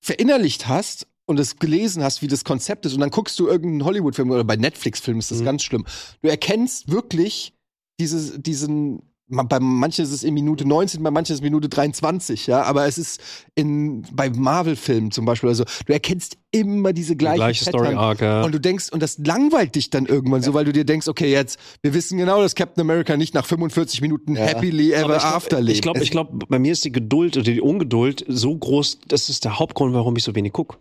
verinnerlicht hast und es gelesen hast, wie das Konzept ist, und dann guckst du irgendeinen Hollywood-Film oder bei Netflix-Filmen ist das ganz schlimm. Du erkennst wirklich dieses, diesen, ma- bei manchen ist es in Minute 19, bei manchen ist es Minute 23, ja, aber es ist in, bei Marvel-Filmen zum Beispiel, also du erkennst immer diese gleichen
gleiche Story Arc, ja.
Und du denkst, und das langweilt dich dann irgendwann so, weil du dir denkst, okay, jetzt, wir wissen genau, dass Captain America nicht nach 45 Minuten happily ever after lebt.
Ich glaube, ich glaub, bei mir ist die Geduld oder die Ungeduld so groß, das ist der Hauptgrund, warum ich so wenig gucke.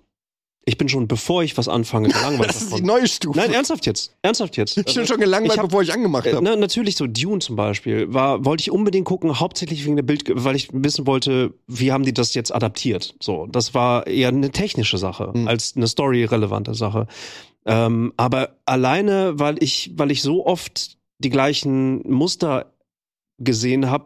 Ich bin schon, bevor ich was
<laughs>
anfange, gelangweilt
Das ist die
davon.
neue Stufe.
Nein, ernsthaft jetzt. Ernsthaft jetzt.
ich bin schon gelangweilt,
ich hab-
bevor ich angemacht
Äh,
habe.
Na, natürlich so Dune zum Beispiel war wollte ich unbedingt gucken hauptsächlich wegen der Bild weil ich wissen wollte wie haben die das jetzt adaptiert so das war eher eine technische Sache
Hm.
als eine Story relevante Sache ähm, aber alleine weil ich weil ich so oft die gleichen Muster gesehen habe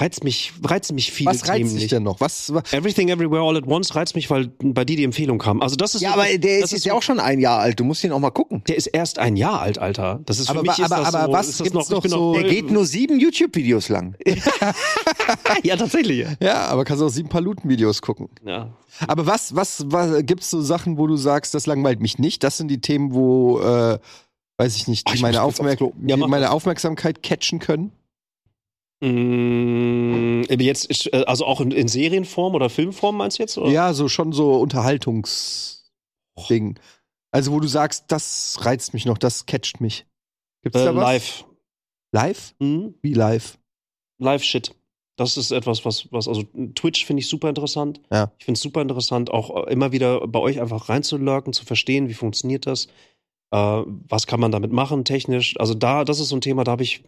reizt mich reizen mich viele
Was reizt
Themen
dich
nicht
denn noch? Was, wa-
Everything Everywhere All at Once reizt mich weil bei dir die Empfehlung kam also das ist
Ja, aber der
das
ist, ist ja auch schon ein Jahr alt. Du musst ihn auch mal gucken.
der ist erst ein Jahr alt, Alter. Das ist für
Aber
mich
wa-
ist
aber-
das
aber
so,
was
ist das
gibt's
noch, ich
noch
bin
so-
noch
Der geht nur sieben YouTube-Videos lang.
<laughs> ja tatsächlich.
ja, aber kannst auch sieben Paluten-Videos gucken.
Ja.
Aber was, was, was gibt's so Sachen, wo du sagst, das langweilt mich nicht? Das sind die Themen, wo, äh, weiß ich nicht,
Ach,
die,
ich
meine,
muss kurz
Aufmerk
aufs Klo.
die
Ja, mach
meine Aufmerksamkeit catchen können?
Mm, jetzt, ist, äh, also auch in, in Serienform oder Filmform meinst du jetzt? Oder?
Ja, so schon so Unterhaltungsding. Also, wo du sagst, das reizt mich noch, das catcht mich. Gibt's
Äh,
da was?
live.
Live?
Mhm.
Wie live?
Live-Shit. Das ist etwas, was, was also Twitch finde ich super interessant.
Ja.
Ich finde es super interessant, auch äh, immer wieder bei euch einfach reinzulurken, zu verstehen, wie funktioniert das, äh, was kann man damit machen technisch. Also da, das ist so ein Thema, da habe ich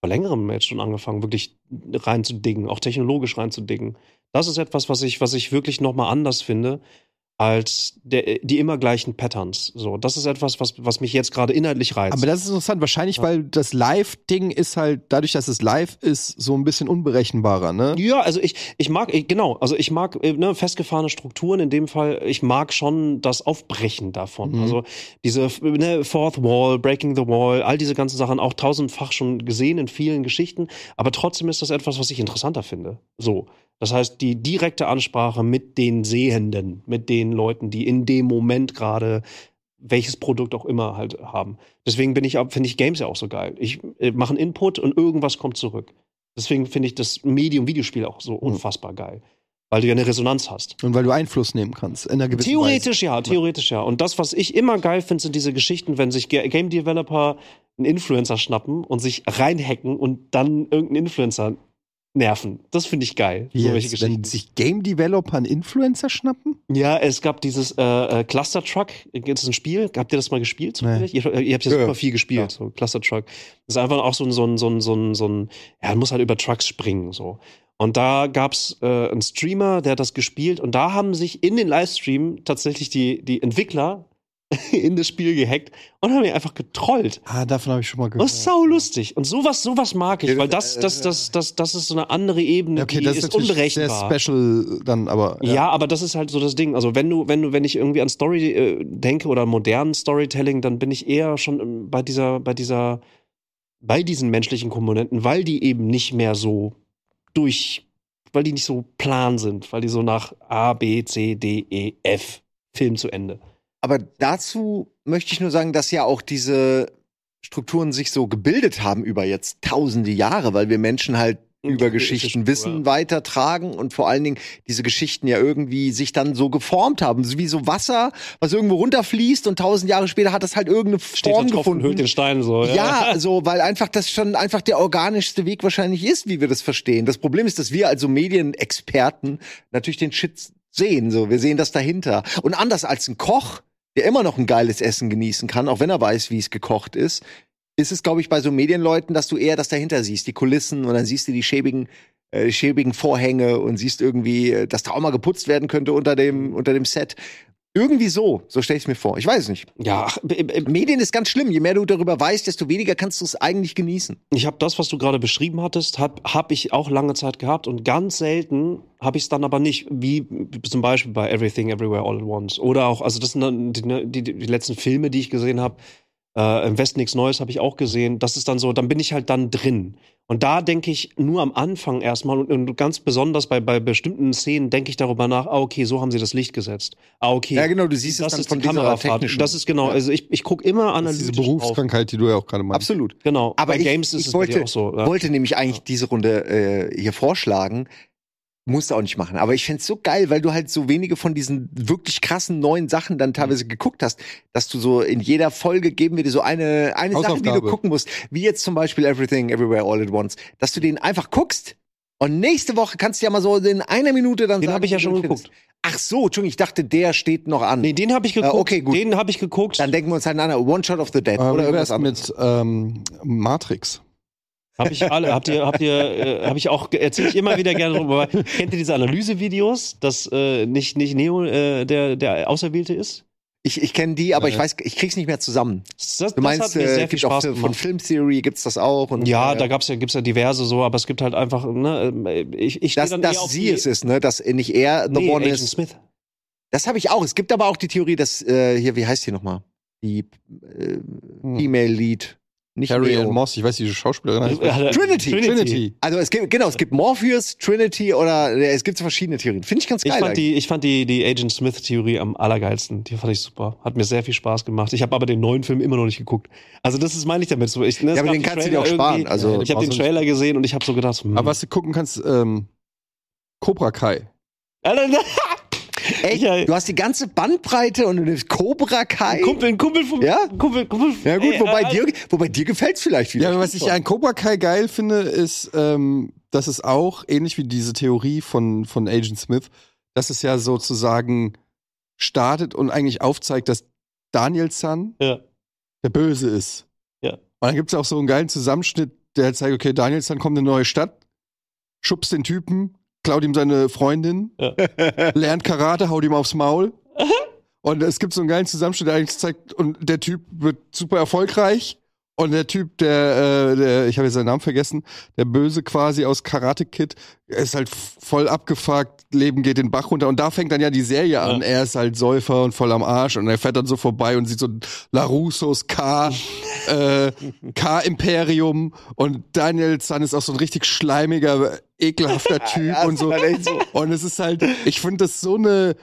vor längerem jetzt schon angefangen, wirklich reinzudicken, auch technologisch reinzudicken. Das ist etwas, was ich, was ich wirklich nochmal anders finde als der, die immer gleichen Patterns. So, das ist etwas, was, was mich jetzt gerade inhaltlich reizt.
Aber das ist interessant, wahrscheinlich,
Ja.
weil das Live-Ding ist halt, dadurch, dass es live ist, so ein bisschen unberechenbarer, ne?
Ja, also ich, ich mag, ich, genau, also ich mag äh, ne, festgefahrene Strukturen in dem Fall, ich mag schon das Aufbrechen davon.
Mhm.
Also diese f- ne, Fourth Wall, Breaking the Wall, all diese ganzen Sachen auch tausendfach schon gesehen in vielen Geschichten, aber trotzdem ist das etwas, was ich interessanter finde. So. Das heißt, die direkte Ansprache mit den Sehenden, mit den Leuten, die in dem Moment gerade welches Produkt auch immer halt haben. Deswegen bin ich, auch- finde ich Games ja auch so geil. Ich äh, mache einen Input und irgendwas kommt zurück. Deswegen finde ich das Medium Videospiel auch
Hm.
so unfassbar geil, weil du ja eine Resonanz hast.
Und weil du Einfluss nehmen kannst. In einer gewissen
Theoretisch ja, theoretisch ja. Und das, was ich immer geil finde, sind diese Geschichten, wenn sich Ga- Game Developer einen Influencer schnappen und sich reinhacken und dann irgendeinen Influencer nerven. Das finde ich geil.
Weise. Wie
solche
jetzt, wenn
Geschichten.
sich Game Developer einen Influencer schnappen?
Ja, es gab dieses äh, äh, Cluster Truck, das ist ein Spiel. Habt ihr das mal gespielt? zufällig? Ihr, ihr habt ja,
Ja,
super viel gespielt, so Cluster Truck. Das ist einfach auch so ein, so ein, so ein, so ein, so ein ja, man muss halt über Trucks springen, so. Und da gab's äh, einen Streamer, der hat das gespielt und da haben sich in den Livestream tatsächlich die, die Entwickler <laughs> in das Spiel gehackt und haben ihn einfach getrollt.
Ah, davon habe ich schon mal
Das
gehört.
ist sau lustig. Und sowas, sowas mag ich,
Ja,
weil
das-
das, das, das, das, das ist so eine andere Ebene,
okay,
die
das
ist,
ist natürlich sehr
unberechenbar.
special dann, aber.
Ja. aber das ist halt so das Ding. Also wenn du, wenn du, wenn ich irgendwie an Story äh, denke oder an modernen Storytelling, dann bin ich eher schon ähm, bei dieser, bei dieser, bei diesen menschlichen Komponenten, weil die eben nicht mehr so durch, weil die nicht so plan sind, weil die so nach A, B, C, D, E, F Film zu Ende.
Aber dazu möchte ich nur sagen, dass ja auch diese Strukturen sich so gebildet haben über jetzt tausende Jahre, weil wir Menschen halt
Und
über
die
Geschichten
Geschichten,
Wissen
ja.
weitertragen und vor allen Dingen diese Geschichten ja irgendwie sich dann so geformt haben, So wie so Wasser, was irgendwo runterfließt und tausend Jahre später hat das halt irgendeine
Steht
Form
da drauf und hüllt
gefunden.
den Stein so. <laughs>
Ja, also so, weil einfach das schon einfach der organischste Weg wahrscheinlich ist, wie wir das verstehen. Das Problem ist, dass wir also Medienexperten natürlich den Shit sehen, so. Wir sehen das dahinter. Und anders als ein Koch, der immer noch ein geiles Essen genießen kann, auch wenn er weiß, wie es gekocht ist, ist es, glaube ich, bei so Medienleuten, dass du eher das dahinter siehst, die Kulissen und dann siehst du die schäbigen, äh, schäbigen Vorhänge und siehst irgendwie, äh, dass da auch mal geputzt werden könnte unter dem, unter dem Set. Irgendwie so, so stelle ich es mir vor. Ich weiß es nicht.
Ja, ach, b- b-
Äh, Medien ist ganz schlimm. Je mehr du darüber weißt, desto weniger kannst du es eigentlich genießen.
ich habe das, was du gerade beschrieben hattest, habe hab ich auch lange Zeit gehabt und ganz selten habe ich es dann aber nicht, wie zum Beispiel bei Everything Everywhere All at Once oder auch, also das sind dann die, ne, die, die die letzten Filme, die ich gesehen habe, äh, im Westen nichts Neues habe ich auch gesehen, das ist dann so, dann bin ich halt dann drin. Und da denke ich nur am Anfang erstmal und, und ganz besonders bei, bei bestimmten Szenen denke ich darüber nach, ah okay, so haben sie das Licht gesetzt. Ah okay,
Ja, genau, du siehst es
das
dann
ist
von
die
dieser
Kamerafahrt.
technischen-
Das ist genau, also ich, ich gucke immer
Das ist
analytisch
diese
drauf.
Berufskrankheit, die du ja auch gerade meinst.
Absolut.
Genau,
Aber
bei
ich,
Games ist
ich
es bei
wollte,
dir auch so. ja.
wollte nämlich eigentlich diese Runde äh, hier vorschlagen. Musst du auch nicht machen. Aber ich find's so geil, weil du halt so wenige von diesen wirklich krassen neuen Sachen dann teilweise
Mhm.
geguckt hast, dass du so in jeder Folge geben wir dir so eine, eine Sache, die du
Hausaufgabe.
gucken musst. Wie jetzt zum Beispiel Everything, Everywhere, All at Once. Dass du den einfach guckst und nächste Woche kannst du ja mal so in einer Minute dann
Den
sagen.
habe ich ja
wie du
schon
findest.
geguckt.
Ach so, Entschuldigung, ich dachte, der steht noch an.
Nee, den habe ich geguckt.
okay, gut.
Den habe ich geguckt.
Dann denken wir uns halt an, One Shot of the Dead
Äh,
oder
Oder
irgendwas
was
anderes.
mit ähm, Matrix?
Hab ich alle, habt ihr, habt ihr, äh, hab ich auch, erzähle ich immer wieder gerne drüber.
<laughs>
Aber Kennt ihr diese Analysevideos, dass äh, nicht, nicht Neo äh, der, der Auserwählte ist?
Ich, ich kenne die, aber ich weiß, ich krieg's nicht mehr zusammen.
Das,
Du meinst,
das hat mir
äh,
sehr viel
gibt auch
Spaß
von
gemacht.
Film Theory gibt's das auch und
Ja, da
äh,
gab's ja, gibt's ja diverse so, aber es gibt halt einfach, ne, ich, ich steh
dass,
dann eher
dass
auf
sie
die-
es ist, ne, dass äh, nicht er the
Nee,
one
Agent
is.
Smith.
Das habe ich auch. Es gibt aber auch die Theorie, dass äh, hier, wie heißt die nochmal? Die äh, Female Lead, nicht
Carrie
Neo.
Ann Hm. Moss, ich weiß, diese Schauspielerin heißt.
Äh,
Äh,
Trinity.
Trinity.
Also es gibt genau, es gibt Morpheus, Trinity oder äh, es gibt so verschiedene Theorien. Finde ich ganz
Ich
geil.
fand,
eigentlich.
die, ich fand die, die Agent Smith-Theorie am allergeilsten. Die fand ich super. Hat mir sehr viel Spaß gemacht. Ich habe aber den neuen Film immer noch nicht geguckt. Also das ist meine ich damit so. Ich, ne, es
ja, aber
gab
den kannst du dir
Trailer
auch sparen.
irgendwie-
Also
Ja,
Ich habe den
Brauchst du nicht.
Trailer gesehen und ich habe so gedacht, hm.
Aber was du gucken kannst, ähm, Cobra Kai.
<laughs> Alter, ne?
echt,
Ja.
du hast die ganze Bandbreite und du nimmst Cobra Kai.
Ein Kumpel, ein Kumpel vom
Ja?
Kumpel, Kumpel.
Ja gut,
Ey,
wobei,
äh,
dir, wobei dir gefällt's vielleicht wieder.
Ja, aber was ich an Cobra Kai geil finde, ist, ähm, dass es auch, ähnlich wie diese Theorie von, von Agent Smith, dass es ja sozusagen startet und eigentlich aufzeigt, dass Daniel San
Ja.
der Böse ist.
Ja.
Und dann gibt es auch so einen geilen Zusammenschnitt, der halt zeigt, okay, Daniel San kommt in eine neue Stadt, schubst den Typen, klaut ihm seine Freundin,
Ja.
<laughs> lernt Karate, haut ihm aufs
<laughs>
Maul. Und es gibt so einen geilen Zusammenschnitt, der eigentlich zeigt, und der Typ wird super erfolgreich. Und der Typ, der, äh, der ich habe jetzt seinen Namen vergessen, der Böse quasi aus Karate Kid, er ist halt voll abgefuckt, Leben geht den Bach runter. Und da fängt dann ja die Serie an. Er ist halt Säufer und voll am Arsch. Und er fährt dann so vorbei und sieht so Larussos K, äh, K-Imperium. Und Daniel Zahn ist auch so ein richtig schleimiger, <laughs> ekelhafter Typ und halt so. Und es ist halt, ich finde das so eine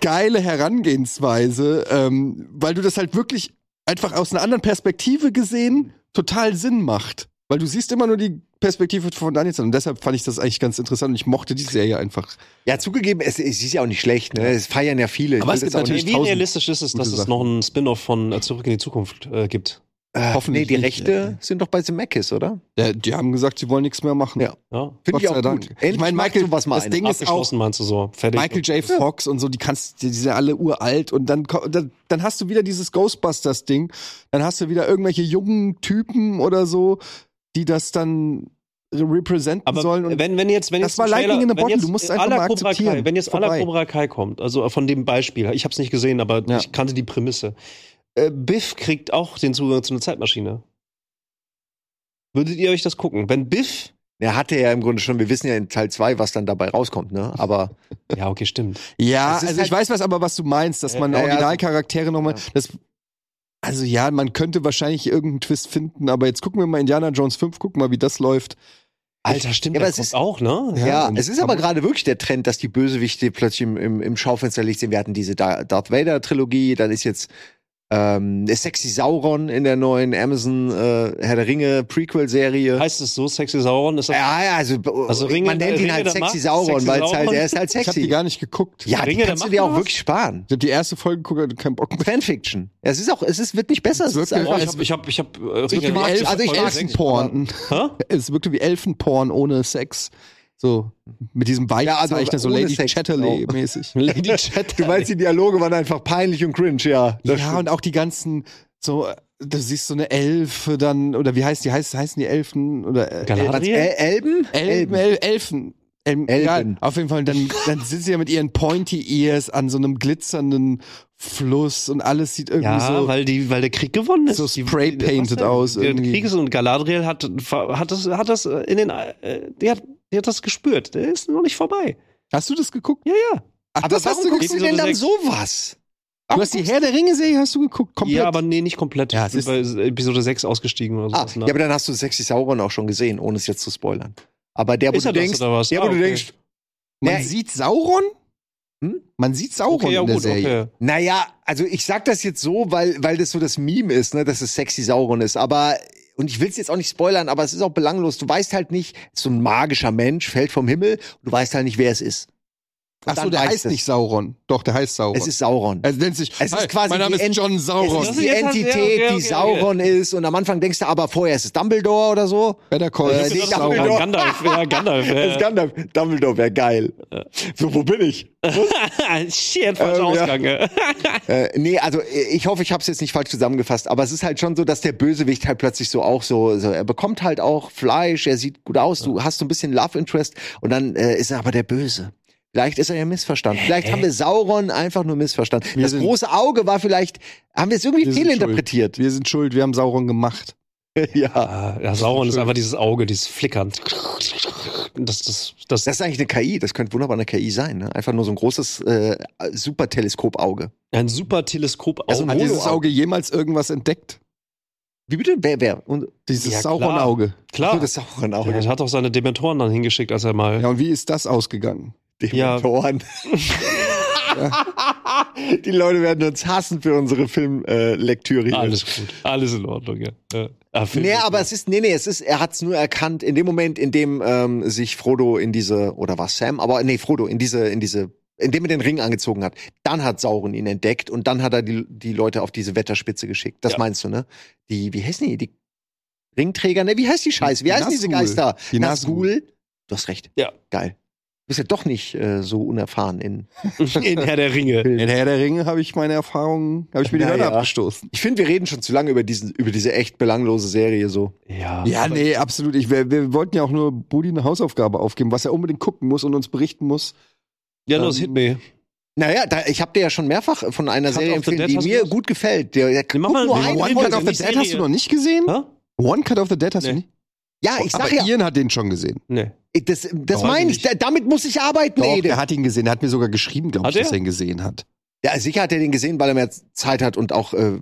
geile Herangehensweise, ähm, weil du das halt wirklich einfach aus einer anderen Perspektive gesehen total Sinn macht. Weil du siehst immer nur die Perspektive von Danielson. Und deshalb fand ich das eigentlich ganz interessant und ich mochte die Serie einfach.
Ja, zugegeben, es, es ist ja auch nicht schlecht, ne? Es feiern ja viele.
Aber
Ich
es
will
gibt
das auch
natürlich-
Wie
tausend
realistisch ist es, dass
gute
es
Sachen.
noch einen Spin-off von äh, Zurück in die Zukunft äh, gibt?
Äh,
Hoffentlich
nee, die
nicht,
Rechte
äh.
sind doch bei Zemeckis, oder?
Ja, die haben gesagt, sie wollen nichts mehr machen.
Ja.
Ja.
Finde ich auch gut. Endlich
Ich meine,
macht
Michael,
sowas mal
das
einer.
Ding ist auch,
Abgeschlossen meinst du so. Fertig.
Michael J. Fox und so, die kannst, die, die sind ja alle uralt und dann, ko- dann, dann hast du wieder dieses Ghostbusters-Ding, dann hast du wieder irgendwelche jungen Typen oder so, die das dann representen
aber
sollen. Und
wenn, wenn jetzt, wenn
Das
jetzt
war
ein
Lightning in a
wenn
Bottle,
jetzt
du musst
à
einfach
la
mal
Cobra Kai,
akzeptieren.
wenn jetzt aller
Vorbei.
Cobra Kai kommt, also von dem Beispiel, ich habe es nicht gesehen, aber
Ja.
ich kannte die Prämisse. Äh, Biff kriegt auch den Zugang zu einer Zeitmaschine. Würdet ihr euch das gucken? Wenn Biff.
<laughs>
Er hatte ja im Grunde schon, wir wissen ja in Teil 2, was dann dabei rauskommt, ne? Aber
Ja, okay, stimmt.
ja,
es ist
also
halt-
ich weiß was, aber was du meinst, dass
Ja,
man
ja, ja.
Originalcharaktere nochmal,
Ja.
das, also ja, man könnte wahrscheinlich irgendeinen Twist finden, aber jetzt gucken wir mal Indiana Jones 5, gucken mal, wie das läuft.
Alter, stimmt,
Ja, aber
der
es
kommt
ist-
auch, ne?
ja,
und
es ist aber gerade wirklich der Trend, dass die Bösewichte plötzlich im, im, im Schaufensterlicht sind. Wir hatten diese Da- Darth Vader-Trilogie, dann ist jetzt ähm, der Sexy Sauron in der neuen Amazon äh, Herr der Ringe Prequel-Serie.
Heißt es so, Sexy Sauron? Ist das
Ja, ja, also,
Also Ringe-
man nennt ihn
Ringe
halt
der
Sexy
Macht,
Sauron,
Sexy
weil es halt,
Sauron.
der ist halt
Ich habe die
sexy.
gar nicht geguckt.
Ja, die
Ringe der
kannst du
Macht
dir auch
oder was?
wirklich sparen.
Ich habe die erste Folge geguckt, hatte keinen Bock mehr.
Fanfiction. Es ist auch, es ist, wird nicht besser. Es ist
Wirklich?
einfach, <laughs>
ich hab, Oh, ich hab, ich hab, äh,
Es wirkte
Ringe-
wie Elf
also ich mag
Folge
sie.
sechs.
Elfenporn.
Hä?
Es wirkte wie Elfenporn ohne Sex. So, mit diesem
Ja, also
Weichzeichner, so
ohne
Lady
Sex, genau.
Chatterley-mäßig.
<laughs>
Lady Chat.
du meinst, die Dialoge waren einfach peinlich und cringe, ja.
Ja,
Das stimmt.
und auch die ganzen, so, äh, du siehst so eine Elfe dann, oder wie heißt die, heißt, heißen die Elfen? Oder, äh,
Galadriel?
Was, El Elben?
Elben, El Elfen. Elben.
Elben.
Ja, auf jeden Fall,
<laughs>
dann, dann sitzt sie ja mit ihren Pointy Ears an so einem glitzernden Fluss und alles sieht irgendwie
Ja,
so.
weil, die, weil der Krieg gewonnen ist.
So
Die-
spray-painted
was denn?
aus
Der
irgendwie.
Krieg ist und Galadriel hat, hat, das, hat das in den. Äh, die, hat, die hat das gespürt. Der ist noch nicht vorbei.
hast du das geguckt?
Ja, ja.
Ach,
Aber
das hast
warum
du
guckst
geguckt.
du
Episode
denn dann
sechs.
sowas?
Du hast die Herr der Ringe-Serie, hast du geguckt? Komplett.
Ja, aber nee, nicht komplett.
Ja,
ich
es
bin bei Episode 6 ausgestiegen oder
Ah,
sowas.
ja,
ne?
aber dann hast du Sexy Sauron auch schon gesehen, ohne es jetzt zu spoilern. Aber der, wo
Ist
du
er das
denkst,
oder was?
der, wo
Ah,
du
okay.
denkst,
Man
Nee.
sieht Sauron?
Hm?
Man sieht Sauron
okay, ja,
in der
gut,
Serie.
okay.
naja, also ich sag das jetzt so, weil, weil das so das Meme ist, ne, dass es Sexy Sauron ist, aber, und ich will es jetzt auch nicht spoilern, aber es ist auch belanglos. Du weißt halt nicht, so ein magischer Mensch fällt vom Himmel, und du weißt halt nicht, wer es ist. Und
Achso,
dann
der
reicht
heißt
es.
nicht Sauron. Doch, der heißt
Oh
Sauron.
Es ist Sauron.
er nennt sich.
Es
Hi,
ist quasi
mein Name
die
ist
Ent-
John Sauron.
Es ist die
Jetzt hast du-
Entität,
ja, okay,
die
okay,
Sauron ist. Und am Anfang denkst du, aber vorher ist es Dumbledore oder so.
Better Call Saul.
Äh, die-
Ja,
Dumbledore.
Gandalf, ja, Gandalf.
Es ist
Ja.
Gandalf. Also Dumbledore wäre geil. So, wo bin ich?
Ah, Shit, falscher
Ähm, ja.
Ausgang. Ja.
Äh, nee, also äh, ich hoffe, ich habe es jetzt nicht falsch zusammengefasst, aber es ist halt schon so, dass der Bösewicht halt plötzlich so auch so, so er bekommt halt auch Fleisch, er sieht gut aus, du hast so ein bisschen Love Interest und dann äh, ist er aber der Böse. Vielleicht ist er ja missverstanden. Vielleicht haben wir Sauron einfach nur missverstanden.
Wir
das
sind-
große Auge war vielleicht, haben wir es irgendwie
Wir sind
fehlinterpretiert.
Schuld. Wir sind schuld, wir haben Sauron gemacht.
ja.
Ah, ja, Sauron ist einfach dieses Auge, dieses Flickern. Das, das, das,
Das ist eigentlich eine KI, das könnte wunderbar eine KI sein, ne? Einfach nur so ein großes äh, Superteleskopauge.
ein super Teleskop.
Also
Hat
Holo-
dieses Auge jemals irgendwas entdeckt?
Wie bitte? Wer, wer? Und,
Dieses
Ja, klar.
Sauron-Auge.
klar.
so das Sauronauge.
Er Oh, hat auch seine Dementoren dann hingeschickt, als er mal.
Ja, und wie ist das ausgegangen?
Äh. Ja.
Dementoren. <laughs> Die Leute werden uns hassen für unsere Filmlektüre. hier.
Alles gut. Alles in Ordnung, ja. ja. Ah, Film-
Nee,
<laughs>
aber es ist, nee, nee, es ist, er hat es nur erkannt in dem Moment, in dem ähm, sich Frodo in diese, oder war Sam, aber nee, Frodo in diese, in diese, in dem er den Ring angezogen hat. Dann hat Sauron ihn entdeckt und dann hat er die, die Leute auf diese Wetterspitze geschickt. Das
Ja.
meinst du, ne? Die, wie heißen die? Die Ringträger, ne? Wie heißt die Scheiße? Wie
Die
heißen diese
Nazgul.
Geister?
Die Nazgul.
Du hast recht.
Ja.
Geil. Du bist ja doch nicht äh, so unerfahren in.
in Herr der Ringe.
In Herr der Ringe habe ich meine Erfahrungen, habe ich mir die
Na
Hörner
ja.
abgestoßen.
Ich finde, wir reden schon zu lange über, diesen, über diese echt belanglose Serie so.
Ja.
Ja, nee, absolut. Ich, wir, wir wollten ja auch nur Budi eine Hausaufgabe aufgeben, was er unbedingt gucken muss und uns berichten muss.
Ja, los, hit
Ähm,
me.
Naja, da, ich habe dir ja schon mehrfach von einer
Cut
Serie
of the
empfehlen,
Dead
die
hast du
mir
gesagt?
gut gefällt. Der, der
Nee, mach mal
guck nur
einen
One
eine
One
Cut
Cut
Folge.
of the
nicht
Dead hast
Serie.
du noch nicht gesehen?
Hä?
One Cut of the Dead hast du
Nee.
nicht?
Ja, Ah, ich sag
Aber
ja, äh,
Ian hat den schon gesehen.
Nee.
das, das
Weiß
meine
ich
ich, da, damit muss ich arbeiten,
Doch,
Ede.
der hat ihn gesehen. Der hat mir sogar geschrieben, glaube
Hat
ich, dass
er?
er ihn gesehen hat.
Ja, sicher hat er den gesehen, weil er mehr Zeit hat und auch äh,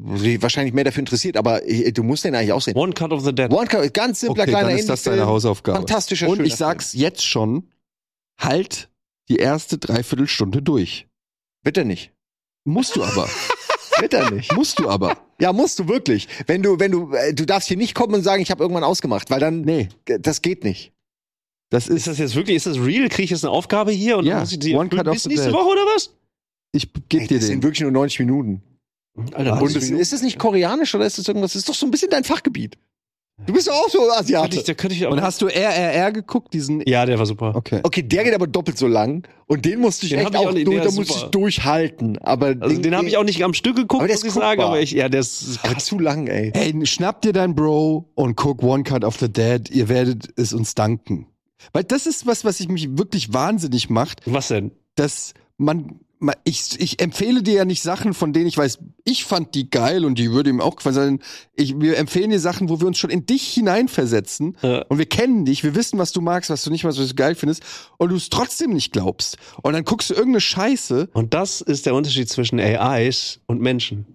wahrscheinlich mehr dafür interessiert, aber äh, du musst den eigentlich auch sehen.
One Cut of the Dead.
One Cut, ganz simpler kleiner
dann ist das deine
Indie-Film.
Hausaufgabe.
Fantastischer
Und
schöner
ich sag's jetzt schon, halt die erste Dreiviertelstunde durch.
Film. Bitte nicht.
Musst du aber.
Bitte nicht.
Musst du aber.
Ja, musst du wirklich. Wenn du, wenn du, äh, du darfst hier nicht kommen und sagen, ich habe irgendwann ausgemacht, weil dann,
Nee,
das geht nicht.
das
Ist
ist,
das jetzt wirklich, ist das real? Kriege ich jetzt eine Aufgabe hier und
Ja,
dann muss ich die
One Cut of
bis
the
nächste
Dead.
Woche oder was?
ich geb
Ey,
dir
das sind
den.
wirklich nur 90 Minuten.
Alter,
Und es, ist es nicht koreanisch oder ist es irgendwas? Das ist doch so ein bisschen dein Fachgebiet. Du bist doch auch so
könnte ich,
Asiate.
da könnte ich aber.
Und hast du RRR geguckt, diesen? E-
ja, der war super.
Okay.
Okay, der geht aber doppelt so lang und den musste ich
Den hab
echt
ich
auch,
auch nicht,
durch,
der
da
ist
musste ich
super.
durchhalten. Aber
Also den habe ich auch nicht am Stück geguckt,
Aber der
muss
ist
ich sagen,
guckbar.
aber ich, ja, der ist
Ah,
krass.
zu lang, ey.
Ey, schnapp dir dein Bro und guck One Cut of the Dead. Ihr werdet es uns danken. Weil das ist was, was ich mich wirklich wahnsinnig macht,
Was denn?
dass man, man ich, ich empfehle dir ja nicht Sachen, von denen ich weiß, ich fand die geil und die würde ihm auch gefallen, sondern ich, wir empfehlen dir Sachen, wo wir uns schon in dich hineinversetzen
Ja.
und wir kennen dich, wir wissen, was du magst, was du nicht magst, was du geil findest und du es trotzdem nicht glaubst. Und dann guckst du irgendeine Scheiße.
Und das ist der Unterschied zwischen AIs und Menschen.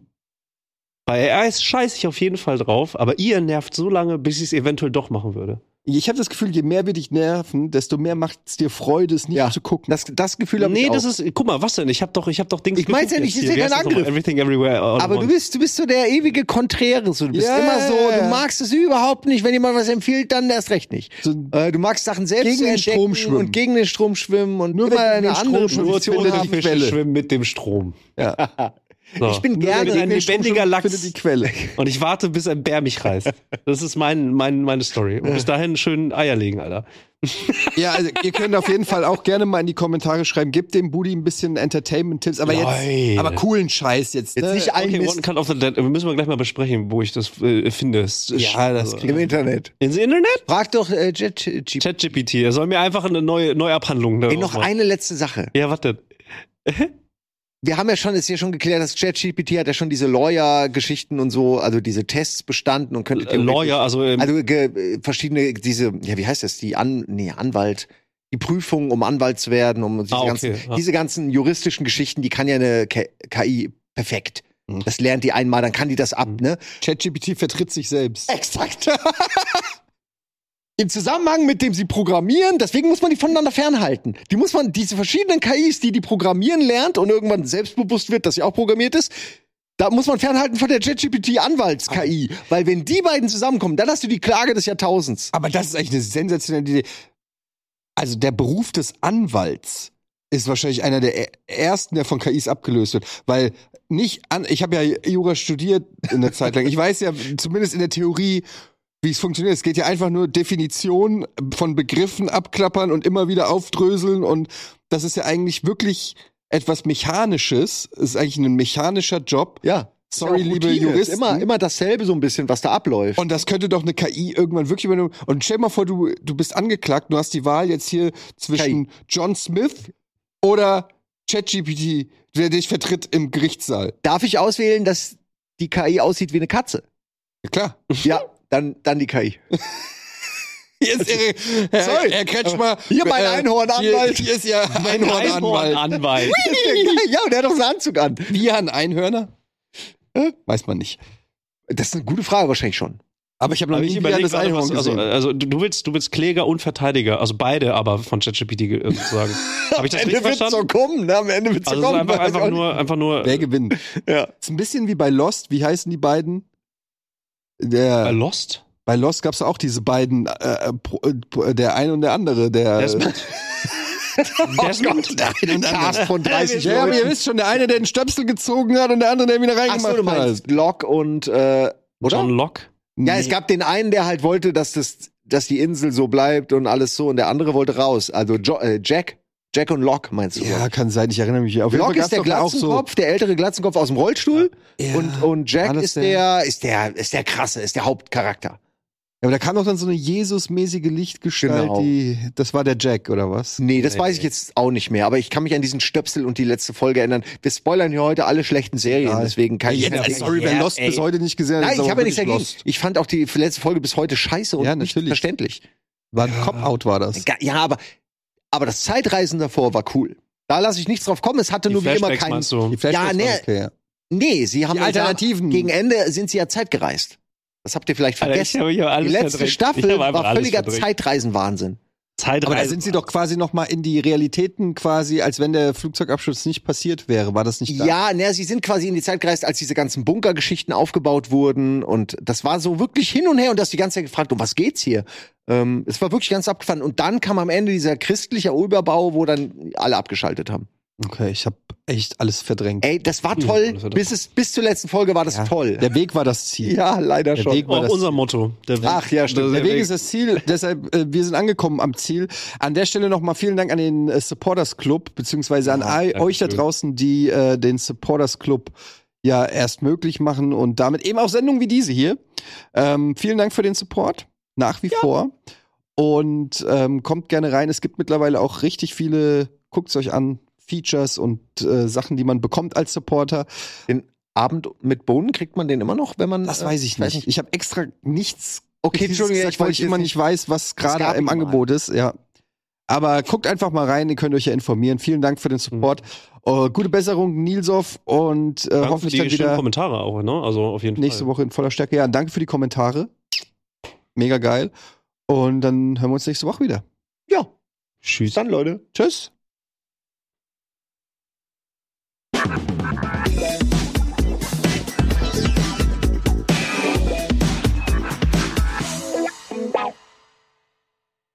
Bei AIs scheiße ich auf jeden Fall drauf, aber ihr nervt so lange, bis ich es eventuell doch machen würde.
Ich habe das Gefühl, je mehr wir dich nerven, desto mehr macht es dir Freude, es nicht
Ja.
zu gucken.
Das, das Gefühl habe
Nee,
ich auch.
das ist, guck mal, was denn? Ich habe doch, ich habe doch Dings.
Ich mein's ja
geguckt
nicht,
jetzt
das ist
hier.
ja
Wie
kein
heißt das
Angriff.
nochmal? Everything Everywhere. all at
aber du
once.
bist, du bist so der ewige Konträre. So, du bist
Ja,
immer so,
ja,
du
ja.
magst es überhaupt nicht. Wenn jemand was empfiehlt, dann erst recht nicht.
So-
äh, du magst Sachen selbst
Gegen
zu
den Strom
entdecken
schwimmen.
und gegen den Strom schwimmen und
Nur
immer
wenn du
eine
den
andere
Strom
Nur
Position
tote
haben die
Fische
Quelle.
schwimmen mit dem Strom.
Ja.
So.
Ich bin
Nur wer
gerne
gegen
ein
den Strom
lebendiger
schwimmt,
Lachs.
Also findet die Quelle.
Und ich warte, bis ein Bär mich reißt. Das ist mein, mein, meine Story. Und bis dahin schön Eier legen, Alter.
<laughs> Ja, also ihr könnt auf jeden Fall auch gerne mal in die Kommentare schreiben, gebt dem Budi ein bisschen Entertainment-Tipps, aber
Leute.
jetzt, aber coolen Scheiß jetzt.
Jetzt
ne?
nicht allen
Okay, One
Mist
Cut of the Dead. Müssen wir gleich mal besprechen, wo ich das äh, finde. Es- es-
Ja, das
also-
im Internet.
Ins Internet?
Frag doch äh, JetGPT.
ChatGPT. Er soll mir einfach eine neue Neuabhandlung da
Ey, noch
machen.
eine letzte Sache.
Ja, was denn?
Wir haben ja schon, ist ja schon geklärt, dass ChatGPT hat ja schon diese Lawyer-Geschichten und so, also diese Tests bestanden und könnte
Äh, Lawyer, also, ähm,
also ge, äh, verschiedene diese, ja wie heißt das, die An, nee Anwalt, die Prüfung, um Anwalt zu werden, um diese
Ah, okay,
ganzen,
ja.
diese ganzen juristischen Geschichten, die kann ja eine K KI perfekt.
Mhm.
Das lernt die einmal, dann kann die das ab, ne?
ChatGPT vertritt sich selbst.
Exakt. <laughs> Im Zusammenhang mit dem sie programmieren, deswegen muss man die voneinander fernhalten. Die muss man, diese verschiedenen KIs, die die programmieren lernt und irgendwann selbstbewusst wird, dass sie auch programmiert ist, da muss man fernhalten von der
Ah.
ChatGPT-Anwalts-KI. Weil wenn die beiden zusammenkommen, dann hast du die Klage des Jahrtausends.
Aber das ist eigentlich eine sensationelle Idee. Also der Beruf des Anwalts ist wahrscheinlich einer der e- ersten, der von KIs abgelöst wird, weil nicht an, ich habe ja Jura studiert in der Zeit lang. Ich weiß ja zumindest in der Theorie, wie es funktioniert. Es geht ja einfach nur Definition von Begriffen abklappern und immer wieder aufdröseln und das ist ja eigentlich wirklich etwas mechanisches. Es ist eigentlich ein mechanischer Job.
Ja.
Sorry,
Ist ja auch
liebe
Routine. Ist
Juristen.
Immer, immer dasselbe so ein bisschen, was da abläuft.
Und das könnte doch eine KI irgendwann wirklich übernehmen. Und stell dir mal vor, du, du bist angeklagt, du hast die Wahl jetzt hier zwischen John Smith oder ChatGPT, der dich vertritt im Gerichtssaal.
Darf ich auswählen, dass die KI aussieht wie eine <laughs> Katze?
Ja, klar. <laughs>
Ja, dann, dann die <laughs> KI.
Jetzt, äh, Herr,
Sorry.
Herr Kretschmer. Äh,
Hier mein
Hier,
Einhornanwalt.
hier ist ja Einhornanwalt.
Anwalt.
ja, und er hat doch seinen Anzug an.
Wie ein Einhörner? Äh, Weiß man nicht.
Das ist eine gute Frage wahrscheinlich schon.
Aber ich habe noch
Aber
nie
ich
wieder
überlege
das
gerade,
Einhorn
was, also,
gesehen.
also du du willst, du willst Kläger und Verteidiger, also beide aber von ChatGPT ge- äh,
<laughs>
sozusagen. Habe ich das richtig
wird's
verstanden?
kommen, ne? Am Ende wird's
Also es ist einfach,
weiß ich
einfach
auch
nur, einfach nur
Wer gewinnt?
nicht. Ja.
Ist ein bisschen wie bei Lost. Wie heißen die beiden? Der
äh, Lost?
Bei Lost gab es auch diese beiden, äh, äh, Pro- äh, Pro- der eine und der andere, der. <laughs> Oh
Desmond? Desmond?
der eine und der andere.
Cast von 30
Ja, aber ihr wisst schon, der eine, der den Stöpsel gezogen hat und der andere, der ihn wieder
Ach so,
reingemacht
du
hat.
meinst Locke und, äh, oder?
John Locke?
Ja, es gab den einen, der halt wollte, dass, das, dass die Insel so bleibt und alles so, und der andere wollte raus. Also jo äh, Jack. Jack und Locke meinst du?
Ja, kann sein, ich erinnere mich. Auf jeden Fall
Locke
gab's
ist der
doch auch so.
Glatzenkopf, der ältere Glatzenkopf aus dem Rollstuhl.
Ja.
Und, und Jack
Alles
ist
der-
der, ist der, ist der krasse, ist der
Ja,
Hauptcharakter.
aber da kam doch dann so eine Jesus-mäßige Lichtgestalt,
Genau.
die. Das war der Jack, oder was?
Nee, das weiß ich jetzt auch nicht mehr, aber ich kann mich an diesen Stöpsel und die letzte Folge erinnern. Wir spoilern hier heute alle schlechten Serien,
Egal.
deswegen kann ich
Ja,
kann-
sorry, wer
Ja,
Lost
ey.
bis heute nicht gesehen hat.
Nein,
ist
ich
aber
habe nichts
wirklich
dagegen. Ich fand auch die letzte Folge bis heute scheiße und
Ja,
nicht
natürlich.
verständlich.
War ein Cop-Out, war das.
Ga- Ja, aber, aber das Zeitreisen davor war cool. Da lasse ich nichts drauf kommen. Es hatte nur wie immer
Flashbacks
keinen.
meinst du?
Die Flashbacks
nee.
waren okay, ja.
Nee, sie haben
Die Alternativen.
Gegen Ende sind sie ja zeitgereist. Das habt ihr vielleicht
Alter, ich
vergessen.
habe hier
Die
alles
letzte
verdrängt. Ich
Staffel
habe einfach
war
alles
völliger
verdrängt.
Zeitreisenwahnsinn.
Zeitreise.
Aber da sind sie doch quasi noch mal in die Realitäten quasi, als wenn der Flugzeugabschuss nicht passiert wäre. War das nicht da?
Ja, ne, sie sind quasi in die Zeit gereist, als diese ganzen Bunkergeschichten aufgebaut wurden. Und das war so wirklich hin und her. Und du hast die ganze Zeit gefragt, um was geht's hier? Ähm, es war wirklich ganz abgefahren. Und dann kam am Ende dieser christliche Überbau, wo dann alle abgeschaltet haben.
Okay, ich habe echt alles verdrängt.
Ey, das war
Hm,
Ja,
toll.
das war
bis, es, bis zur letzten Folge war das
Ja.
toll.
Der Weg war das Ziel.
<laughs> ja, leider
Der
schon.
Weg war
Auch
das
unser Motto. Der Weg.
Ach ja, stimmt.
Der Weg ist das Ziel, deshalb, äh, wir sind angekommen am Ziel. An der Stelle nochmal vielen Dank an den äh, Supporters Club, beziehungsweise an all-
danke
euch da
schön.
draußen, die äh, den Supporters Club ja erst möglich machen und damit eben auch Sendungen wie diese hier. Ähm, vielen Dank für den Support, nach wie vor. Und ähm, kommt gerne rein. Es gibt mittlerweile auch richtig viele, guckt's euch an, Features und äh, Sachen, die man bekommt als Supporter.
Abend mit Bohnen kriegt man den immer noch, wenn man.
Das
äh,
weiß ich nicht. Ich habe extra nichts
Okay,
Präzises
Entschuldigung,
gesagt,
ich
weil
wollte
ich immer
jetzt
nicht weiß, was gerade
gab ihn
im
mal.
Angebot ist, ja. Aber guckt einfach mal rein, ihr könnt euch ja informieren. Vielen Dank für den Support. Äh, gute Besserung, Nilsov, und äh,
Danke für
hoffentlich
die
dann
schönen
wieder
Kommentare auch, ne? Also auf jeden
nächste
Fall.
Woche in voller Stärke. Ja, und danke für die Kommentare. Mega geil. Und dann hören wir uns nächste Woche wieder.
Ja,
Tschüss.
dann Leute.
Tschüss.